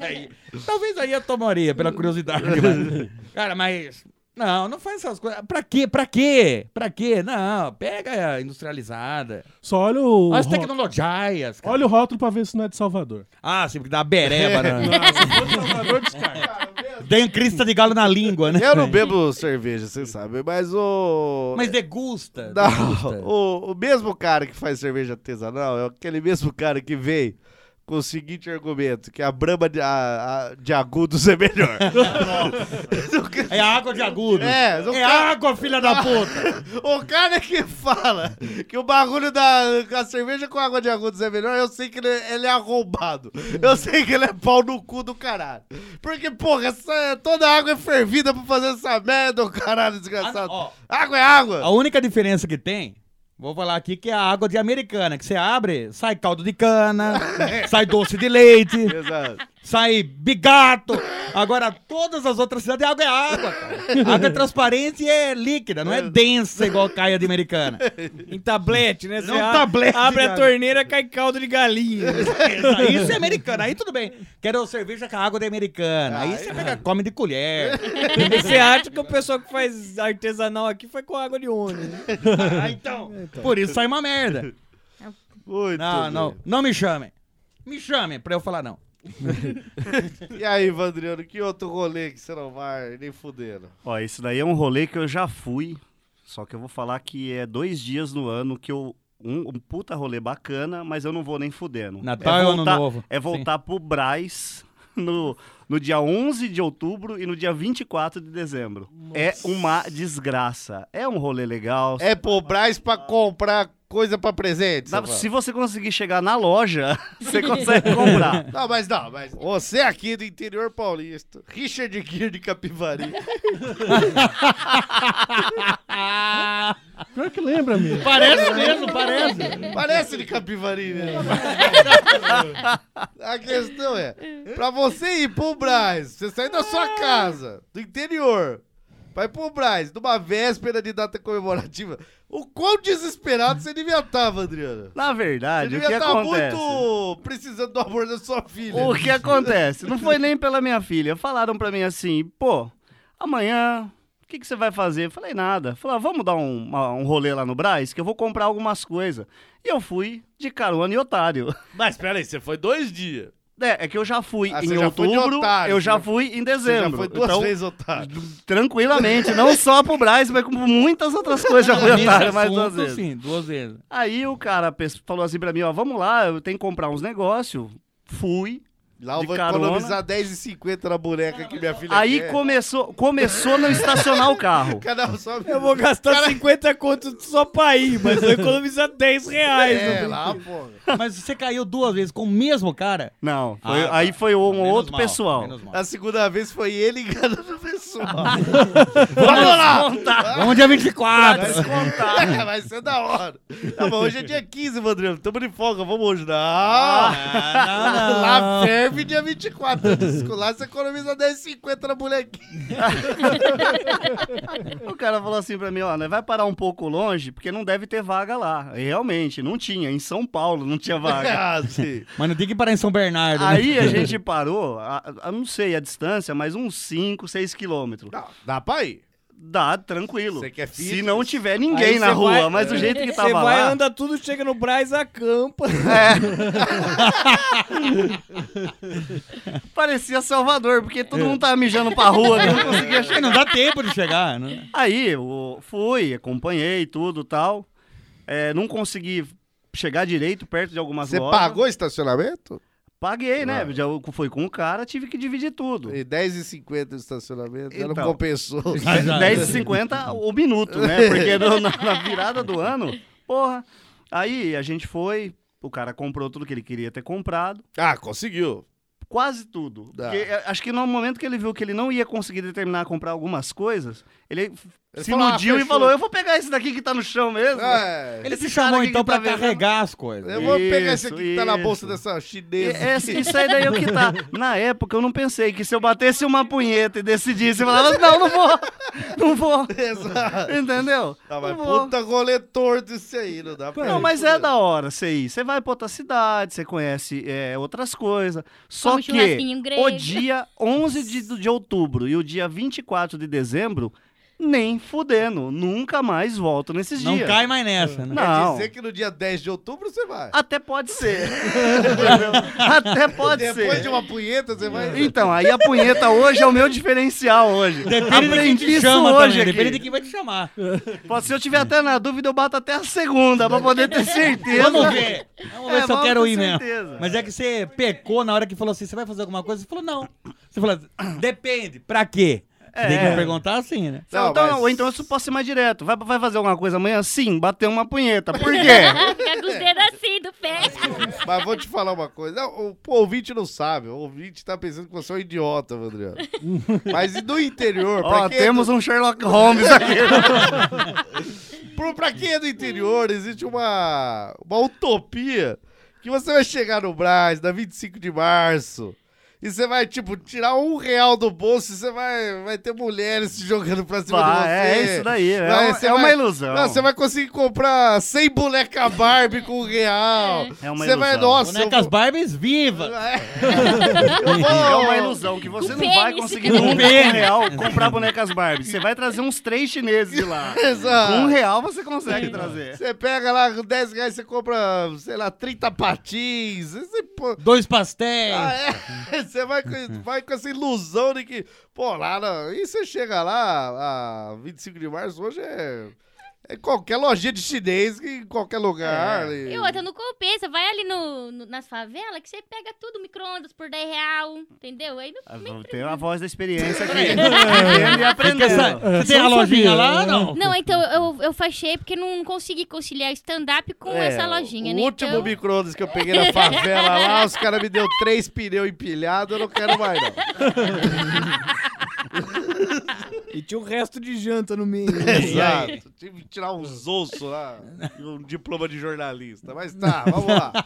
Speaker 4: ai. Talvez aí eu tomaria, pela curiosidade. mas-
Speaker 3: *laughs*
Speaker 4: Cara, mas... Não, não faz essas coisas. Pra quê? Pra quê? Pra quê? Não, pega a industrializada.
Speaker 8: Só olha o.
Speaker 4: Olha as
Speaker 8: ró-
Speaker 4: tecnologias, cara.
Speaker 8: Olha o rótulo pra ver se não é de Salvador.
Speaker 4: Ah, sempre que dá uma
Speaker 3: É.
Speaker 4: bereba, né?
Speaker 3: um
Speaker 4: Tem crista de galo na língua, né?
Speaker 3: Eu não bebo cerveja, vocês sabem, mas o.
Speaker 4: Mas é degusta. degusta.
Speaker 3: Não, o, o mesmo cara que faz cerveja artesanal é aquele mesmo cara que veio com o seguinte argumento: que a brama de, a- a- de agudos é
Speaker 4: *laughs*
Speaker 3: melhor. *laughs*
Speaker 4: É água de agudo.
Speaker 3: É, o
Speaker 4: É
Speaker 3: cara-
Speaker 4: água, filha da puta.
Speaker 3: o cara que fala que o bagulho da a cerveja com água de agudos é melhor, eu sei que ele, ele é arrombado. Eu sei que ele é pau no cu do caralho. Porque, porra, essa- toda água é fervida pra fazer essa merda, ô caralho desgraçado. água é água.
Speaker 4: A única diferença que tem, vou falar aqui, que é a água de americana, que você abre, sai caldo de cana,
Speaker 3: É.
Speaker 4: sai doce de leite, sai bigato. Agora, todas as outras cidades, a água é água. cara. A
Speaker 6: *laughs*
Speaker 4: água é transparente e é líquida, não é densa igual caia de
Speaker 6: *laughs*
Speaker 4: americana.
Speaker 5: Em tablete,
Speaker 6: É um
Speaker 5: né? Você
Speaker 4: Não,
Speaker 5: a-
Speaker 4: tablete,
Speaker 5: abre a
Speaker 4: cara.
Speaker 5: torneira, cai caldo de *laughs* galinha.
Speaker 6: *laughs*
Speaker 4: Aí Isso é americano, aí tudo bem. Quero cerveja com água de americana.
Speaker 6: Ah,
Speaker 4: Aí
Speaker 6: é.
Speaker 4: você pega, come de
Speaker 6: *laughs*
Speaker 4: colher.
Speaker 5: *laughs* Você acha que o pessoal que faz artesanal aqui foi com água de ônibus? né?
Speaker 4: Ah, então. Por isso sai uma merda. não, não. Não me chamem. Me chamem pra eu falar não.
Speaker 3: E aí, Vandriano, que outro rolê que você não vai nem fudendo?
Speaker 6: Ó, isso daí é um rolê que eu já fui, só que eu vou falar que é dois dias no ano que eu. Um, um puta rolê bacana, mas eu não vou nem fudendo.
Speaker 4: Natal
Speaker 6: é
Speaker 4: e Ano
Speaker 6: voltar,
Speaker 4: Novo.
Speaker 6: É voltar pro Braz no, no dia 11 de outubro e no dia 24 de dezembro. É uma desgraça. É um rolê legal.
Speaker 3: É pro Braz pra comprar coisa pra presente?
Speaker 6: Dá-
Speaker 3: Samuel?
Speaker 6: se você conseguir chegar na loja, *laughs*
Speaker 4: *laughs*
Speaker 6: você consegue comprar.
Speaker 3: Não, mas não, mas você aqui do interior paulista, Richard Gere de Capivari.
Speaker 8: Pior que lembra mesmo.
Speaker 4: *laughs* Parece mesmo, parece.
Speaker 3: Parece de Capivari mesmo. *laughs* A questão é, pra você ir pro Braz, você sair da sua
Speaker 4: Ah.
Speaker 3: casa, do interior, vai pro Braz, numa véspera de data comemorativa, o quão desesperado você devia estar, Vandriano?
Speaker 6: Na
Speaker 3: Você
Speaker 6: verdade, o
Speaker 3: devia tá
Speaker 6: que
Speaker 3: estar
Speaker 6: acontece?
Speaker 3: muito precisando do amor da sua filha.
Speaker 13: *laughs*
Speaker 6: O que acontece? Não foi nem pela minha filha. Falaram pra mim assim, pô, amanhã, o que, que você vai fazer? Eu Falei, nada. Falaram, vamos dar um, uma- um rolê lá no Braz, que eu vou comprar algumas coisas. E eu fui de carona e otário. *laughs*
Speaker 13: Mas peraí, você foi dois dias.
Speaker 6: É, é que eu já fui
Speaker 13: Ah, você
Speaker 6: em
Speaker 13: já foi de
Speaker 6: outubro,
Speaker 13: otário,
Speaker 6: eu
Speaker 13: você
Speaker 6: já
Speaker 13: já-
Speaker 6: fui em
Speaker 13: você já
Speaker 6: dezembro.
Speaker 13: foi duas
Speaker 6: então,
Speaker 13: vezes otário.
Speaker 6: Tranquilamente, não só pro Braz, mas com muitas outras coisas já fui
Speaker 4: Nesse
Speaker 6: otário Então, mais duas
Speaker 4: assunto,
Speaker 6: vezes.
Speaker 4: Sim, duas vezes.
Speaker 6: Aí o cara pes- falou assim pra mim, ó, vamos lá, eu tenho que comprar uns negócios. Fui.
Speaker 3: Lá eu
Speaker 6: de
Speaker 3: vou
Speaker 6: carona.
Speaker 3: economizar R$10,50 na boneca que minha
Speaker 13: é
Speaker 3: filha
Speaker 6: Aí
Speaker 3: quer.
Speaker 6: começou, começou a não estacionar o carro.
Speaker 3: Cada um só...
Speaker 5: Eu vou gastar
Speaker 3: Cara-
Speaker 5: 50 conto só pra ir, mas vou economizar 10 reais.
Speaker 3: É,
Speaker 5: no-
Speaker 3: lá, pô.
Speaker 4: Mas você caiu duas vezes com o mesmo cara?
Speaker 6: Não, foi-
Speaker 4: Ah, tá.
Speaker 6: aí foi um
Speaker 4: Menos
Speaker 6: outro
Speaker 4: mal,
Speaker 6: pessoal.
Speaker 4: menos mal.
Speaker 3: A segunda vez foi ele *laughs* enganando o pessoal.
Speaker 6: Ah,
Speaker 4: Vamos
Speaker 3: lá!
Speaker 4: Vamos dia 24.
Speaker 3: É, vai ser da hora. Tá bom, hoje é dia 15, Vandrão. Tamo de folga, vamos hoje. Não!
Speaker 6: Ah,
Speaker 3: Lá ferve dia 24. Antes de Lá você economiza 10,50 na bonequinha.
Speaker 6: O cara falou assim pra mim, ó, né, vai parar um pouco longe, porque não deve ter vaga lá. E realmente, não tinha. Em São Paulo não tinha *laughs* vaga.
Speaker 3: *laughs* Ah, sim.
Speaker 4: Mas não tem que parar em São Bernardo. né?
Speaker 6: Aí a gente parou, a, a- não sei a distância, mas uns 5, 6 quilômetros.
Speaker 3: Dá, dá pra ir.
Speaker 6: Dá, tranquilo.
Speaker 3: Você quer
Speaker 6: Se
Speaker 3: fitness?
Speaker 6: não tiver ninguém
Speaker 5: Aí
Speaker 6: na
Speaker 5: cê
Speaker 6: rua,
Speaker 5: vai-
Speaker 6: mas do *laughs* jeito que
Speaker 5: *laughs* Você
Speaker 6: tava lá... É.
Speaker 5: vai, anda tudo, chega no Braz, acampa.
Speaker 6: Parecia Salvador, porque todo mundo tava mijando pra rua, né? não conseguia
Speaker 4: Aí
Speaker 6: chegar.
Speaker 4: não dá tempo de chegar. Né?
Speaker 6: *laughs* Aí eu fui, acompanhei tudo e tal. É, não consegui chegar direito perto de algumas
Speaker 3: Você
Speaker 6: lojas.
Speaker 3: pagou o estacionamento?
Speaker 6: Paguei, né?
Speaker 3: Ah.
Speaker 6: Já foi com o cara, tive que dividir tudo.
Speaker 3: E 10,50 o estacionamento. Ela não
Speaker 6: Então. *laughs*
Speaker 3: compensou.
Speaker 4: já-
Speaker 6: 10,50 o minuto,
Speaker 3: *laughs*
Speaker 6: né? Porque no- na, na virada do ano, porra. Aí a gente foi, o cara comprou tudo que ele queria ter comprado.
Speaker 3: Ah, conseguiu.
Speaker 6: Quase tudo. é,
Speaker 3: Dá.
Speaker 6: Porque, eh, acho que no momento que ele viu que ele não ia conseguir determinar comprar algumas coisas, ele f-
Speaker 3: Ele
Speaker 6: se
Speaker 3: falou, ah,
Speaker 6: iludiu e
Speaker 3: fechou.
Speaker 6: falou: eu vou pegar esse daqui que tá no chão mesmo.
Speaker 3: É.
Speaker 6: Esse
Speaker 3: Ele se
Speaker 6: cara
Speaker 4: chamou
Speaker 6: aqui
Speaker 4: então
Speaker 6: que tá
Speaker 4: pra
Speaker 6: vendendo-
Speaker 4: carregar as coisas.
Speaker 3: Eu vou pegar esse
Speaker 6: Isso,
Speaker 3: aqui que tá na
Speaker 6: isso.
Speaker 3: bolsa dessa chinesa.
Speaker 6: É,
Speaker 3: aqui.
Speaker 6: isso aí daí é o
Speaker 3: *laughs*
Speaker 6: que tá. Na época eu não pensei que se eu batesse uma punheta e decidisse, eu falava, não, não vou,
Speaker 3: *laughs*
Speaker 6: não vou.
Speaker 3: Exato.
Speaker 6: Entendeu?
Speaker 3: Tá, mas
Speaker 6: Não vou.
Speaker 3: puta rolê torto isso aí, não dá pra
Speaker 6: Não,
Speaker 3: gente.
Speaker 6: mas é da hora você ir. Você vai pra outra cidade, você conhece é, outras coisas. Só
Speaker 7: Come
Speaker 6: que
Speaker 7: churrasquinho
Speaker 6: o
Speaker 7: grego.
Speaker 6: dia 11 de, de outubro e o dia 24 de dezembro, nem fudendo. Nunca mais volto nesses
Speaker 4: Não
Speaker 6: dias.
Speaker 4: cai mais nessa, né?
Speaker 3: Quer
Speaker 6: Não. Ah,
Speaker 3: dizer que no dia 10 de outubro você vai.
Speaker 6: Até pode
Speaker 4: *laughs*
Speaker 6: ser. Entendeu? Até pode
Speaker 3: Depois
Speaker 6: ser.
Speaker 4: um
Speaker 3: de uma punheta você vai.
Speaker 6: Então, aí a punheta hoje é o meu diferencial hoje.
Speaker 4: Depende de quem
Speaker 6: Aprendi
Speaker 4: te
Speaker 6: isso
Speaker 4: chama
Speaker 6: hoje
Speaker 4: também.
Speaker 6: aqui.
Speaker 4: Depende de quem vai te chamar.
Speaker 6: Pô, Se eu tiver até na dúvida, eu bato até a segunda, pra poder ter certeza.
Speaker 4: *laughs* Vamos ver. Vamos ver
Speaker 6: É,
Speaker 4: se eu
Speaker 6: vamos
Speaker 4: quero
Speaker 6: ter
Speaker 4: ir mesmo.
Speaker 6: certeza.
Speaker 4: Mas é que você pecou na hora que falou assim, você vai fazer alguma coisa? Você falou, não. Você falou, depende, pra quê? Você tem
Speaker 6: É.
Speaker 4: que perguntar assim, né?
Speaker 6: Não, então, Ou então eu posso ser mais direto. Vai, vai fazer alguma coisa amanhã? Sim, bater uma punheta.
Speaker 3: *laughs*
Speaker 6: Por quê?
Speaker 7: *laughs* Fica com os dedos assim do pé.
Speaker 3: Mas vou te falar uma coisa. Não, o, pô, o ouvinte não sabe. O ouvinte tá pensando que você é um idiota,
Speaker 6: *laughs*
Speaker 3: Adriano. Mas e no interior? pra
Speaker 6: Ó,
Speaker 3: quem é
Speaker 6: temos um Sherlock Holmes
Speaker 3: *laughs*
Speaker 6: aqui.
Speaker 3: Pro, pra quem é do interior, existe uma, uma utopia que você vai chegar no Brás na 25 de março e você vai, tipo, tirar um real do bolso e você vai, vai ter mulheres se jogando um pra cima
Speaker 6: Vai,
Speaker 3: de você.
Speaker 6: é isso daí, é um-
Speaker 3: você
Speaker 6: é uma ilusão.
Speaker 3: Não, você vai conseguir comprar 100 boneca Barbie com um real.
Speaker 6: É uma
Speaker 3: Você vai,
Speaker 6: ilusão.
Speaker 3: nossa, eu
Speaker 4: Bonecas
Speaker 3: vou-
Speaker 4: Barbies viva!
Speaker 6: Ah,
Speaker 3: eu vou-
Speaker 6: É uma ilusão que você
Speaker 7: Com
Speaker 6: não vai
Speaker 7: pênis.
Speaker 6: conseguir
Speaker 4: Com
Speaker 6: nunca um
Speaker 4: pênis.
Speaker 6: real comprar bonecas Barbie. Você vai trazer uns três chineses de lá.
Speaker 3: *laughs* Exato.
Speaker 6: Um real você consegue trazer.
Speaker 3: Você pega lá com 10 reais, você compra, sei lá, 30 patins. Você, pô,
Speaker 6: é.
Speaker 4: Dois pastéis!
Speaker 3: Ah, é? *laughs* Você vai com, vai com essa ilusão de que, pô, lá na- E você chega lá, a 25 de março, hoje é. É qualquer lojinha de chinês, que em qualquer lugar. e-
Speaker 7: E outra, não compensa. Vai ali no, no- nas favelas que você pega tudo, micro-ondas por 10 real, entendeu? Aí não
Speaker 6: Ah, Tem a voz da experiência aqui. *laughs*
Speaker 4: Peraí.
Speaker 6: Aprendendo e
Speaker 4: Porque essa-
Speaker 6: aprendendo.
Speaker 4: Você
Speaker 8: só
Speaker 4: tem a
Speaker 8: não
Speaker 4: lojinha
Speaker 8: sabia,
Speaker 4: lá ou
Speaker 8: né?
Speaker 4: não?
Speaker 7: Não, então eu, eu fachei porque não consegui conciliar stand-up com
Speaker 3: É,
Speaker 7: essa lojinha,
Speaker 3: o
Speaker 7: né?
Speaker 3: último
Speaker 7: então,
Speaker 3: micro-ondas que eu peguei na favela lá, os caras me deu três pneus empilhados, eu não quero mais, não.
Speaker 5: E tinha o resto de janta no
Speaker 6: *laughs*
Speaker 5: meio.
Speaker 3: Exato. Tive que tirar uns ossos lá e um diploma de jornalista. Mas tá, vamos lá.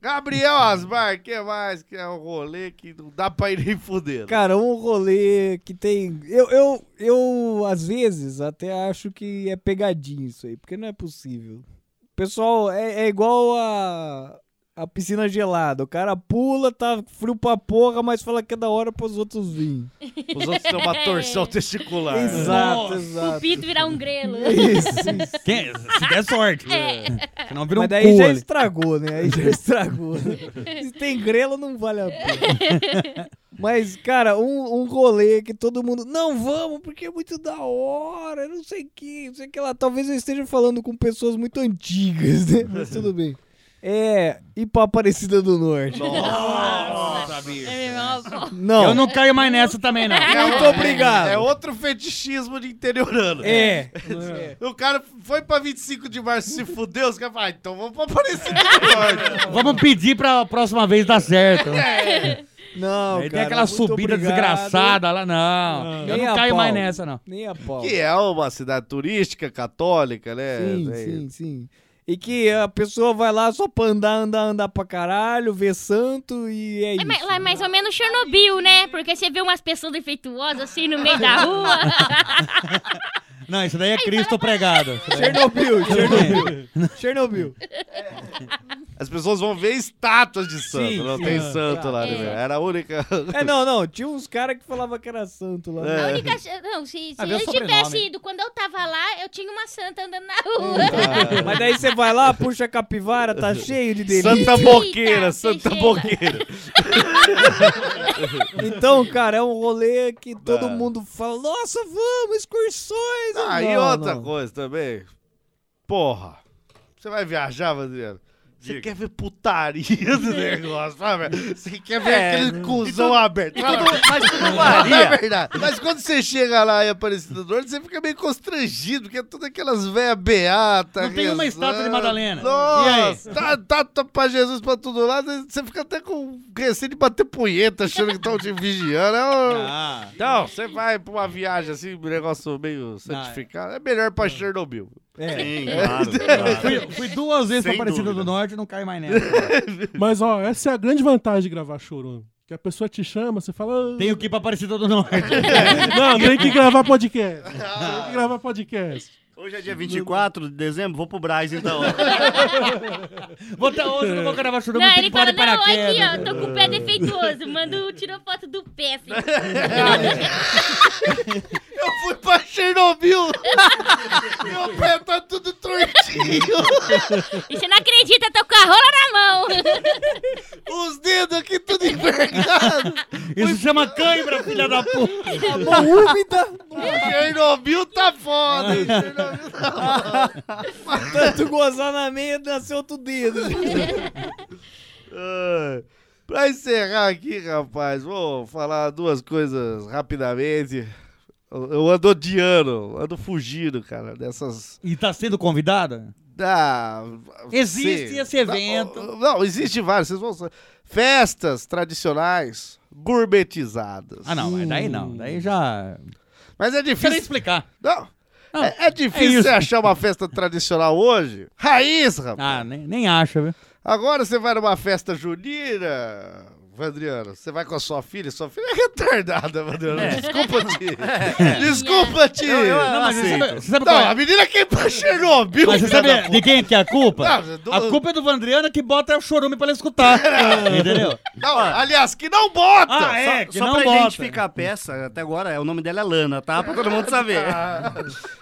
Speaker 3: Gabriel Asmar, que mais? Que é um rolê que não dá pra ir nem fuder. né?
Speaker 5: Cara, um rolê que tem. Eu, eu, eu, às vezes, até acho que é pegadinha isso aí, porque não é possível. Pessoal, é, é igual a, a piscina gelada. O cara pula, tá frio pra porra, mas fala que é da hora pros outros virem.
Speaker 3: Os outros têm uma torção testicular.
Speaker 5: Exato, exato.
Speaker 7: O pito virar um grelo.
Speaker 5: Isso, isso.
Speaker 4: *laughs* Quem- se der sorte. Senão vira um
Speaker 5: Mas daí
Speaker 4: cu
Speaker 5: já
Speaker 4: ali.
Speaker 5: estragou, né?
Speaker 4: *laughs*
Speaker 5: Aí já estragou. né? Se tem grelo, não vale a pena. Mas, cara, um, um rolê que todo mundo. Não, vamos, porque é muito da hora, não sei o que, não sei o que lá. Talvez eu esteja falando com pessoas muito antigas, né? Mas tudo bem. É, ir pra Aparecida do Norte.
Speaker 4: Nossa, bicho.
Speaker 7: É, meu irmão,
Speaker 5: Não.
Speaker 4: Eu não caio mais nessa também, não.
Speaker 5: Muito obrigado.
Speaker 3: É outro fetichismo de interiorano.
Speaker 5: É.
Speaker 3: O cara foi pra 25 de março se fudeu, os caras falam, ah, então vamos pra Aparecida do Norte.
Speaker 4: Vamos pedir pra próxima vez dar certo.
Speaker 5: Não,
Speaker 4: Aí
Speaker 5: cara.
Speaker 4: tem aquela
Speaker 5: muito
Speaker 4: subida
Speaker 5: obrigado.
Speaker 4: desgraçada lá, não. Eu
Speaker 5: Nem a
Speaker 4: não caio mais
Speaker 5: pau.
Speaker 4: nessa, não.
Speaker 5: Nem a pau.
Speaker 3: Que é uma cidade turística, católica, né?
Speaker 5: Sim,
Speaker 3: É
Speaker 5: sim, sim. E que a pessoa vai lá só pra andar, andar, andar pra caralho, ver santo e é
Speaker 7: É mais-
Speaker 5: isso.
Speaker 7: lá é
Speaker 4: né?
Speaker 7: mais ou menos Chernobyl, né? Porque você vê umas pessoas defeituosas assim no
Speaker 4: *laughs*
Speaker 7: meio da rua.
Speaker 4: Não, isso daí é Cristo pregado. Isso daí- é
Speaker 5: Chernobyl, Chernobyl.
Speaker 4: *laughs*
Speaker 5: Chernobyl.
Speaker 3: As pessoas vão ver estátuas de santo.
Speaker 5: Sim,
Speaker 3: não
Speaker 5: sim.
Speaker 3: tem santo lá, né?
Speaker 7: É.
Speaker 3: velho? Era a única.
Speaker 5: É, não, não. Tinha uns caras que falavam que era santo lá.
Speaker 7: A única. Não, se, se
Speaker 4: É. Ah, vê o
Speaker 7: eu
Speaker 4: sobrenome.
Speaker 7: tivesse ido quando eu tava lá, eu tinha uma santa andando na rua.
Speaker 5: *laughs* Mas daí você vai lá, puxa a capivara,
Speaker 4: *laughs*
Speaker 5: tá cheio de delírio.
Speaker 3: Santa Boqueira,
Speaker 7: Eita,
Speaker 3: Santa
Speaker 7: chega.
Speaker 3: Boqueira.
Speaker 5: Então, cara, é um rolê que todo
Speaker 3: Tá.
Speaker 4: É.
Speaker 5: mundo fala, nossa, vamos, excursões.
Speaker 3: Ah, e
Speaker 5: Não,
Speaker 3: outra
Speaker 5: não.
Speaker 3: coisa também. Porra. Você vai viajar, Adriano? Você quer ver putaria do negócio, sabe? Você quer ver
Speaker 6: É,
Speaker 3: aquele
Speaker 6: né?
Speaker 3: cuzão
Speaker 12: Então,
Speaker 6: E tu-
Speaker 3: aberto.
Speaker 6: e tu
Speaker 3: sabe?
Speaker 6: não- mas tu não varia.
Speaker 3: É verdade. Mas quando você chega lá é em Aparecida do Norte, você fica meio constrangido, porque é todas aquelas velhas beata.
Speaker 12: Não tem uma estátua de Madalena. E
Speaker 3: Nossa,
Speaker 12: aí?
Speaker 3: tá, tá, tá pra Jesus pra todo lado, e você fica até com receio de bater punheta, achando que estão te vigiando. É um-
Speaker 7: Ah.
Speaker 3: Então, você vai pra uma viagem assim, um negócio meio santificado. É melhor pra Chernobyl.
Speaker 8: É. Sim,
Speaker 4: claro,
Speaker 3: *laughs*
Speaker 4: Fui, fui duas vezes pra
Speaker 3: Sem
Speaker 4: Aparecida do Norte e não cai mais nessa.
Speaker 8: Mas, ó, essa é a grande vantagem de gravar chorume. Que a pessoa te chama, você fala... "Ah."
Speaker 4: Tenho que ir pra Aparecida do Norte.
Speaker 8: *laughs* Não, tem que gravar
Speaker 4: *laughs*
Speaker 8: podcast. Tem que gravar podcast.
Speaker 6: Hoje é dia 24 de dezembro, vou pro Braz então.
Speaker 4: vou estar hoje, não vou gravar chorume,
Speaker 7: Não,
Speaker 4: tem
Speaker 7: ele
Speaker 4: que pular
Speaker 7: fala,
Speaker 4: de
Speaker 7: não, aqui, ó,
Speaker 4: paraquedas. É.
Speaker 7: tô com o pé defeituoso. Mando, tirou foto do pé,
Speaker 4: *laughs*
Speaker 7: assim.
Speaker 3: Eu fui pra Chernobyl! *laughs* Meu pé tá tudo tortinho!
Speaker 7: E você não acredita, tô com a rola na mão.
Speaker 3: Os dedos aqui tudo envergado!
Speaker 12: Isso chama cãibra, filha da puta.
Speaker 3: A mão úmida! *laughs* Chernobyl tá foda! *laughs* hein? Chernobyl tá foda!
Speaker 5: Tanto gozar na meia, nasceu outro dedo.
Speaker 3: Ah, Pra encerrar aqui, rapaz, vou falar duas coisas rapidamente. Eu eu ando odiando, ando fugindo, cara, dessas.
Speaker 4: E tá sendo convidada?
Speaker 3: Da,
Speaker 4: Existe
Speaker 3: sei.
Speaker 4: esse
Speaker 3: Da-
Speaker 4: evento.
Speaker 3: Ah, Não, existe vários, vocês vão saber. Festas tradicionais gourmetizadas.
Speaker 4: Ah, não, mas daí não. Daí já.
Speaker 3: Mas é difícil.
Speaker 4: Quero explicar.
Speaker 3: Não. é, é difícil
Speaker 4: isso.
Speaker 3: você achar uma festa tradicional hoje. Raiz, rapaz.
Speaker 4: Ah, nem, nem acha, viu?
Speaker 3: Agora você vai numa festa junina, Adriano. Você vai com a sua filha. Sua filha é retardada, Adriano.
Speaker 4: É.
Speaker 3: Desculpa te.
Speaker 4: *laughs*
Speaker 3: Desculpa te.
Speaker 6: Eu- eu Não, mas
Speaker 4: você aceito. sabe- você sabe
Speaker 3: Não,
Speaker 4: qual é?
Speaker 3: a menina quem pra *laughs* Chernobyl.
Speaker 4: Mas você
Speaker 3: filha da
Speaker 4: sabe
Speaker 3: puta.
Speaker 4: de quem que é a culpa?
Speaker 3: Não, do-
Speaker 4: A culpa é do Vandriano que bota o chorume pra ela escutar. entendeu?
Speaker 3: Não, aliás, que não bota.
Speaker 4: Ah, é, que
Speaker 6: Só
Speaker 4: não
Speaker 6: pra
Speaker 4: bota.
Speaker 6: identificar a peça, até agora, é, o nome dela é Lana, tá? Pra todo mundo *laughs* saber.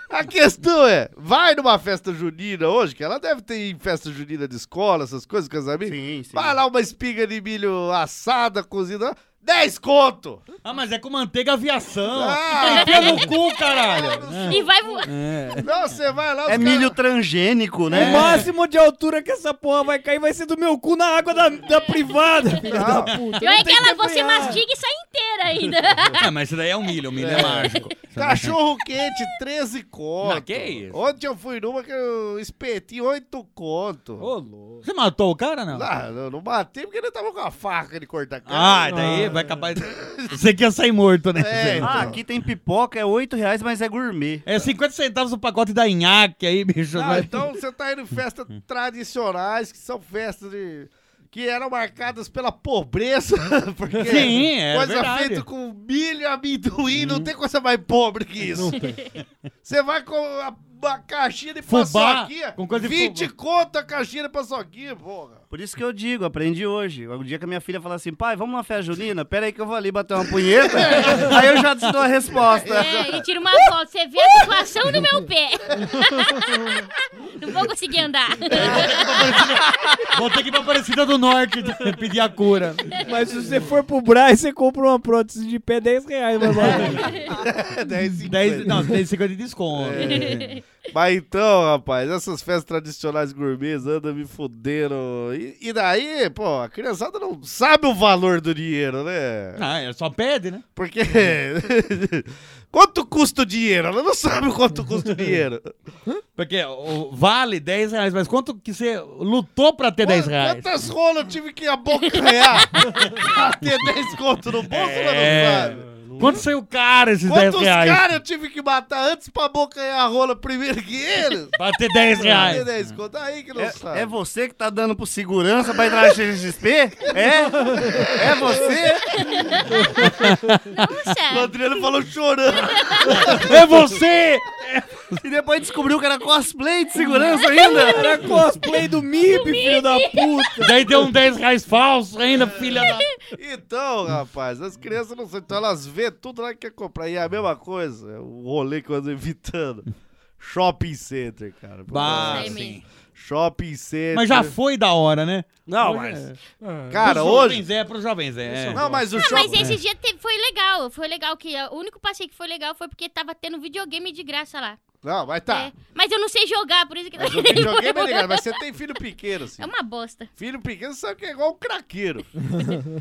Speaker 3: A questão é, vai numa festa junina hoje, que ela deve ter em festa junina de escola, essas coisas, casamento. Sim, sim. Vai lá uma espiga de milho assada, cozida, 10 conto.
Speaker 4: Ah, mas é com manteiga aviação.
Speaker 3: Ah.
Speaker 4: Enfia no cu, caralho.
Speaker 7: E vai voar.
Speaker 3: Não, você vai lá... os
Speaker 6: É
Speaker 3: caras-
Speaker 6: milho transgênico,
Speaker 5: O
Speaker 4: É.
Speaker 6: né?
Speaker 5: máximo de altura que essa porra vai cair vai ser do meu cu na água da, da privada, filho
Speaker 3: Ah,
Speaker 5: da puta.
Speaker 7: Eu é
Speaker 5: Não tem que
Speaker 7: aquela, você
Speaker 5: apanhar.
Speaker 7: mastiga e sai inteira
Speaker 4: *laughs*
Speaker 7: ainda.
Speaker 4: Ah, mas isso daí é um milho, o milho é, mágico.
Speaker 3: Cachorro quente, 13 conto.
Speaker 4: Não, que isso?
Speaker 3: Ontem eu fui numa que eu espetei 8 conto.
Speaker 5: Ô, louco.
Speaker 4: Você matou o cara, não?
Speaker 3: Lá, eu não bati porque ele tava com a faca de cortar
Speaker 4: Ah,
Speaker 3: carne.
Speaker 4: daí vai acabar. Você que ia sair morto, né?
Speaker 3: É,
Speaker 6: Ah,
Speaker 3: então.
Speaker 6: aqui tem pipoca, é 8 reais, mas é gourmet.
Speaker 4: É 50 centavos o pacote da nhaque aí, bicho.
Speaker 3: Ah,
Speaker 4: Vai-
Speaker 3: então você tá indo em
Speaker 4: *laughs*
Speaker 3: festas tradicionais, que são festas de- que eram marcadas pela pobreza, *laughs* porque
Speaker 4: Sim, é
Speaker 3: coisa
Speaker 4: verdade. Hum.
Speaker 3: feita com milho e amendoim, não tem coisa mais pobre que isso. *laughs* Você vai com a, uma caixinha de
Speaker 4: Fubá,
Speaker 3: paçoquinha,
Speaker 4: com coisa de
Speaker 3: 20
Speaker 4: fubá.
Speaker 3: conto a caixinha de paçoquinha, porra.
Speaker 6: Por isso que eu digo, aprendi hoje. O dia que a minha filha falar assim, pai, vamos numa festa junina? Pera aí que eu vou ali bater uma *laughs* punheta. aí eu já te dou a resposta.
Speaker 7: É, e tira uma foto, você vê a situação do meu
Speaker 4: *laughs*
Speaker 7: pé. *laughs* Não vou conseguir andar.
Speaker 4: É. Vou ter que ir pra Aparecida do Norte *laughs* pedir a cura.
Speaker 5: Mas se você for pro Braz, você compra uma prótese de pé 10 reais, mas lá.
Speaker 3: 10,
Speaker 4: 10, não, 10, 50 de desconto.
Speaker 3: Mas então, rapaz, essas festas tradicionais gourmets andam me fudendo. E, e daí, pô, a criançada não sabe o valor do dinheiro, né?
Speaker 4: Ah, ela só pede, né?
Speaker 3: Porque.
Speaker 4: Uhum.
Speaker 3: *laughs* quanto custa o dinheiro? Ela não sabe quanto custa o dinheiro.
Speaker 4: Porque o vale 10 reais, mas quanto que você lutou pra ter 10 É reais?
Speaker 3: Quantas rolas eu tive que abocanhar pra Ah, ter 10 conto no bolso? Ela não sabe.
Speaker 4: É, Quanto saiu caro esses 10
Speaker 3: Quantos
Speaker 4: reais?
Speaker 3: caras eu tive que matar antes pra abocanhar a rola primeiro que eles?
Speaker 4: Pra ter 10
Speaker 3: Pra ter
Speaker 4: reais.
Speaker 3: 10 conto. Aí que não sabe.
Speaker 6: É, é você que tá dando pro segurança pra entrar na XXP? É? É você?
Speaker 3: *laughs* O
Speaker 7: Nossa.
Speaker 3: Adriano falou chorando.
Speaker 4: É você!
Speaker 6: E depois descobriu que era cosplay de segurança ainda.
Speaker 5: Era É cosplay do MIB, filho da puta.
Speaker 4: Daí deu um 10 reais falso ainda, filha da.
Speaker 3: Então, rapaz, as crianças não sabem. Então elas vê tudo lá que quer comprar. E é a mesma coisa, o rolê que eu ando evitando. Shopping center, cara. Assim,
Speaker 4: Bah,
Speaker 7: Isso aí
Speaker 4: sim.
Speaker 3: Shopping center.
Speaker 4: Mas já foi da hora, né?
Speaker 3: Não, mas.
Speaker 8: Ah,
Speaker 3: Cara,
Speaker 4: Pro
Speaker 3: hoje.
Speaker 4: jovens é, pro jovens é.
Speaker 3: Não, mas o
Speaker 7: Não, Ah, mas
Speaker 3: shopping.
Speaker 7: esse dia teve- foi legal. Foi legal que ó, o único passeio que foi legal foi porque tava tendo videogame de graça lá.
Speaker 3: Não, mas tá.
Speaker 7: É. Mas eu eu não sei jogar, por isso que...
Speaker 3: Mas é eu joguei bem ligado, mas você tem
Speaker 7: *laughs*
Speaker 3: filho pequeno, assim.
Speaker 7: É uma bosta.
Speaker 3: Filho pequeno sabe que é igual um craqueiro.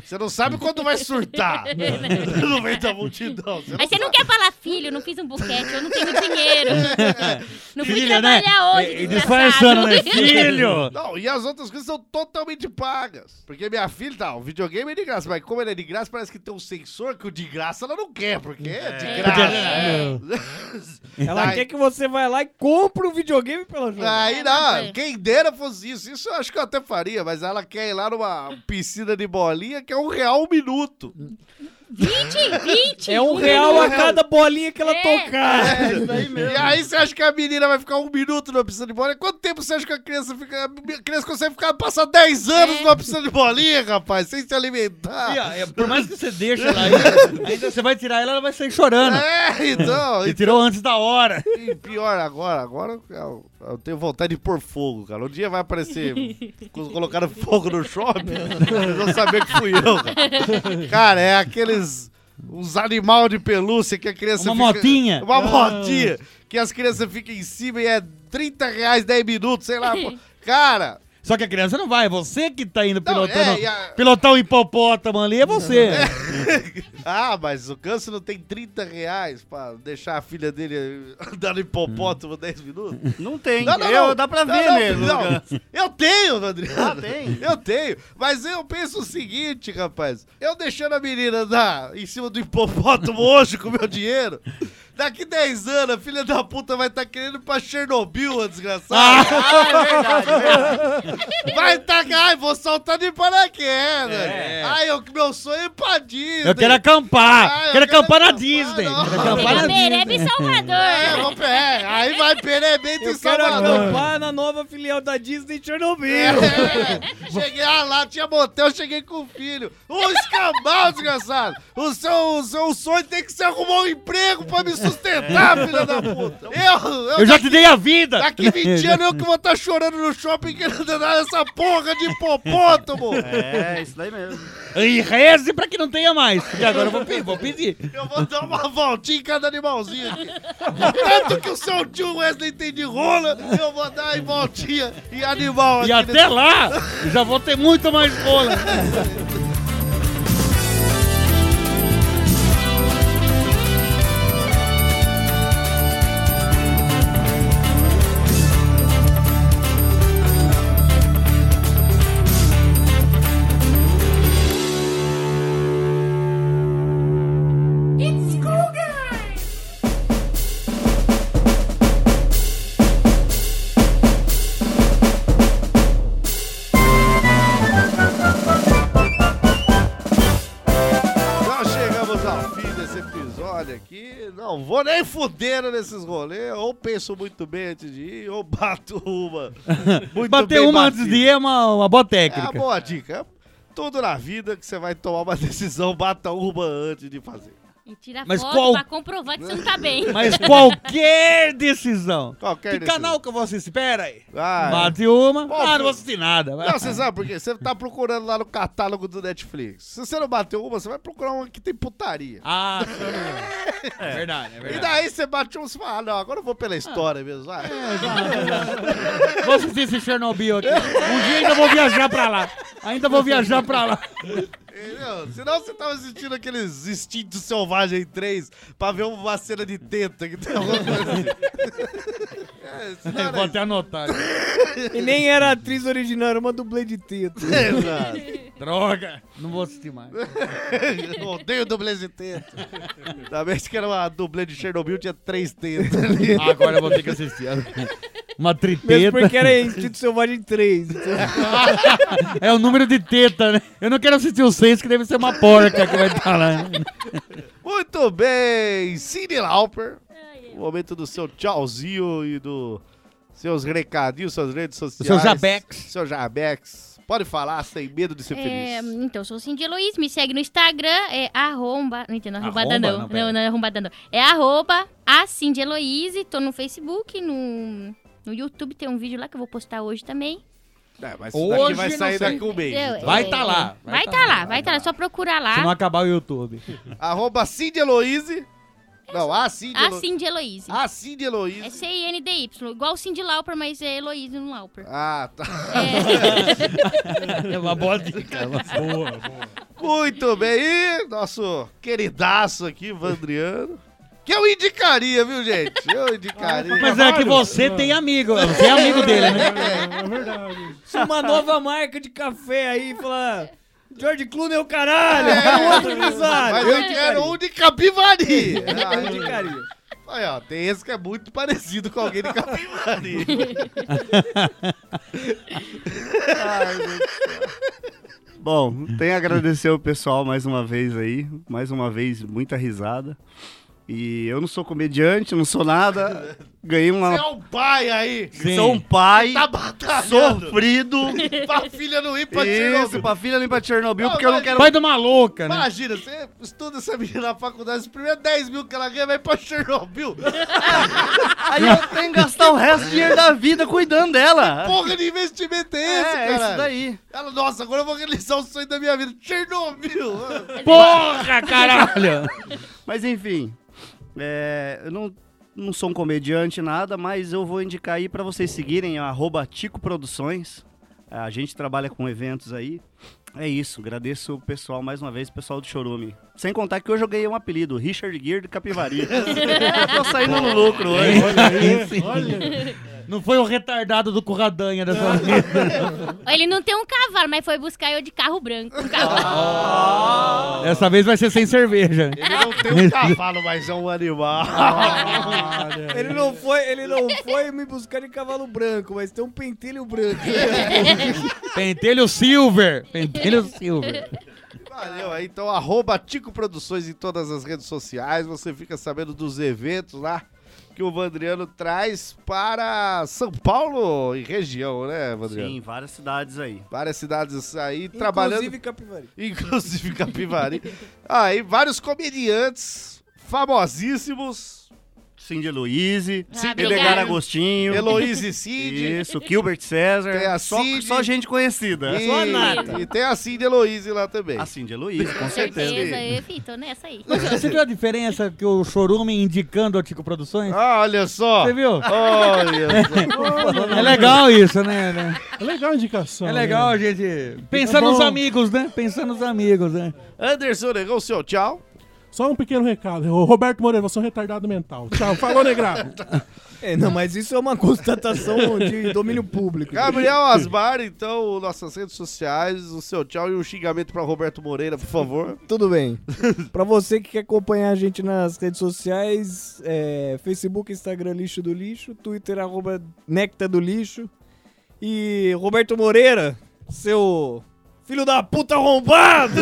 Speaker 3: Você não sabe quando vai surtar.
Speaker 7: *laughs*
Speaker 3: no meio da multidão. Você
Speaker 7: Mas você
Speaker 3: sabe.
Speaker 7: não quer falar, filho, eu não fiz um boquete, eu não tenho dinheiro. Não fui
Speaker 12: Filho, né?
Speaker 7: trabalhar hoje,
Speaker 12: E- e
Speaker 7: desgraçado.
Speaker 12: disfarçando,
Speaker 7: *laughs*
Speaker 12: né? Filho!
Speaker 3: Não, e as outras coisas são totalmente pagas. Porque minha filha, tá, o videogame é de graça, mas como ele é de graça, parece que tem um sensor que o de graça ela não quer, porque é de graça. É.
Speaker 5: Ela
Speaker 3: Daí-
Speaker 5: quer que você vai lá e compre o videogame pela jogada.
Speaker 3: Aí não, quem dera fosse isso. Isso eu acho que eu até faria, mas ela quer ir lá numa piscina de bolinha que é um real um minuto.
Speaker 7: 20, 20.
Speaker 5: É um real a cada bolinha que ela
Speaker 7: É.
Speaker 5: tocar.
Speaker 3: É, isso aí mesmo. *laughs* E aí você acha que a menina vai ficar um minuto numa piscina de bolinha? Quanto tempo você acha que a criança fica. A criança consegue ficar passar 10 anos numa piscina de bolinha, rapaz, sem se alimentar?
Speaker 4: E, ó, é, por mais que você
Speaker 3: *laughs*
Speaker 4: deixe ela aí, ainda você vai tirar ela, ela vai sair chorando.
Speaker 3: É, *laughs* então.
Speaker 4: E tirou antes da hora.
Speaker 3: E pior agora, agora é eu, eu tenho vontade de pôr fogo, cara. Um dia vai aparecer. co- Colocaram fogo no shopping, vocês vão saber que fui eu, cara. Cara, é aqueles. Uns animal de pelúcia que a criança
Speaker 4: Uma
Speaker 3: fica-
Speaker 4: motinha.
Speaker 3: Uma
Speaker 4: Ah.
Speaker 3: motinha. Que as crianças ficam em cima e é 30 reais 10 minutos, sei lá. pô. Cara,
Speaker 4: Só que a criança não vai, é você que tá indo
Speaker 3: é,
Speaker 4: pilotando.
Speaker 3: e a-
Speaker 4: Pilotar um hipopótamo ali é você.
Speaker 3: Ah, mas o Ganso não tem 30 reais pra deixar a filha dele andando em
Speaker 4: Hum.
Speaker 3: hipopótamo 10 minutos?
Speaker 6: Não tem. Eu- dá pra ver nele, o Ganso.
Speaker 3: Eu tenho, Adriano.
Speaker 6: Ah, tem?
Speaker 3: Eu tenho. Mas eu penso o seguinte, rapaz. Eu deixando a menina andar em cima do hipopótamo hoje com meu dinheiro... Daqui 10 anos, a filha da puta vai estar tá querendo ir pra Chernobyl, a desgraçada.
Speaker 6: Ah, é verdade, é
Speaker 3: Vai estar... Tá, ai, vou saltar de paraquedas.
Speaker 6: é.
Speaker 3: Ai, eu, meu sonho é ir pra Disney.
Speaker 4: Eu quero acampar.
Speaker 3: Ah, eu
Speaker 4: quero
Speaker 3: quero
Speaker 4: acampar na Disney. Quero acampar na
Speaker 7: Berebe
Speaker 4: Disney.
Speaker 3: *laughs*
Speaker 7: em
Speaker 3: É,
Speaker 7: Salvador.
Speaker 3: vou pe- é, aí vai Perebento em
Speaker 5: Eu quero
Speaker 3: Salvador.
Speaker 5: acampar na nova filial da Disney em Chernobyl.
Speaker 3: É, *laughs* cheguei ah, lá, tinha motel, cheguei com o filho. Um escambau, desgraçado. O seu, o seu sonho tem que ser arrumar um emprego pra me sustentar, filha da puta. Eu, eu,
Speaker 4: Eu já te dei a vida.
Speaker 3: daqui 20 anos eu que vou estar chorando no shopping querendo andar nessa porra de hipopótamo.
Speaker 6: É, isso daí mesmo.
Speaker 4: E reze pra que não tenha mais. Porque agora eu vou pedir. Vou pedir.
Speaker 3: Eu vou dar uma voltinha em cada animalzinho aqui. Tanto que o seu tio Wesley tem de rola, eu vou dar em voltinha e animal
Speaker 4: E
Speaker 3: aqui.
Speaker 4: até
Speaker 3: nesse-
Speaker 4: lá, eu já vou ter muito mais *laughs* rola.
Speaker 3: Nós chegamos ao fim desse episódio aqui. Não vou nem fuder nesses rolês. Ou penso muito bem antes de ir, ou bato
Speaker 4: *laughs*
Speaker 3: uma. Muito
Speaker 4: Bater
Speaker 3: bem
Speaker 4: uma
Speaker 3: batida.
Speaker 4: antes de ir é uma, uma boa
Speaker 3: É uma
Speaker 4: técnica.
Speaker 3: boa dica. Tudo na vida que você vai tomar uma *laughs* decisão, bata uma antes de fazer.
Speaker 7: E tira
Speaker 4: Mas
Speaker 7: foto
Speaker 4: qual-
Speaker 7: pra comprovar que você não tá bem.
Speaker 4: Mas qualquer decisão.
Speaker 3: Qualquer
Speaker 4: que
Speaker 3: decisão.
Speaker 4: canal que eu vou assistir? Pera aí.
Speaker 3: Ah, é.
Speaker 4: Bate uma.
Speaker 3: Qual
Speaker 4: ah,
Speaker 3: foi?
Speaker 4: não vou assistir nada.
Speaker 3: Não, você sabe por quê? Você tá procurando lá no catálogo do Netflix. Se você não bateu uma, você vai procurar uma que tem putaria.
Speaker 4: Ah, é verdade, é
Speaker 3: E
Speaker 4: verdade.
Speaker 3: daí você bate um e você fala, ah, não, agora eu vou pela história mesmo. vai.
Speaker 4: Vou assistir esse Chernobyl aqui. Um dia ainda vou viajar pra lá. Ainda vou viajar pra lá.
Speaker 3: Entendeu? Senão você tava assistindo aqueles Instinto Selvagem 3 pra ver uma cena de teta que tem alguma coisa assim. é,
Speaker 4: Vou até anotar. aqui.
Speaker 5: E nem era a atriz original, era uma dublê de teto.
Speaker 3: Exato.
Speaker 4: Droga. Não vou assistir mais.
Speaker 3: Eu odeio dublês de teta. Da vez que era uma dublê de Chernobyl, tinha três tetas ali.
Speaker 4: Ah, Agora eu vou ter que assistir. *laughs* Uma
Speaker 5: Mesmo
Speaker 4: triteta.
Speaker 5: porque era Instinto Selvagem 3. Então...
Speaker 4: É o número de teta, né? Eu não quero assistir o seis que deve ser uma porca que vai estar lá.
Speaker 3: Muito bem, Cindy Lauper. O momento do seu tchauzinho e do seus recadinhos, suas redes sociais.
Speaker 4: Seu jabex.
Speaker 3: Seu jabex. Pode falar sem medo de ser
Speaker 7: É,
Speaker 4: hum,
Speaker 3: feliz.
Speaker 7: então, eu sou Cindy Luiz, me segue no Instagram, é arromba. Não entendo, arrombada
Speaker 4: Arromba?
Speaker 7: não.
Speaker 4: Não,
Speaker 7: Não,
Speaker 4: pera.
Speaker 7: não, é arrombada não. É arroba a Cindy Heloise, tô no Facebook, no, no YouTube tem um vídeo lá que eu vou postar hoje também.
Speaker 3: É, mas isso daqui
Speaker 4: Hoje
Speaker 3: vai
Speaker 4: não
Speaker 3: sair
Speaker 4: sei.
Speaker 3: daqui um mês.
Speaker 7: Entendeu?
Speaker 3: então.
Speaker 4: Vai
Speaker 7: É,
Speaker 4: tá lá, vai
Speaker 7: Vai
Speaker 4: tá
Speaker 7: tá
Speaker 4: lá,
Speaker 7: lá,
Speaker 4: vai
Speaker 7: vai
Speaker 4: tá
Speaker 7: tá lá, só procurar
Speaker 4: Se não
Speaker 7: lá.
Speaker 4: acabar o YouTube.
Speaker 3: Arroba Cindy Heloise. Não, a Cindy Ah,
Speaker 7: A
Speaker 3: Elo-
Speaker 7: Cindy Heloísa.
Speaker 3: A Cindy Heloísa.
Speaker 7: É C-I-N-D-Y. Igual Cindy Lauper, mas é Heloísa no Lauper.
Speaker 3: Ah, tá.
Speaker 7: É.
Speaker 12: É uma boa dica, é uma boa,
Speaker 3: boa. Muito bem. E nosso queridaço aqui, Vandriano. Que eu indicaria, viu, gente? Eu indicaria.
Speaker 12: Mas é que você tem amigo, você é amigo dele, né?
Speaker 5: É verdade.
Speaker 3: *laughs*
Speaker 5: Se uma nova marca de café aí falar. George Clooney é o caralho!
Speaker 3: É.
Speaker 5: É, um outro empresário!
Speaker 3: Mas eu quero um de capivari.
Speaker 5: Eu indicaria.
Speaker 3: Olha, ó, tem esse que é muito parecido com alguém de capivari. Ai, meu
Speaker 6: Bom, tem a agradecer o pessoal mais uma vez aí. Mais uma vez, muita risada. E eu não sou comediante, não sou nada. Ganhei uma.
Speaker 3: Você é um pai aí.
Speaker 6: Sou um pai
Speaker 3: Tá batalhando.
Speaker 6: sofrido.
Speaker 3: pra filha não ir pra
Speaker 6: Isso,
Speaker 3: Chernobyl.
Speaker 6: pra filha nem pra Chernobyl,
Speaker 3: Não,
Speaker 6: porque eu não
Speaker 3: imagina.
Speaker 6: quero.
Speaker 3: Pai
Speaker 12: de uma louca,
Speaker 3: Imagina, você estuda essa menina na faculdade, os primeiros 10 mil que ela ganha vai pra Chernobyl.
Speaker 6: Aí eu tenho que gastar o resto do dinheiro da vida cuidando dela.
Speaker 3: Porra de investimento é esse,
Speaker 6: É, é isso
Speaker 3: cara?
Speaker 6: daí.
Speaker 3: Ela, nossa, agora eu vou realizar o sonho da minha vida. Chernobyl.
Speaker 6: Porra, caralho! Mas enfim, é, eu não, não sou um comediante, nada, mas eu vou indicar aí pra vocês seguirem, é arroba Tico Produções. É, A gente trabalha com eventos aí. É isso, agradeço o pessoal mais uma vez, o pessoal do Chorume. Sem contar que hoje eu ganhei um apelido, Richard Gear de Capivari. eu tô saindo no lucro hoje.
Speaker 12: Sim. Não foi o retardado do Curradanha dessa vez.
Speaker 7: Ele não tem um cavalo, mas foi buscar eu de carro branco. Um cavalo.
Speaker 4: Dessa vez vai ser sem cerveja.
Speaker 3: *laughs* Ele não tem um cavalo, mas é um animal. *laughs*
Speaker 5: Então, Ele não foi, ele não foi me buscar de cavalo branco, mas tem um pentelho branco.
Speaker 3: tá
Speaker 4: Pentelho Silver. Pentelho Silver.
Speaker 3: Valeu aí, então arroba Tico Produções em todas as redes sociais. Você fica sabendo dos eventos lá que o Vandriano traz para São Paulo e região, né, Vandriano?
Speaker 6: Sim, várias cidades aí.
Speaker 3: Várias cidades aí trabalhando. *laughs*
Speaker 5: Inclusive Capivari.
Speaker 3: Inclusive Capivari. aí vários comediantes famosíssimos.
Speaker 6: Cindy Luiz,
Speaker 3: Cindy
Speaker 6: Edgar
Speaker 3: Luiz.
Speaker 6: Agostinho,
Speaker 3: Heloísa e Cindy.
Speaker 6: Isso, Gilbert César.
Speaker 3: Tem a
Speaker 6: só,
Speaker 3: Cindy.
Speaker 6: só gente conhecida.
Speaker 3: E, e tem a Cindy Heloise lá também.
Speaker 6: A Cindy Heloise, com
Speaker 7: Certeza,
Speaker 6: certeza.
Speaker 7: eu, fi, tô nessa aí.
Speaker 12: Mas você viu a diferença que o Chorume indicando a Tico Produções?
Speaker 3: Ah, olha só.
Speaker 12: Você viu?
Speaker 4: Ah,
Speaker 3: Olha
Speaker 12: É legal isso, né? né?
Speaker 8: É legal a indicação.
Speaker 12: É legal a
Speaker 8: né?
Speaker 12: gente pensar nos
Speaker 8: bom.
Speaker 12: amigos, né? Pensar nos amigos, né?
Speaker 3: *laughs* Anderson Negão, seu tchau.
Speaker 8: Só um pequeno recado. Ô, Roberto Moreira, você é um retardado mental. Tchau. Falou, negrado.
Speaker 5: É, não, mas isso é uma constatação de domínio público.
Speaker 3: Gabriel Asmar, então, nossas redes sociais, o seu tchau e um xingamento pra Roberto Moreira, por favor.
Speaker 5: Tudo bem. Pra você que quer acompanhar a gente nas redes sociais, é, Facebook, Instagram, Lixo do Lixo, Twitter, arroba Necta do Lixo. E Roberto Moreira, seu filho da puta arrombado!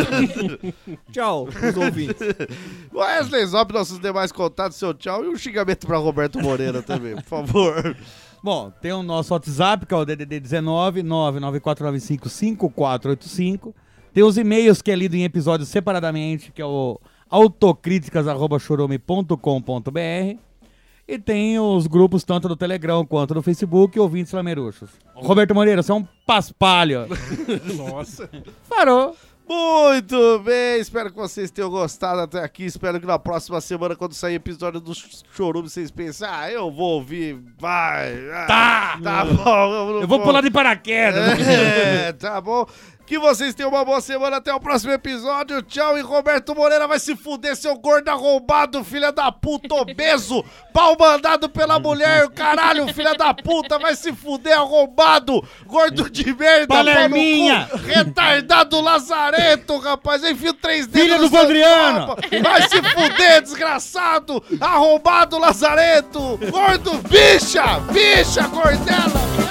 Speaker 5: Tchau, os ouvintes.
Speaker 3: Wesley Zop, nossos demais contatos, seu tchau e um xingamento pra Roberto Moreira também, por favor.
Speaker 4: Bom, tem o nosso WhatsApp, que é o DDD 19 994955485. Tem os e-mails que é lido em episódios separadamente, que é o autocríticas.chorome.com.br. E tem os grupos tanto do Telegram quanto do Facebook, ouvintes lameruchos. Roberto Moreira, você é um paspalho.
Speaker 8: Nossa.
Speaker 4: Parou.
Speaker 3: Muito bem, espero que vocês tenham gostado até aqui. Espero que na próxima semana, quando sair episódio do Chorume, vocês pensem, ah, eu vou ouvir, vai. Tá! Tá bom. não
Speaker 12: Eu vou pular de paraquedas.
Speaker 3: *laughs* É, tá bom. Que vocês tenham uma boa semana. Até o próximo episódio. Tchau. E Roberto Moreira vai se fuder, seu gordo arrombado, filha da puta, obeso. Pau mandado pela mulher, caralho, filha da puta. Vai se fuder, arrombado. Gordo de merda. pau no cu,
Speaker 12: Palerminha.
Speaker 3: Retardado Lazareto, rapaz. Enfio três dedos
Speaker 12: Filha
Speaker 3: no
Speaker 12: do
Speaker 3: seu
Speaker 12: Vandriano.
Speaker 3: tapa. Vai se fuder, desgraçado. Arrombado Lazareto. Gordo, bicha. Bicha, gordela.